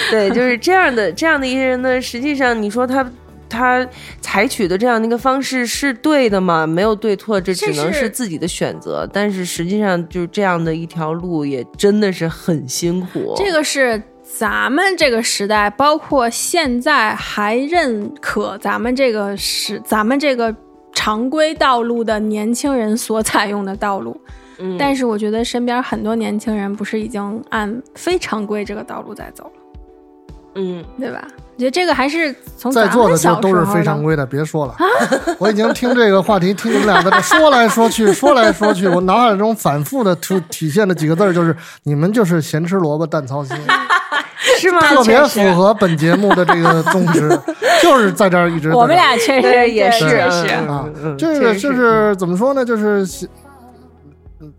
对，就是这样的这样的一些人呢，实际上你说他。他采取的这样的一个方式是对的吗？没有对错，这只这能是是自己的选择。但是实际上，就是这样的一条路也真的是很辛苦。这个是咱们这个时代，包括现在还认可咱们这个时，咱们这个常规道路的年轻人所采用的道路。嗯，但是我觉得身边很多年轻人不是已经按非常规这个道路在走了，嗯，对吧？我觉得这个还是从在咱座们的小时就都候啊是非常规的，别说了。我已经听这个话题，听你们俩在这说来说去，说来说去，我脑海中反复的出体现的几个字儿就是：你们就是咸吃萝卜淡操 [LAUGHS] 心，是吗？特别确实符合本节目的这个宗旨，就是在这儿一直在这儿我们俩确实对，也是，确嗯实嗯啊嗯嗯这确个实就是怎么说呢？就是希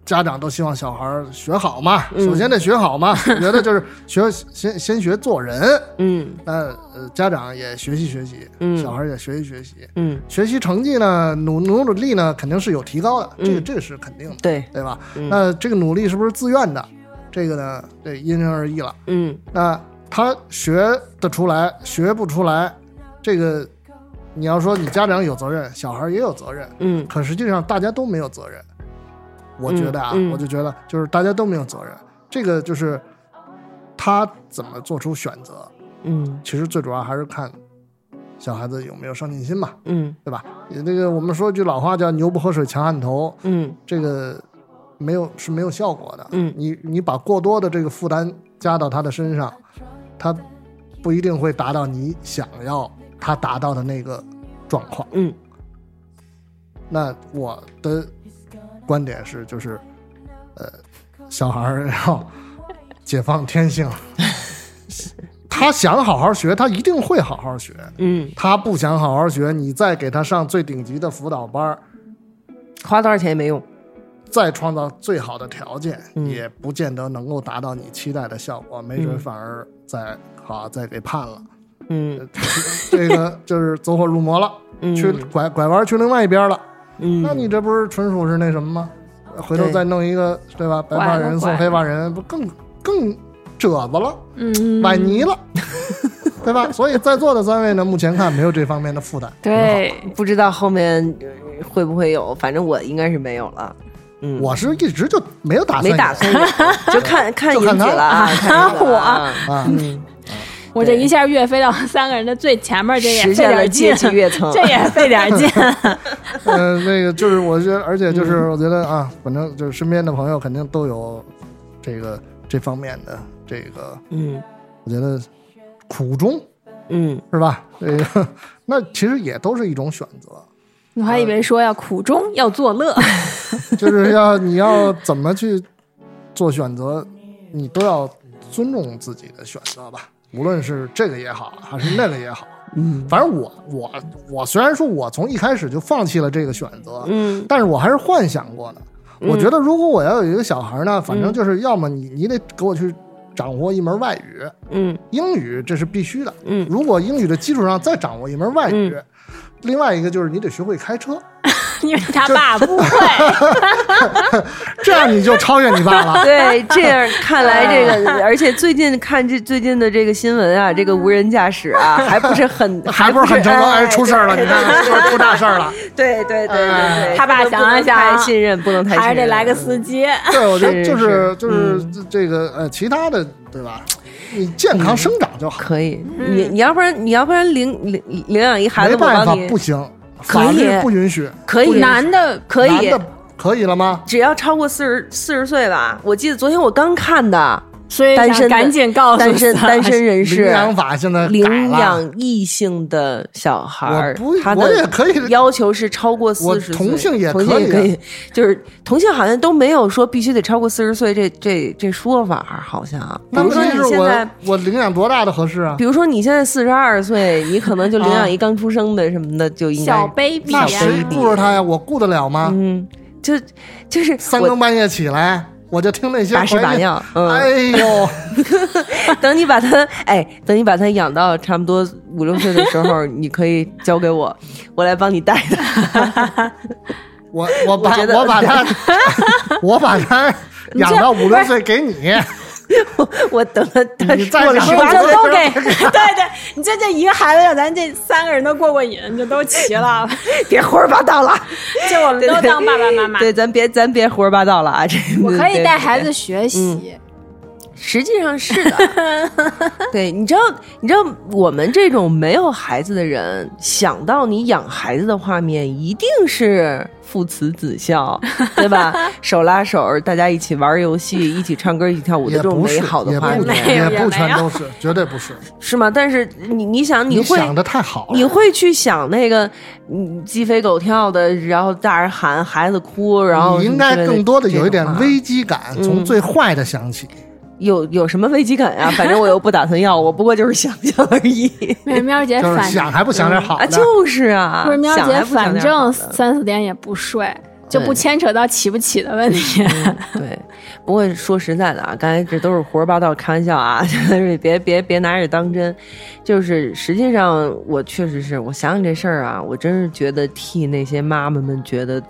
家长都希望小孩儿学好嘛，首先得嗯学好嘛。我觉得就是学先先学做人，嗯那呃家长也学习学习，嗯小孩儿也学习学习，嗯，学习成绩呢努努努力呢肯定是有提高的，这个嗯这个是肯定的，对，对吧？嗯那这个努力是不是自愿的？这个呢，这因人而异了。嗯那他学得出来，学不出来，这个你要说你家长有责任，小孩儿也有责任，嗯可实际上大家都没有责任。我觉得啊，嗯嗯我就觉得就是大家都没有责任，这个就是他怎么做出选择，嗯其实最主要还是看小孩子有没有上进心嘛，嗯对吧？那个我们说一句老话叫“牛不喝水强按头”，嗯这个没有是没有效果的。嗯你你把过多的这个负担加到他的身上，他不一定会达到你想要他达到的那个状况。嗯那我的观点是，就是，呃，小孩儿要解放天性，他想好好学，他一定会好好学。嗯，他不想好好学，你再给他上最顶级的辅导班儿，花多少钱也没用。再创造最好的条件，嗯也不见得能够达到你期待的效果，没准反而再好再给判了。 [LAUGHS] 嗯这个就是走火入魔了，嗯去拐拐弯去另外一边了。嗯，那你这不是纯属是那什么吗？回头对再弄一个，对吧？白发人送黑发人，不更更褶子了，嗯，崴泥了，对吧？所以在座的三位呢，目前看没有这方面的负担。 [LAUGHS] 对，不知道后面呃会不会有，反正我应该是没有 [LAUGHS] 了。嗯，我是一直就没有打算没有打算有，就看看就银看子他了啊，看 [LAUGHS] 银子了啊啊，嗯，我这一下跃飞到三个人的最前面，这也实费现了点阶劲，级跃层，这也费点劲。 [LAUGHS] 呃，那个就是我觉得，而且就是嗯我觉得啊，反正就是身边的朋友肯定都有这个这方面的这个，嗯我觉得苦衷嗯，是吧？这个 [LAUGHS] 那其实也都是一种选择，我还以为说要苦中要 [LAUGHS] 作乐， [LAUGHS] 就是要你要怎么去做选择，你都要尊重自己的选择吧。无论是这个也好，还是那个也好，嗯，反正我我我虽然说我从一开始就放弃了这个选择，嗯，但是我还是幻想过的。我觉得如果我要有一个小孩呢，反嗯正就是要么你你得给我去掌握一门外语，嗯英语这是必须的。嗯如果英语的基础上再掌握一门外语，另外一个就是你得学会开车，因为他爸不会。这样你就超越你爸了。 [LAUGHS] 对，这样看来这 [LAUGHS] 嗯个，而且最近看这最近的这个新闻啊，这个无人驾驶 [LAUGHS] 啊，还不是很 [LAUGHS] 还不是很成功，哎，出事儿了，你对看看就是出大事儿了。对对对对对，嗯他爸不能想了想啊不能太信任不能太信任，还是得来个司机， [LAUGHS] 对，我觉得是嗯就是就是这这个呃，其他的对吧？你健康生长就好，嗯可以，嗯你你要不然你要不然领领领养一孩子，没我办法帮你不行，可以法律不允许。可以男的可以男，的可以了吗？只要超过四十四十岁吧。我记得昨天我刚看的所以单身想的赶紧告诉单身他单身人领士养法现在改领了养异性的小孩儿我不，他我也的可以要求是超过四我十岁，同性也同可性也以可啊以，就是同性好像都没有说必须得超过四十岁这这这说法儿，好像。比那如说问题你是现在我。我领养多大的合适啊比？如说你现在四十二岁，你可能就领啊养一刚出生的什么的，就应该小 baby 那啊，谁顾着他呀？我顾得了吗？嗯，就就是三我更半夜起来，我就听那些把屎怀把念尿，嗯，哎呦，等你把它，哎，等你把它养到差不多五六岁的时候， [LAUGHS] 你可以交给我，我来帮你带它。 [LAUGHS] 我我把我觉得我把 [LAUGHS] 他我把他养到五六岁 [LAUGHS] 给你，我我等它它你再过了养十八我我就就岁，都 [LAUGHS] 给，对对，你这这一个孩子让咱这三个人都过过瘾，就都齐 [LAUGHS] 了，别胡说八道了。 [LAUGHS] 就 [LAUGHS] 我们都当爸爸妈妈。对，咱 [LAUGHS] 别咱别胡说八道了啊！这我可以带孩，对对子学习，实际上是 [LAUGHS] 的。对，你知道，你知道我们这种没有孩子的人，想到你养孩子的画面，一定是父慈子孝，对 [LAUGHS] 吧？手拉手，大家一起玩游戏，一起唱歌，一起跳舞也的这种不是，美好的也画不面，没有也也不没全有都是，绝对不是。是吗？但是你 [LAUGHS] 你想，你会想的太好了，你会去想那个嗯鸡飞狗跳的，然后大人喊孩子哭，然后你应什该么之类更多的有一这点种啊危机感，从最坏的想起。有有什么危机感呀、 [LAUGHS] 反正我又不打算要，我不过就是想想而已。对，喵姐就是反想还不想点好哎啊，的，就是啊，不是喵想姐，还不想反点好正的三四点也不睡，就对嗯不牵扯到起不起的问题。 [LAUGHS] [LAUGHS] 对。不过说实在的啊，刚才这都是胡说八道，开玩笑啊， [LAUGHS] 别别别拿着当真。就是实际上，我确实是我想想这事儿啊，我真是觉得替那些妈妈们觉得。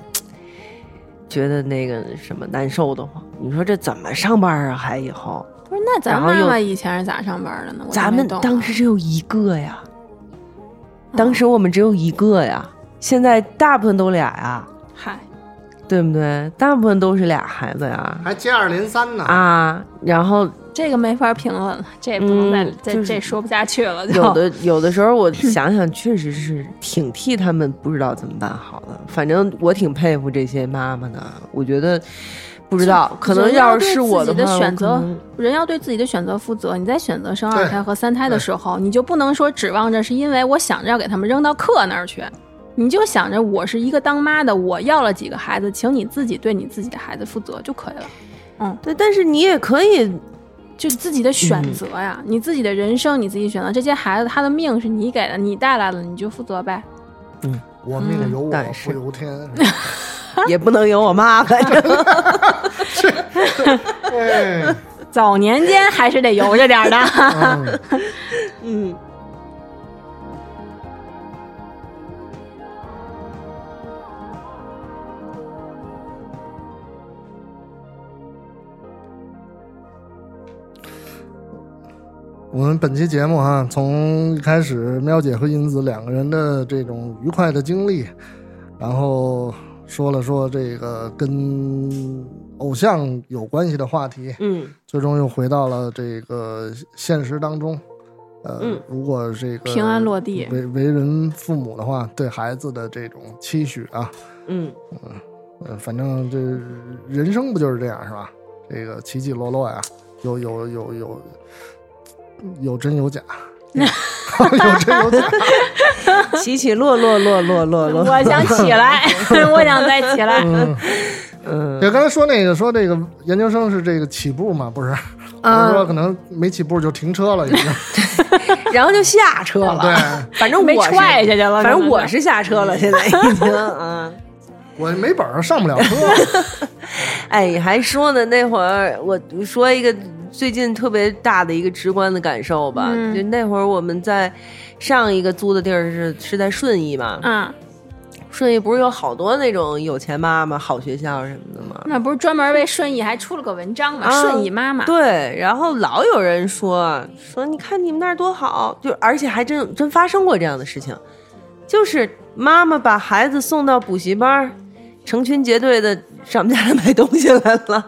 觉得那个什么难受的慌，你说这怎么上班啊？还以后不是，那咱然后妈又妈以前是咋上班的呢？我咱们当时只有一个呀，当时我们只有一个呀，现在大部分都俩呀，嗨，对不对？大部分都是俩孩子呀，还接二连三呢。啊，然后这个没法评论了，这也不能再嗯就这是这说不下去了。就 [LAUGHS] 有的有的时候我想想，确实是挺替他们不知道怎么办好的。反正我挺佩服这些妈妈的，我觉得不知道，可能人要要是我对自己的的话，我选择可能， [LAUGHS] 人要对自己的选择负责。你在选择生对二胎和三胎的对时候，你就不能说指望着是因为我想着要给他们扔到课那儿去，你就想着我是一个当妈的，我要了几个孩子，请你自己对你自己的孩子负责就可以了。 [LAUGHS] 对，但是你也可以。就自己的选择呀，你自己的人生你自己选择。这些孩子他的命是你给的，你带来了你就负责呗。嗯我命由我但嗯是不由 [LAUGHS] 天，也不能有我妈， [LAUGHS] 反正对，早年间还是得由着点儿的。哎 [LAUGHS] 嗯嗯。我们本期节目哈，从一开始喵姐和银子两个人的这种愉快的经历，然后说了说这个跟偶像有关系的话题，嗯，最终又回到了这个现实当中。呃，嗯如果这个平安落地为为人父母的话，对孩子的这种期许啊，嗯，呃，反正这人生不就是这样是吧？这个起起落落呀，有有有有有真有假，嗯有真有 [LAUGHS] 假。起起落落落落落落， [LAUGHS] 我想起来， [LAUGHS] 我想再起来。嗯，嗯对，刚才说那个说这个研究生是这个起步嘛，不是？我说可能没起步就停车了，已 [LAUGHS] 经。然后就下车了。对，反正被我是踹下去了，反正可我能是下车了，现在已经 [LAUGHS] 啊。我没本儿上不了车。哎，还说呢，那会儿我说一个最近特别大的一个直观的感受吧，嗯就那会儿我们在上一个租的地儿是是在顺义嘛， [LAUGHS] 嗯，顺义不是有好多那种有钱妈妈、好学校什么的吗？那不是专门为顺义还出了个文章嘛？啊顺义妈妈，对，然后老有人说说，你看你们那儿多好，就而且还真真发生过这样的事情，就是妈妈把孩子送到补习班儿，成群结队的上我们家来买东西来了，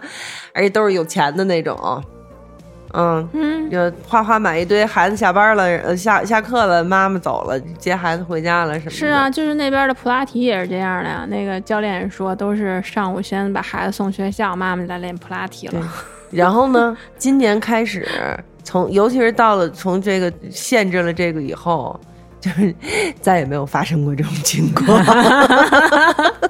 而且都是有钱的那种，哦嗯。嗯，就哗哗买一堆，孩子下班了，呃，下下课了，妈妈走了，接孩子回家了什么的。是啊，，就是那边的普拉提也是这样的呀。那个教练也说，都是上午先把孩子送学校，妈妈再练普拉提了。 [LAUGHS] 然后呢，今年开始，从尤其是到了从这个限制了这个以后，就是 [LAUGHS] 再也没有发生过这种情况， [LAUGHS]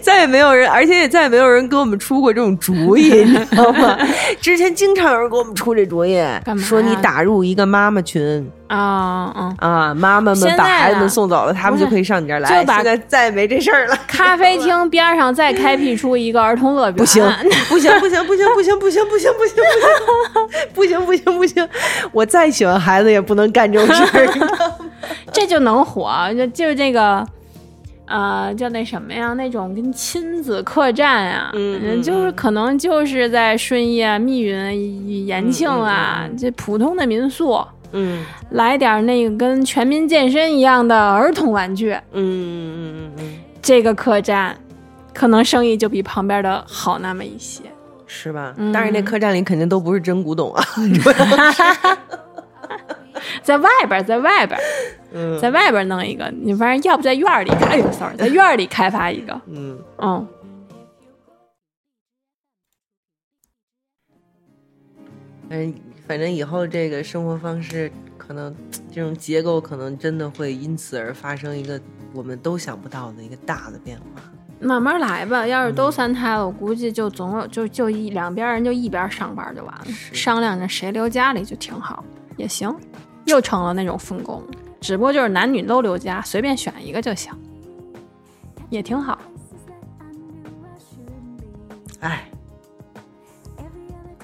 再也没有人，而且也再也没有人给我们出过这种主 [LAUGHS] 意，你知道吗？之前经常有人给我们出这主意干，嘛说你呀打入一个妈妈群啊嗯，啊，妈妈现们在把孩子啊们送走了，他们不就是可以上你这儿来。就把现在再也没这事儿了。咖啡厅边上再开辟出一个儿童乐园，不行，不行，不行，不行，不行，不行，不行，不行，不行，不行，不行，不行！我再喜欢孩子也不能干这种事儿。 [LAUGHS] 这就能火，就就是这个，呃，叫那什么呀，那种跟亲子客栈啊，嗯嗯就是可能就是在顺义啊、密云、延庆啊、这普通的民宿，嗯来点那个跟全民健身一样的儿童玩具，嗯嗯嗯嗯，这个客栈可能生意就比旁边的好那么一些。是吧？嗯但是那客栈里肯定都不是真古董啊。 [LAUGHS] 在外边儿，在外边儿，嗯在外边儿弄一个，你反正要不在院儿里开，哎呦，sorry，在院儿里开发一个，嗯，嗯。嗯，反正以后这个生活方式，可能这种结构，可能真的会因此而发生一个我们都想不到的一个大的变化。慢慢来吧，要是都三胎了，我估计就总有就就一两边人就一边上班就完了，商量着谁留家里就挺好，也行，又成了那种分工，只不过就是男女都留家，随便选一个就行，也挺好。哎，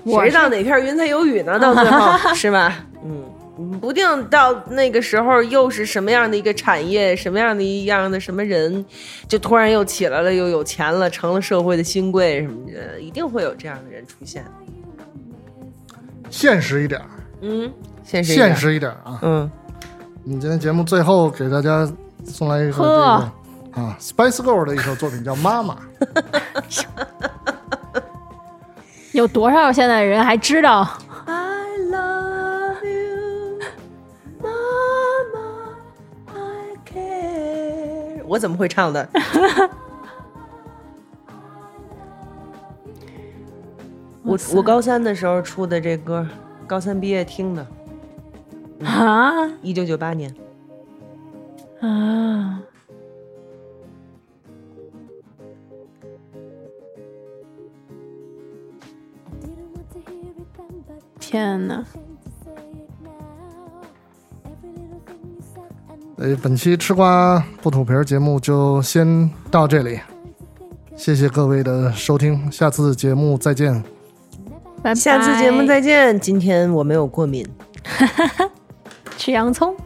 我谁是到哪片云彩有雨呢？到最 [LAUGHS] 后是吧？嗯，不定到那个时候又是什么样的一个产业，什么样的一样的什么人，就突然又起来了，又有钱了，成了社会的新贵什么的，一定会有这样的人出现。现实一点儿， [LAUGHS] 嗯，现实，现，实一点儿啊！嗯，我们今天节目最后给大家送来一首这个呵啊，Spice Girl 的一首作品叫《妈妈》。有多少现在人还知道 I love you, Mama. I care. 我怎么会唱的？我我高三的时候出的这歌，高三毕业听的，嗯啊一九九八年。啊？ I didn't want to hear it then, but 天哪！呃，本期吃瓜不吐皮儿节目就先到这里，谢谢各位的收听，下次节目再见。拜拜。下次节目再见。今天我没有过敏。吃洋葱。